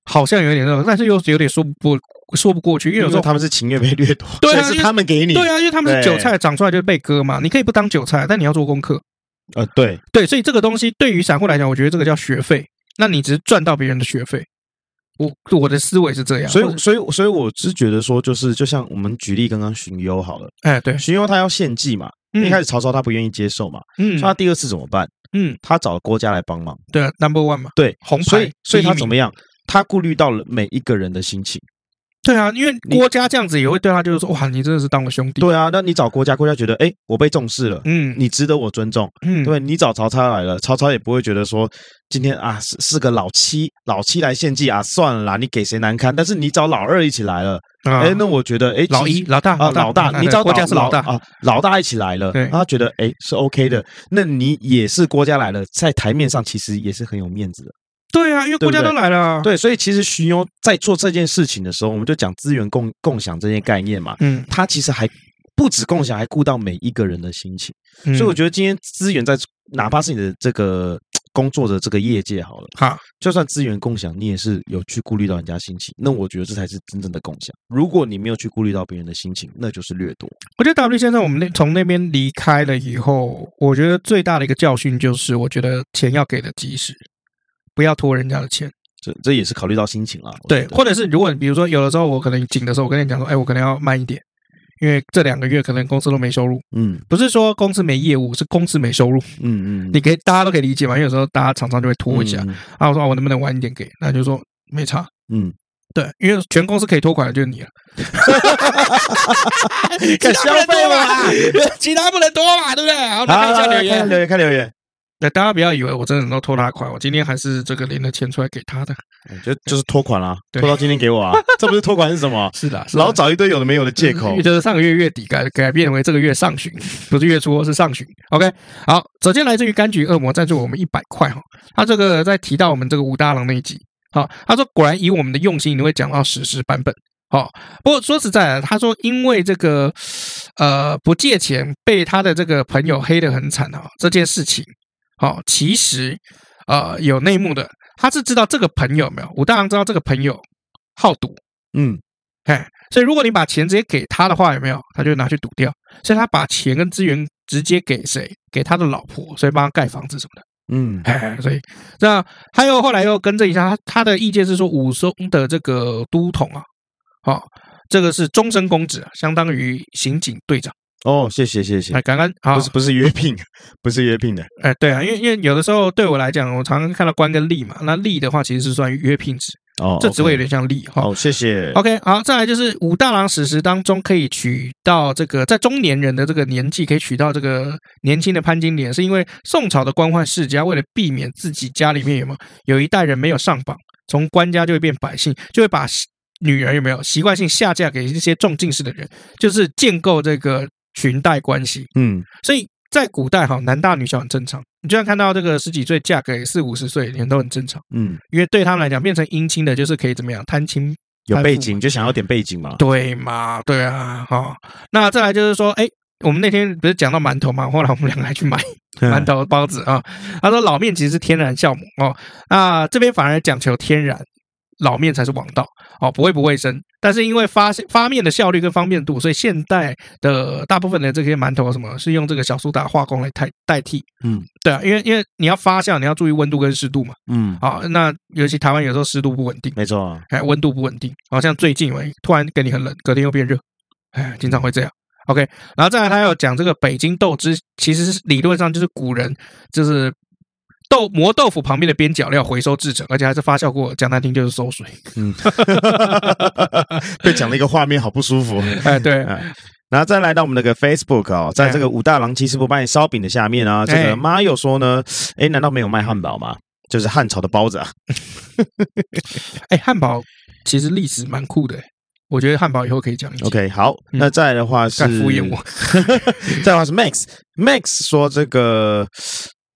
[SPEAKER 1] 好像有点那种，但是又有点说不说不过去，因为
[SPEAKER 2] 因
[SPEAKER 1] 有
[SPEAKER 2] 为
[SPEAKER 1] 时候
[SPEAKER 2] 他们是情愿被掠夺，
[SPEAKER 1] 对啊
[SPEAKER 2] 所以
[SPEAKER 1] 因
[SPEAKER 2] 是
[SPEAKER 1] 为
[SPEAKER 2] 他们给你，
[SPEAKER 1] 对啊，因为他们是
[SPEAKER 2] 对
[SPEAKER 1] 韭菜长出来就被割嘛，你可以不当韭菜，但你要做功课。
[SPEAKER 2] 呃，对，
[SPEAKER 1] 对，所以这个东西对于散户来讲，我觉得这个叫学费，那你只是赚到别人的学费。我我的思维是这样，
[SPEAKER 2] 所
[SPEAKER 1] 啊或者
[SPEAKER 2] 以所以所以我是觉得说，就是就像我们举例刚刚荀攸好了，
[SPEAKER 1] 哎对，
[SPEAKER 2] 荀攸他要献祭嘛，一
[SPEAKER 1] 嗯
[SPEAKER 2] 开始曹操他不愿意接受嘛，
[SPEAKER 1] 嗯
[SPEAKER 2] 所以他第二次怎么办？
[SPEAKER 1] 嗯，
[SPEAKER 2] 他找了郭嘉来帮忙，
[SPEAKER 1] 对啊，Number One 嘛，
[SPEAKER 2] 对，
[SPEAKER 1] 红牌
[SPEAKER 2] 所以所以
[SPEAKER 1] 第一
[SPEAKER 2] 他
[SPEAKER 1] 名
[SPEAKER 2] 怎么样？他顾虑到了每一个人的心情。
[SPEAKER 1] 对啊，因为郭嘉这样子也会对他就是说，哇，你真的是当我兄弟，
[SPEAKER 2] 对啊，那你找郭嘉，郭嘉觉得，哎，我被重视了，
[SPEAKER 1] 嗯
[SPEAKER 2] 你值得我尊重。
[SPEAKER 1] 嗯，
[SPEAKER 2] 对你找曹操来了，曹操也不会觉得说今天啊是是个老七，老七来献祭啊，算了啦，你给谁难堪？但是你找老二一起来了，
[SPEAKER 1] 啊
[SPEAKER 2] 哎，那我觉得哎
[SPEAKER 1] 老
[SPEAKER 2] 其
[SPEAKER 1] 一
[SPEAKER 2] 实
[SPEAKER 1] 老大
[SPEAKER 2] 啊老大，你找
[SPEAKER 1] 郭
[SPEAKER 2] 老
[SPEAKER 1] 家是老大，
[SPEAKER 2] 啊老大一起来了，
[SPEAKER 1] 对嗯
[SPEAKER 2] 他觉得哎是 OK 的，那你也是郭嘉来了，在台面上其实也是很有面子的。
[SPEAKER 1] 对啊，因为郭
[SPEAKER 2] 对不
[SPEAKER 1] 家
[SPEAKER 2] 对
[SPEAKER 1] 都来了，，
[SPEAKER 2] 对，所以其实荀攸在做这件事情的时候，我们就讲资源共共享这些概念嘛，
[SPEAKER 1] 嗯，
[SPEAKER 2] 他其实还不止共享，还顾到每一个人的心情。
[SPEAKER 1] 所
[SPEAKER 2] 所以我觉得今天资源在，哪怕是你的这个工作的这个业界好了，
[SPEAKER 1] 好，
[SPEAKER 2] 就算资源共享，你也是有去顾虑到人家心情。那我觉得这才是真正的共享。如果你没有去顾虑到别人的心情，那就是掠夺。
[SPEAKER 1] 我觉得 W 先生，我们那从那边离开了以后，我觉得最大的一个教训就是，我觉得钱要给的及时，不要拖人家的钱。
[SPEAKER 2] 这这也是考虑到心情啦。我
[SPEAKER 1] 对
[SPEAKER 2] 觉，得
[SPEAKER 1] 或者是如果比如说有的时候我可能紧的时候，我跟你讲说，哎，我可能要慢一点，因为这两个月可能公司都没收入，
[SPEAKER 2] 嗯
[SPEAKER 1] 不是说公司没业务，是公司没收入。
[SPEAKER 2] 嗯嗯，
[SPEAKER 1] 你可以大家都可以理解嘛，因为有时候大家常常就会拖一下，
[SPEAKER 2] 嗯
[SPEAKER 1] 啊，我说、啊我能不能晚一点给？那就说没差，
[SPEAKER 2] 嗯，
[SPEAKER 1] 对，因为全公司可以拖款的就是你了，
[SPEAKER 2] 敢消费吗？嗯
[SPEAKER 1] 其他不能多嘛，对不对？好，
[SPEAKER 2] 好
[SPEAKER 1] 啊那看一下
[SPEAKER 2] 嗯好
[SPEAKER 1] 留言。
[SPEAKER 2] 看留言，看留言。
[SPEAKER 1] 那大家不要以为我真的能够拖他款，我今天还是这个领了钱出来给他的。
[SPEAKER 2] 我觉得就是拖款啦、
[SPEAKER 1] 对
[SPEAKER 2] 拖到今天给我啊， 这不是拖款是什么？
[SPEAKER 1] 是的，是的啊
[SPEAKER 2] 老找一堆有的没有的借口。
[SPEAKER 1] 就是上个月月底改改变为这个月上旬，不是月初，是上旬。OK，好，首先来自于柑橘恶魔赞助我们一百块哈，他这个在提到我们这个武大郎那一集，好，他说果然以我们的用心，你会讲到史诗版本。好，不过说实在的，他说因为这个呃不借钱被他的这个朋友黑得很惨啊，这件事情，好，其实呃有内幕的，他是知道这个朋友没有，武大郎知道这个朋友好赌，
[SPEAKER 2] 嗯，
[SPEAKER 1] 哎，所以如果你把钱直接给他的话，有没有？他就拿去赌掉。所以他把钱跟资源直接给谁？给他的老婆，所以帮他盖房子什么的。
[SPEAKER 2] 嗯，
[SPEAKER 1] 哎，所以那他又后来又更正一下，他他的意见是说，武松的这个都统啊，好、这个是终身公职啊，相当于刑警队长。
[SPEAKER 2] 哦，谢谢谢谢
[SPEAKER 1] 哎，，感恩啊
[SPEAKER 2] 不，是不是约聘， 不是约聘的，
[SPEAKER 1] 哎，对啊，因为因为有的时候对我来讲，我常常看到官跟吏嘛，那吏的话其实是算约聘制，
[SPEAKER 2] 哦，
[SPEAKER 1] 这职位有
[SPEAKER 2] OK
[SPEAKER 1] 点像吏哈。
[SPEAKER 2] 哦，谢谢。
[SPEAKER 1] OK，好，再来就是武大郎史实当中可以取到这个，在中年人的这个年纪可以取到这个年轻的潘金莲，是因为宋朝的官宦世家为了避免自己家里面有没有有一代人没有上榜，从官家就会变百姓，就会把女儿有没有习惯性下嫁给一些重进士的人，就是建构这个裙带关系。
[SPEAKER 2] 嗯，
[SPEAKER 1] 所以在古代哈，男大女小很正常，你就算看到这个十几岁嫁给四五十岁的人都很正常，
[SPEAKER 2] 嗯，
[SPEAKER 1] 因为对他们来讲，变成姻亲的就是可以怎么样贪亲
[SPEAKER 2] 有
[SPEAKER 1] 攀
[SPEAKER 2] 背
[SPEAKER 1] 附
[SPEAKER 2] 景就想要点背景嘛。
[SPEAKER 1] 对嘛？对啊，哈、那再来就是说，哎，我们那天不是讲到馒头嘛？后来我们两个还去买
[SPEAKER 2] 嗯
[SPEAKER 1] 馒头包子啊。他说老面其实是天然酵母哦，那这边反而讲求天然，老面才是王道哦，不会不卫生。但是因为发发面的效率跟方便度，所以现代的大部分的这些馒头什么是用这个小苏打化工来代代替。
[SPEAKER 2] 嗯
[SPEAKER 1] 对啊，因为因为你要发酵，你要注意温度跟湿度嘛。
[SPEAKER 2] 嗯，
[SPEAKER 1] 啊、那尤其台湾有时候湿度不稳定。
[SPEAKER 2] 没错啊。
[SPEAKER 1] 哎，温度不稳定，好像最近喂，突然给你很冷，隔天又变热，哎，经常会这样。OK，然后再来，他有讲这个北京豆汁，其实是理论上就是古人就是豆磨豆腐旁边的边角料回收制成，而且还是发酵过，讲难听就是馊水。
[SPEAKER 2] 嗯，被讲了一个画面，好不舒服。
[SPEAKER 1] 哎， 对，
[SPEAKER 2] 哎然后再来到我们那个 Facebook 哦，在这个武大郎其实不卖烧饼的下面啊，这
[SPEAKER 1] 哎
[SPEAKER 2] 个妈有说呢，哎，难道没有卖汉堡吗？就是汉朝的包子啊，
[SPEAKER 1] 哎，汉堡其实历史蛮酷的，欸我觉得汉堡以后可以讲一讲。
[SPEAKER 2] OK，好，
[SPEAKER 1] 嗯
[SPEAKER 2] 那再来的话是
[SPEAKER 1] 敢敷衍我，
[SPEAKER 2] 再来的话是 Max Max 说这个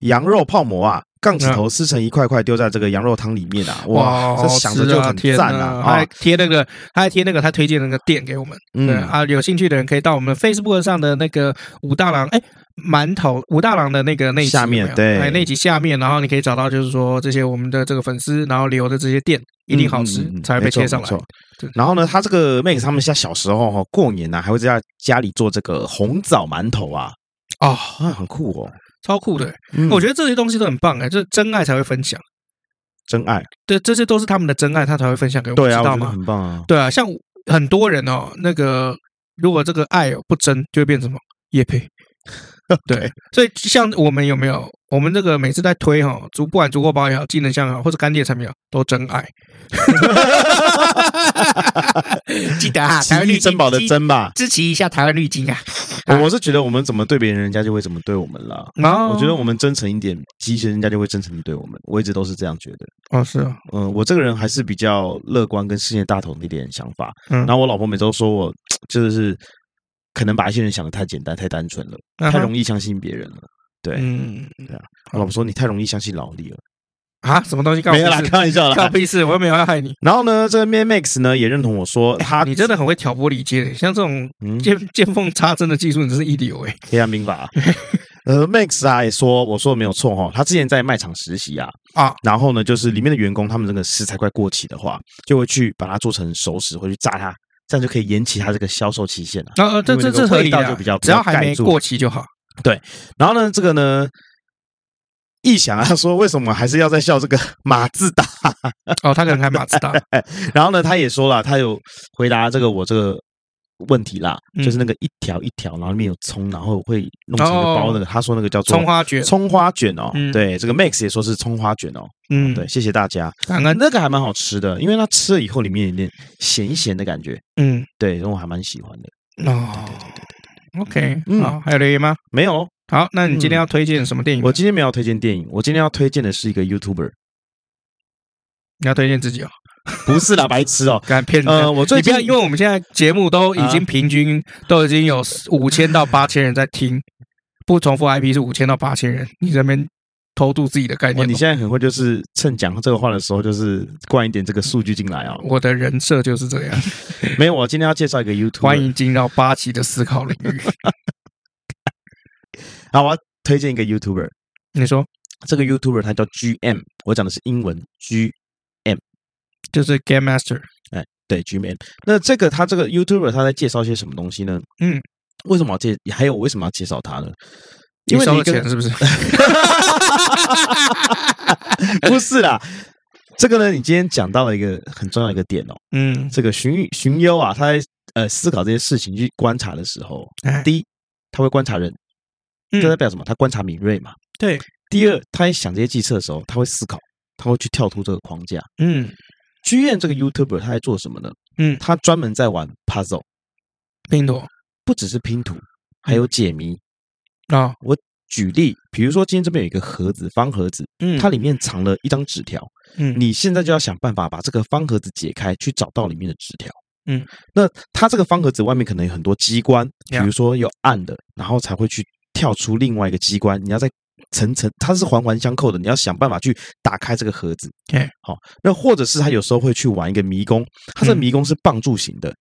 [SPEAKER 2] 羊肉泡馍啊，杠子头撕成一块块丢在这个羊肉汤里面啊，哇，
[SPEAKER 1] 嗯好
[SPEAKER 2] 这想着
[SPEAKER 1] 吃
[SPEAKER 2] 就
[SPEAKER 1] 啊
[SPEAKER 2] 很
[SPEAKER 1] 天
[SPEAKER 2] 赞
[SPEAKER 1] 哪
[SPEAKER 2] 啊
[SPEAKER 1] 他还
[SPEAKER 2] 啊，
[SPEAKER 1] 贴那个，他还贴那个他推荐那个店给我们。对
[SPEAKER 2] 嗯，
[SPEAKER 1] 啊，有兴趣的人可以到我们 Facebook 上的那个武大郎，哎，馒头武大郎的那个那一集
[SPEAKER 2] 下面
[SPEAKER 1] 有没有
[SPEAKER 2] 对
[SPEAKER 1] 哎那一集下面，然后你可以找到就是说这些我们的这个粉丝，然后留的这些店一定好吃，
[SPEAKER 2] 嗯嗯嗯
[SPEAKER 1] 才会被
[SPEAKER 2] 没错
[SPEAKER 1] 贴上来
[SPEAKER 2] 没。错
[SPEAKER 1] 对
[SPEAKER 2] 然后呢，他这个 Max 他们家小时候哈，过年啊呢还会在家家里做这个红枣馒头啊，
[SPEAKER 1] 哦，
[SPEAKER 2] 啊，很酷哦。
[SPEAKER 1] 超酷的！
[SPEAKER 2] 嗯
[SPEAKER 1] 我觉得这些东西都很棒哎，这真爱才会分享，
[SPEAKER 2] 真爱，
[SPEAKER 1] 对，这些都是他们的真爱，他才会分享给我们，
[SPEAKER 2] 对啊，
[SPEAKER 1] 知
[SPEAKER 2] 我
[SPEAKER 1] 道
[SPEAKER 2] 觉得
[SPEAKER 1] 吗？
[SPEAKER 2] 很棒啊。
[SPEAKER 1] 对啊，像很多人哦，那个如果这个爱哦不真，就会变成什么叶配。对，所以像我们有没有，我们这个每次在推哈、哦，足不管足够包也好，技能箱也好，或者干爹产品也好，都真爱。 记得 啊
[SPEAKER 2] 奇遇珍宝的珍吧，
[SPEAKER 1] 支持一下台湾绿金啊！
[SPEAKER 2] 我我是觉得我们怎么对别人，人家就会怎么对我们了。
[SPEAKER 1] 啊，
[SPEAKER 2] 我觉得我们真诚一点，其实人家就会真诚地对我们。我一直都是这样觉得。
[SPEAKER 1] 哦是啊，
[SPEAKER 2] 嗯，我这个人还是比较乐观，跟世界大同的一点想法。
[SPEAKER 1] 嗯
[SPEAKER 2] 然后我老婆每周说我就是可能把一些人想的太简单、太单纯了，太容易相信别人了。
[SPEAKER 1] 易
[SPEAKER 2] 对，
[SPEAKER 1] 嗯
[SPEAKER 2] 我老婆说你太容易相信劳力了。
[SPEAKER 1] 啊什么东西告
[SPEAKER 2] 没
[SPEAKER 1] 诉
[SPEAKER 2] 有啦， 开玩笑
[SPEAKER 1] 告
[SPEAKER 2] 啦。
[SPEAKER 1] 屁事！我又没有要害你，
[SPEAKER 2] 然后呢，这个 Man Max 呢也认同我 说他
[SPEAKER 1] 你真的很会挑拨离间欸，像这种
[SPEAKER 2] 嗯
[SPEAKER 1] 见见缝插针的技术，你真是一流哎！
[SPEAKER 2] 黑暗民法。 呃，Max 啊也说，我说的没有错哦，他之前在卖场实习啊，
[SPEAKER 1] 啊，
[SPEAKER 2] 然后呢，就是里面的员工他们这个食材快过期的话，就会去把它做成熟食，会去炸它，这样就可以延期它这个销售期限了、
[SPEAKER 1] 啊，呃这这
[SPEAKER 2] 因为那
[SPEAKER 1] 这
[SPEAKER 2] 个
[SPEAKER 1] 合理
[SPEAKER 2] 味
[SPEAKER 1] 的
[SPEAKER 2] 道
[SPEAKER 1] 啊，
[SPEAKER 2] 就比较
[SPEAKER 1] 只要
[SPEAKER 2] 比较
[SPEAKER 1] 还
[SPEAKER 2] 盖
[SPEAKER 1] 没
[SPEAKER 2] 住
[SPEAKER 1] 过期就好。
[SPEAKER 2] 然后呢，这个呢，臆想啊 说为什么还是要再笑这个 马自达？
[SPEAKER 1] 哦，他可能开马自 达，
[SPEAKER 2] 然后呢，他也说了，他有回答这个我这个。问题啦，
[SPEAKER 1] 嗯
[SPEAKER 2] 就是那个一条一条，然后里面有葱，然后会弄成一个包那个。他说那个叫
[SPEAKER 1] 哦
[SPEAKER 2] 做
[SPEAKER 1] 葱花卷，
[SPEAKER 2] 葱花卷哦，
[SPEAKER 1] 嗯
[SPEAKER 2] 对，这个 Max 也说是葱花卷哦，
[SPEAKER 1] 嗯，
[SPEAKER 2] 对，，谢谢大家。
[SPEAKER 1] 感恩，
[SPEAKER 2] 那个还蛮好吃的，因为它吃了以后里面有点咸咸的感觉，
[SPEAKER 1] 嗯，
[SPEAKER 2] 对，然后我还蛮喜欢的。
[SPEAKER 1] 哦，OK，
[SPEAKER 2] 嗯
[SPEAKER 1] 好，还有留言吗？
[SPEAKER 2] 没有，哦
[SPEAKER 1] 好，那你今天要推荐什么电影？
[SPEAKER 2] 嗯我今天没有推荐电影，我今天要推荐的是一个 YouTuber，
[SPEAKER 1] 你要推荐自己哦，
[SPEAKER 2] 不是啦，白痴哦。
[SPEAKER 1] 敢骗人家
[SPEAKER 2] 呃，我最
[SPEAKER 1] 你不
[SPEAKER 2] 近
[SPEAKER 1] 要，因为我们现在节目都已经
[SPEAKER 2] 啊
[SPEAKER 1] 平均、都已经有五千到八千人在听，不重复 IP 是五千到八千人，你这边偷渡自己的概
[SPEAKER 2] 哇
[SPEAKER 1] 念
[SPEAKER 2] 哦你
[SPEAKER 1] 吗，
[SPEAKER 2] 现在很会，就是趁讲这个话的时候，就是灌一点这个数据进来哦。
[SPEAKER 1] 我的人设就是这 样。
[SPEAKER 2] 没有，我今天要介绍一个 YouTuber，
[SPEAKER 1] 欢迎进到八旗的思考领 域。
[SPEAKER 2] 好，我要推荐一个 YouTuber，
[SPEAKER 1] 你说，
[SPEAKER 2] 这个 YouTuber 他叫 GM，我讲的是英文 G，
[SPEAKER 1] 就是 Game Master，
[SPEAKER 2] 对 GM。那这个他这个 YouTuber 他在介绍些什么东西呢？
[SPEAKER 1] 嗯，
[SPEAKER 2] 为什么要介？还有我为什么要介绍他呢？因
[SPEAKER 1] 你
[SPEAKER 2] 为
[SPEAKER 1] 收
[SPEAKER 2] 你
[SPEAKER 1] 了
[SPEAKER 2] 跟
[SPEAKER 1] 钱是 不是？
[SPEAKER 2] 不是啦，这个呢，你今天讲到了一个很重要的一个点哦。
[SPEAKER 1] 嗯，
[SPEAKER 2] 这个荀荀攸啊，他在呃思考这些事情去观察的时候，
[SPEAKER 1] 哎
[SPEAKER 2] 第一，他会观察人，
[SPEAKER 1] 嗯
[SPEAKER 2] 这代表什么？他观察敏锐嘛。
[SPEAKER 1] 对，
[SPEAKER 2] 第二，他在想这些计策的时候，他会思考，他会去跳出这个框架。
[SPEAKER 1] 嗯，
[SPEAKER 2] 剧院这个 YouTuber 他在做什么呢？
[SPEAKER 1] 嗯
[SPEAKER 2] 他专门在玩 puzzle，
[SPEAKER 1] 拼图
[SPEAKER 2] 不只是拼
[SPEAKER 1] 嗯
[SPEAKER 2] 图，还有解谜。
[SPEAKER 1] 啊，
[SPEAKER 2] 举例，比如说今天这边有一个盒子，方盒子，
[SPEAKER 1] 嗯，
[SPEAKER 2] 它里面藏了一张纸条，
[SPEAKER 1] 嗯
[SPEAKER 2] 你现在就要想办法把这个方盒子解开，去找到里面的纸条。
[SPEAKER 1] 嗯，
[SPEAKER 2] 那它这个方盒子外面可能有很多机关，比
[SPEAKER 1] Yeah
[SPEAKER 2] 如说有暗的，然后才会去跳出另外一个机关。你要在层层，它是环环相扣的，你要想办法去打开这个盒子。
[SPEAKER 1] Yeah
[SPEAKER 2] 好，那或者是他有时候会去玩一个迷宫，它这个
[SPEAKER 1] 嗯
[SPEAKER 2] 迷宫是棒柱型的。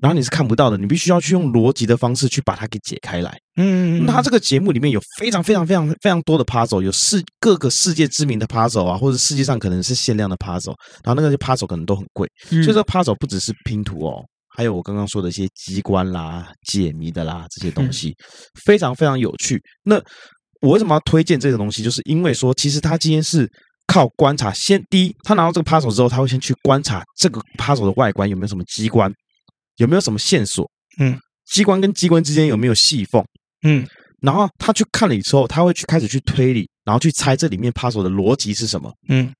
[SPEAKER 2] 然后你是看不到的，你必须要去用逻辑的方式去把它给解开来。
[SPEAKER 1] 嗯，嗯
[SPEAKER 2] 那他这个节目里面有非常非常非常非常多的 puzzle，有世各个世界知名的 puzzle 啊，或者世界上可能是限量的 puzzle，然后那个 puzzle 可能都很贵，
[SPEAKER 1] 嗯
[SPEAKER 2] 所以这个 puzzle 不只是拼图哦，还有我刚刚说的一些机关啦、解谜的啦这些
[SPEAKER 1] 嗯
[SPEAKER 2] 东西，非常非常有趣。那我为什么要推荐这个东西？就是因为说，其实他今天是。靠观察，先第一，他拿到这个 puzzle 之后，他会先去观察这个 puzzle 的外观有没有什么机关，有没有什么线索，
[SPEAKER 1] 嗯，
[SPEAKER 2] 机关跟机关之间有没有细缝，
[SPEAKER 1] 嗯
[SPEAKER 2] 然后他去看了之后，他会去开始去推理，然后去猜这里面 puzzle 的逻辑是什么。
[SPEAKER 1] 嗯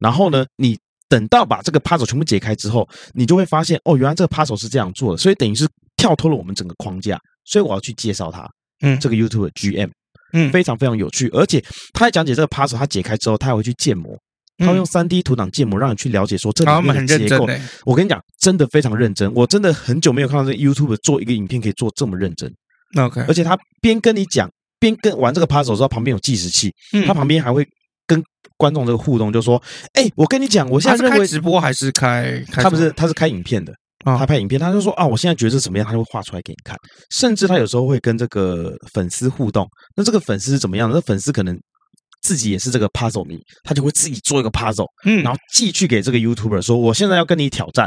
[SPEAKER 2] 然后呢，你等到把这个 puzzle 全部解开之后，你就会发现哦，原来这个 puzzle 是这样做的，所以等于是跳脱了我们整个框架。所以我要去介绍他
[SPEAKER 1] 嗯，
[SPEAKER 2] 这个 YouTube GM，
[SPEAKER 1] 嗯
[SPEAKER 2] 非常非常有趣，而且他在讲解这个 puzzle，他解开之后，他还会去建模，他会用三 D 图档建模，让你去了解说
[SPEAKER 1] 嗯，
[SPEAKER 2] 这
[SPEAKER 1] 然后我
[SPEAKER 2] 里
[SPEAKER 1] 们很
[SPEAKER 2] 面的
[SPEAKER 1] 认
[SPEAKER 2] 结
[SPEAKER 1] 真
[SPEAKER 2] 构。
[SPEAKER 1] 嘞，
[SPEAKER 2] 我跟你讲，真的非常认真，我真的很久没有看到这个 YouTube 做一个影片可以做这么认真。
[SPEAKER 1] 那欸 OK，
[SPEAKER 2] 而且他边跟你讲，边跟玩这个 puzzle 的时候，旁边有计时器，
[SPEAKER 1] 嗯
[SPEAKER 2] 他旁边还会跟观众这个互动，就说：“哎，我跟你讲，我现
[SPEAKER 1] 他是
[SPEAKER 2] 在认
[SPEAKER 1] 开
[SPEAKER 2] 为
[SPEAKER 1] 直播还是开？开
[SPEAKER 2] 他不
[SPEAKER 1] 什
[SPEAKER 2] 是
[SPEAKER 1] 么
[SPEAKER 2] 他是开影片的，
[SPEAKER 1] 啊
[SPEAKER 2] 他拍影片，他就说啊，我现在觉得是什么样，他就会画出来给你看。甚至他有时候会跟这个粉丝互动，那这个粉丝是怎么样的？那粉丝可能。”自己也是这个 puzzle 迷，他就会自己做一个 puzzle，
[SPEAKER 1] 嗯，
[SPEAKER 2] 然后寄去给这个 YouTuber 说：“我现在要跟你挑战，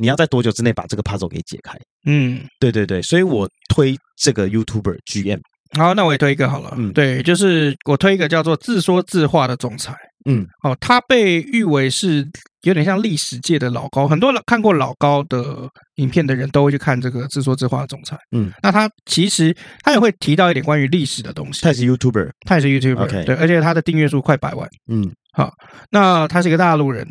[SPEAKER 2] 你要在多久之内把这个 puzzle 给解开
[SPEAKER 1] 嗯。？”
[SPEAKER 2] 对对对，所以我推这个 YouTuber GM，
[SPEAKER 1] 好，那我也推一个好了。
[SPEAKER 2] 嗯
[SPEAKER 1] 对，就是我推一个叫做“自说自话”的总裁。
[SPEAKER 2] 嗯，
[SPEAKER 1] 哦，他被誉为是有点像历史界的老高，很多老看过老高的影片的人都会去看这个“自说自话”的总裁。
[SPEAKER 2] 嗯，
[SPEAKER 1] 那他其实他也会提到一点关于历史的东西。
[SPEAKER 2] 他也是 YouTuber，
[SPEAKER 1] 他也是 YouTube，、
[SPEAKER 2] OK
[SPEAKER 1] 对，而且他的订阅数快百万。
[SPEAKER 2] 嗯
[SPEAKER 1] 那他是一个大陆人，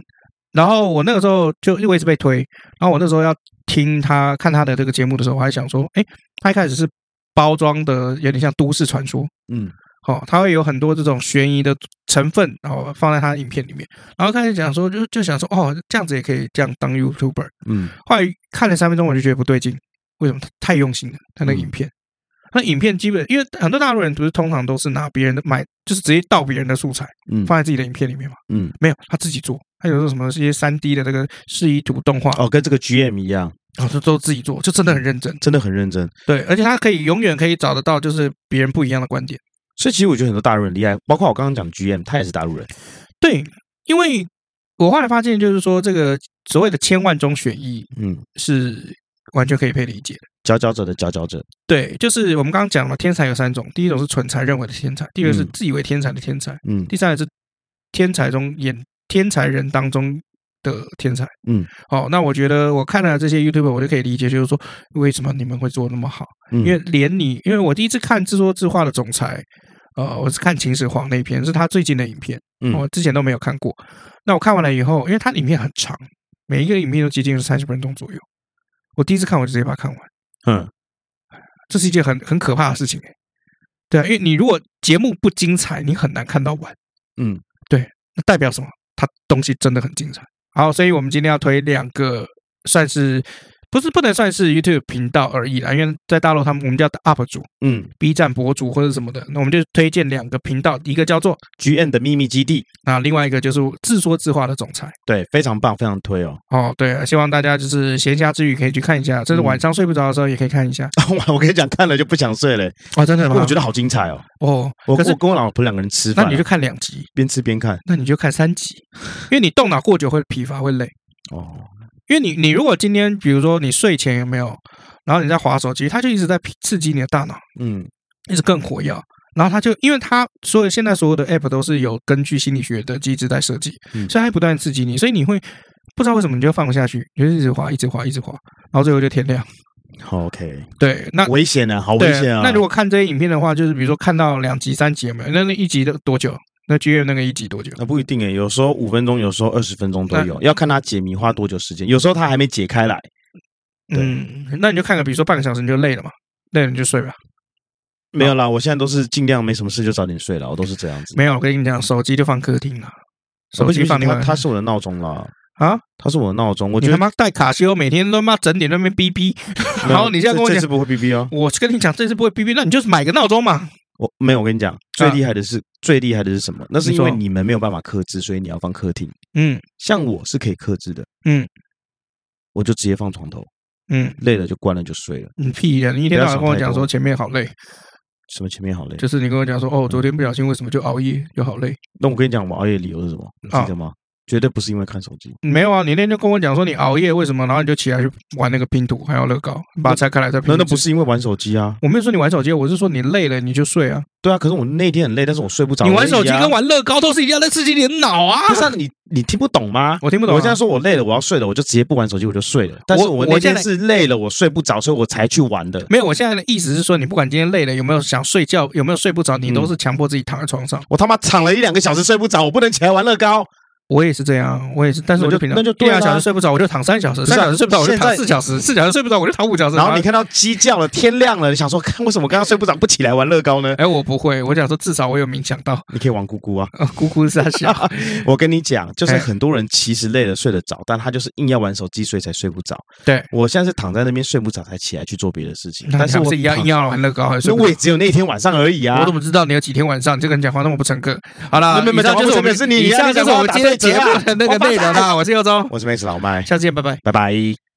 [SPEAKER 1] 然后我那个时候就因为是被推，然后我那时候要听他看他的这个节目的时候，我还想说，哎，他一开始是包装的有点像都市传说，
[SPEAKER 2] 嗯
[SPEAKER 1] 哦，他会有很多这种悬疑的成分，然、后放在他的影片里面，然后开始讲说，就就想说，哦，这样子也可以这样当 YouTuber。
[SPEAKER 2] 嗯
[SPEAKER 1] 后来看了三分钟，我就觉得不对劲，为什么？他太用心了，他那个影片，那影片基本因为很多大陆人不是通常都是拿别人的买，就是直接盗别人的素材
[SPEAKER 2] 嗯
[SPEAKER 1] 放在自己的影片里面嘛，
[SPEAKER 2] 嗯，
[SPEAKER 1] 没有，他自己做。他有时候什么这些三 D 的这个示意图动画，
[SPEAKER 2] 哦，跟这个 GM 一样，
[SPEAKER 1] 哦，都都自己做，就真的很认真。
[SPEAKER 2] 真的很认真。
[SPEAKER 1] 对，而且他可以永远可以找得到，就是别人不一样的观点。
[SPEAKER 2] 所以其实我觉得很多大陆人很厉害，包括我刚刚讲 GM，他也是大陆人。
[SPEAKER 1] 对，因为我后来发现，就是说这个所谓的千万中选一
[SPEAKER 2] 嗯，
[SPEAKER 1] 是完全可以被理解的。
[SPEAKER 2] 佼佼者的佼佼者。
[SPEAKER 1] 对，就是我们刚刚讲了，天才有三种：第一种是蠢才认为的天才，第二个是
[SPEAKER 2] 嗯
[SPEAKER 1] 自以为天才的天才，
[SPEAKER 2] 嗯
[SPEAKER 1] 第三个是天才中演天才人当中的天才。
[SPEAKER 2] 嗯，
[SPEAKER 1] 哦，那我觉得我看了这些 YouTube，我就可以理解，就是说为什么你们会做那么好。
[SPEAKER 2] 嗯，
[SPEAKER 1] 因为连你，因为我第一次看自说自话的总裁，呃，我是看秦始皇那一篇，是他最近的影片，
[SPEAKER 2] 嗯
[SPEAKER 1] 我之前都没有看过。那我看完了以后，因为它影片很长，每一个影片都接近三十分钟左右。我第一次看，我就直接把它看完，
[SPEAKER 2] 嗯
[SPEAKER 1] 这是一件很很可怕的事情、欸。对啊，因为你如果节目不精彩，你很难看到完。
[SPEAKER 2] 嗯，
[SPEAKER 1] 那代表什么？它东西真的很精彩。好，所以我们今天要推两个，算是不是不能算是 YouTube 频道而已啦，因为在大陆他们我们叫 UP 主、
[SPEAKER 2] 嗯
[SPEAKER 1] B 站博主或者什么的，那我们就推荐两个频道，一个叫做
[SPEAKER 2] ，GN 的秘密基地，
[SPEAKER 1] 啊，另外一个就是自说自话的总裁。
[SPEAKER 2] 对，非常棒，非常推哦。
[SPEAKER 1] 哦，对、啊，希望大家就是闲暇之余可以去看一下，甚至晚上睡不着的时候也可以看一下。
[SPEAKER 2] 我我跟你讲，看了就不想睡了，
[SPEAKER 1] 哦，真的吗？
[SPEAKER 2] 我觉得好精彩哦。
[SPEAKER 1] 哦，
[SPEAKER 2] 我
[SPEAKER 1] 可是
[SPEAKER 2] 我跟我老婆两个人吃
[SPEAKER 1] 那
[SPEAKER 2] 饭啊，
[SPEAKER 1] 你就看两集，
[SPEAKER 2] 边吃边看
[SPEAKER 1] 那你就看三集，因为你动脑过久会疲乏会累。
[SPEAKER 2] 哦。
[SPEAKER 1] 因为你你如果今天比如说你睡前有没有，然后你在划手机，它就一直在刺刺激你的大脑，
[SPEAKER 2] 嗯，
[SPEAKER 1] 一直更活跃。然后它就因为它所有现在所有的 app 都是有根据心理学的机制在设计，
[SPEAKER 2] 嗯
[SPEAKER 1] 所以它不断地刺激你，所以你会不知道为什么你就放不下去，你就一直滑，一直滑，一直滑，然后最后就天亮。
[SPEAKER 2] 好嗯 OK，
[SPEAKER 1] 对，那
[SPEAKER 2] 危险啊，好
[SPEAKER 1] 对，
[SPEAKER 2] 危险啊。
[SPEAKER 1] 那如果看这些影片的话，就是比如说看到两集、三集有没有？那那一集的多久？那 G M 那个一集多久？
[SPEAKER 2] 那不一定诶，有时候五分钟，有时候二十分钟都有，要看他解谜花多久时间。有时候他还没解开来，对
[SPEAKER 1] 嗯，那你就看个，比如说半个小时你就累了嘛，累了你就睡吧。
[SPEAKER 2] 没有啦。我现在都是尽量没什么事就早点睡了，我都是这样子。
[SPEAKER 1] 没有，我跟你讲，手机就放客厅了，
[SPEAKER 2] 啊
[SPEAKER 1] 手
[SPEAKER 2] 不
[SPEAKER 1] 机
[SPEAKER 2] 行
[SPEAKER 1] 放
[SPEAKER 2] 不
[SPEAKER 1] 另
[SPEAKER 2] 行
[SPEAKER 1] 外
[SPEAKER 2] 他他是我的闹钟啦，
[SPEAKER 1] 啊，
[SPEAKER 2] 他是我的闹钟。我
[SPEAKER 1] 你
[SPEAKER 2] 觉
[SPEAKER 1] 他
[SPEAKER 2] 得
[SPEAKER 1] 妈带卡西欧每天都他妈整点在那边哔哔，
[SPEAKER 2] 没有
[SPEAKER 1] 然后你现在跟我
[SPEAKER 2] 这
[SPEAKER 1] 讲
[SPEAKER 2] 这次不会哔哔哦。
[SPEAKER 1] 我跟你讲这次不会哔哔，那你就是买个闹钟嘛。
[SPEAKER 2] 我没有，我跟你讲，最厉害的是、最厉害的是什么？那
[SPEAKER 1] 啊
[SPEAKER 2] 是
[SPEAKER 1] 你
[SPEAKER 2] 因
[SPEAKER 1] 说
[SPEAKER 2] 为你们没有办法克制，所以你要放客厅。
[SPEAKER 1] 嗯
[SPEAKER 2] 像我是可以克制的，
[SPEAKER 1] 嗯，
[SPEAKER 2] 我就直接放床头，
[SPEAKER 1] 嗯，
[SPEAKER 2] 累了就关了就睡了。
[SPEAKER 1] 你屁呀！你一天到晚跟我讲说前面好累，
[SPEAKER 2] 什么前面好累？
[SPEAKER 1] 就是你跟我讲说
[SPEAKER 2] 嗯
[SPEAKER 1] 哦，昨天不小心为什么就熬夜又好累？
[SPEAKER 2] 那我跟你讲，我熬夜理由是什么？你记得吗？绝对不是因为看手机。
[SPEAKER 1] 没有啊，你那天就跟我讲说你熬夜为什么，然后你就起来去玩那个拼图，还有乐高，把它拆开来再拼。
[SPEAKER 2] 嗯那那不？是因为玩手机啊，
[SPEAKER 1] 我没有说你玩手机，我是说你累了你就睡啊。
[SPEAKER 2] 对啊，可是我那天很累，但是我睡不着而
[SPEAKER 1] 你
[SPEAKER 2] 已啊。
[SPEAKER 1] 玩手机跟玩乐高都是一样在刺激你的脑啊。
[SPEAKER 2] 不是啊你你听不懂吗？
[SPEAKER 1] 我听不懂啊
[SPEAKER 2] 我现在说我累了，我要睡了，我就直接不玩手机，我就睡了。但是
[SPEAKER 1] 我
[SPEAKER 2] 我
[SPEAKER 1] 我
[SPEAKER 2] 那
[SPEAKER 1] 现
[SPEAKER 2] 天
[SPEAKER 1] 在
[SPEAKER 2] 是累了，我睡不着，所以我才去玩的。
[SPEAKER 1] 没有，我现在的意思是说，你不管今天累了，有没有想睡觉，有没有睡不着，
[SPEAKER 2] 嗯
[SPEAKER 1] 你都是强迫自己躺在床上。
[SPEAKER 2] 我他妈躺了一两个小时睡不着，我不能起来玩乐高。
[SPEAKER 1] 我也是这样，我也是，但是我就
[SPEAKER 2] 那就
[SPEAKER 1] 平常
[SPEAKER 2] 那就
[SPEAKER 1] 一
[SPEAKER 2] 对啦
[SPEAKER 1] 两小时睡不着，我就躺三小时，
[SPEAKER 2] 是啊
[SPEAKER 1] 三小时睡不着我就
[SPEAKER 2] 现在
[SPEAKER 1] 躺四小时，四小时睡不着我就躺五小时。啊
[SPEAKER 2] 然后你，看到鸡叫了，天亮了，你想说，看为什么我刚刚睡不着，不起来玩乐高呢？
[SPEAKER 1] 哎，我不会，我想说至少我有冥想到，
[SPEAKER 2] 你可以玩咕咕啊。
[SPEAKER 1] 呃咕咕是他笑。
[SPEAKER 2] 我跟你讲，就是
[SPEAKER 1] 哎
[SPEAKER 2] 很多人其实累了睡得着，但他就是硬要玩手机，所以才睡不着。
[SPEAKER 1] 对
[SPEAKER 2] 我现在是躺在那边睡不着，才起来去做别的事情。
[SPEAKER 1] 那
[SPEAKER 2] 但
[SPEAKER 1] 你
[SPEAKER 2] 是
[SPEAKER 1] 还不
[SPEAKER 2] 我
[SPEAKER 1] 是一样
[SPEAKER 2] 躺
[SPEAKER 1] 硬要玩乐高，还是睡
[SPEAKER 2] 那
[SPEAKER 1] 不
[SPEAKER 2] 我
[SPEAKER 1] 着
[SPEAKER 2] 也只有那一天晚上而已啊。
[SPEAKER 1] 我怎么知道你有几天晚上你这个人讲话那么不诚恳？好啦，
[SPEAKER 2] 没有没有
[SPEAKER 1] 以上就是我们
[SPEAKER 2] 讲话不诚恳是你
[SPEAKER 1] 以上就是我们今天
[SPEAKER 2] 你这
[SPEAKER 1] 节
[SPEAKER 2] 样
[SPEAKER 1] 目
[SPEAKER 2] 讲话
[SPEAKER 1] 的那个内容啦。我是佑宗，
[SPEAKER 2] 我是 Max 老麦，
[SPEAKER 1] 下次见，拜拜。
[SPEAKER 2] 拜拜。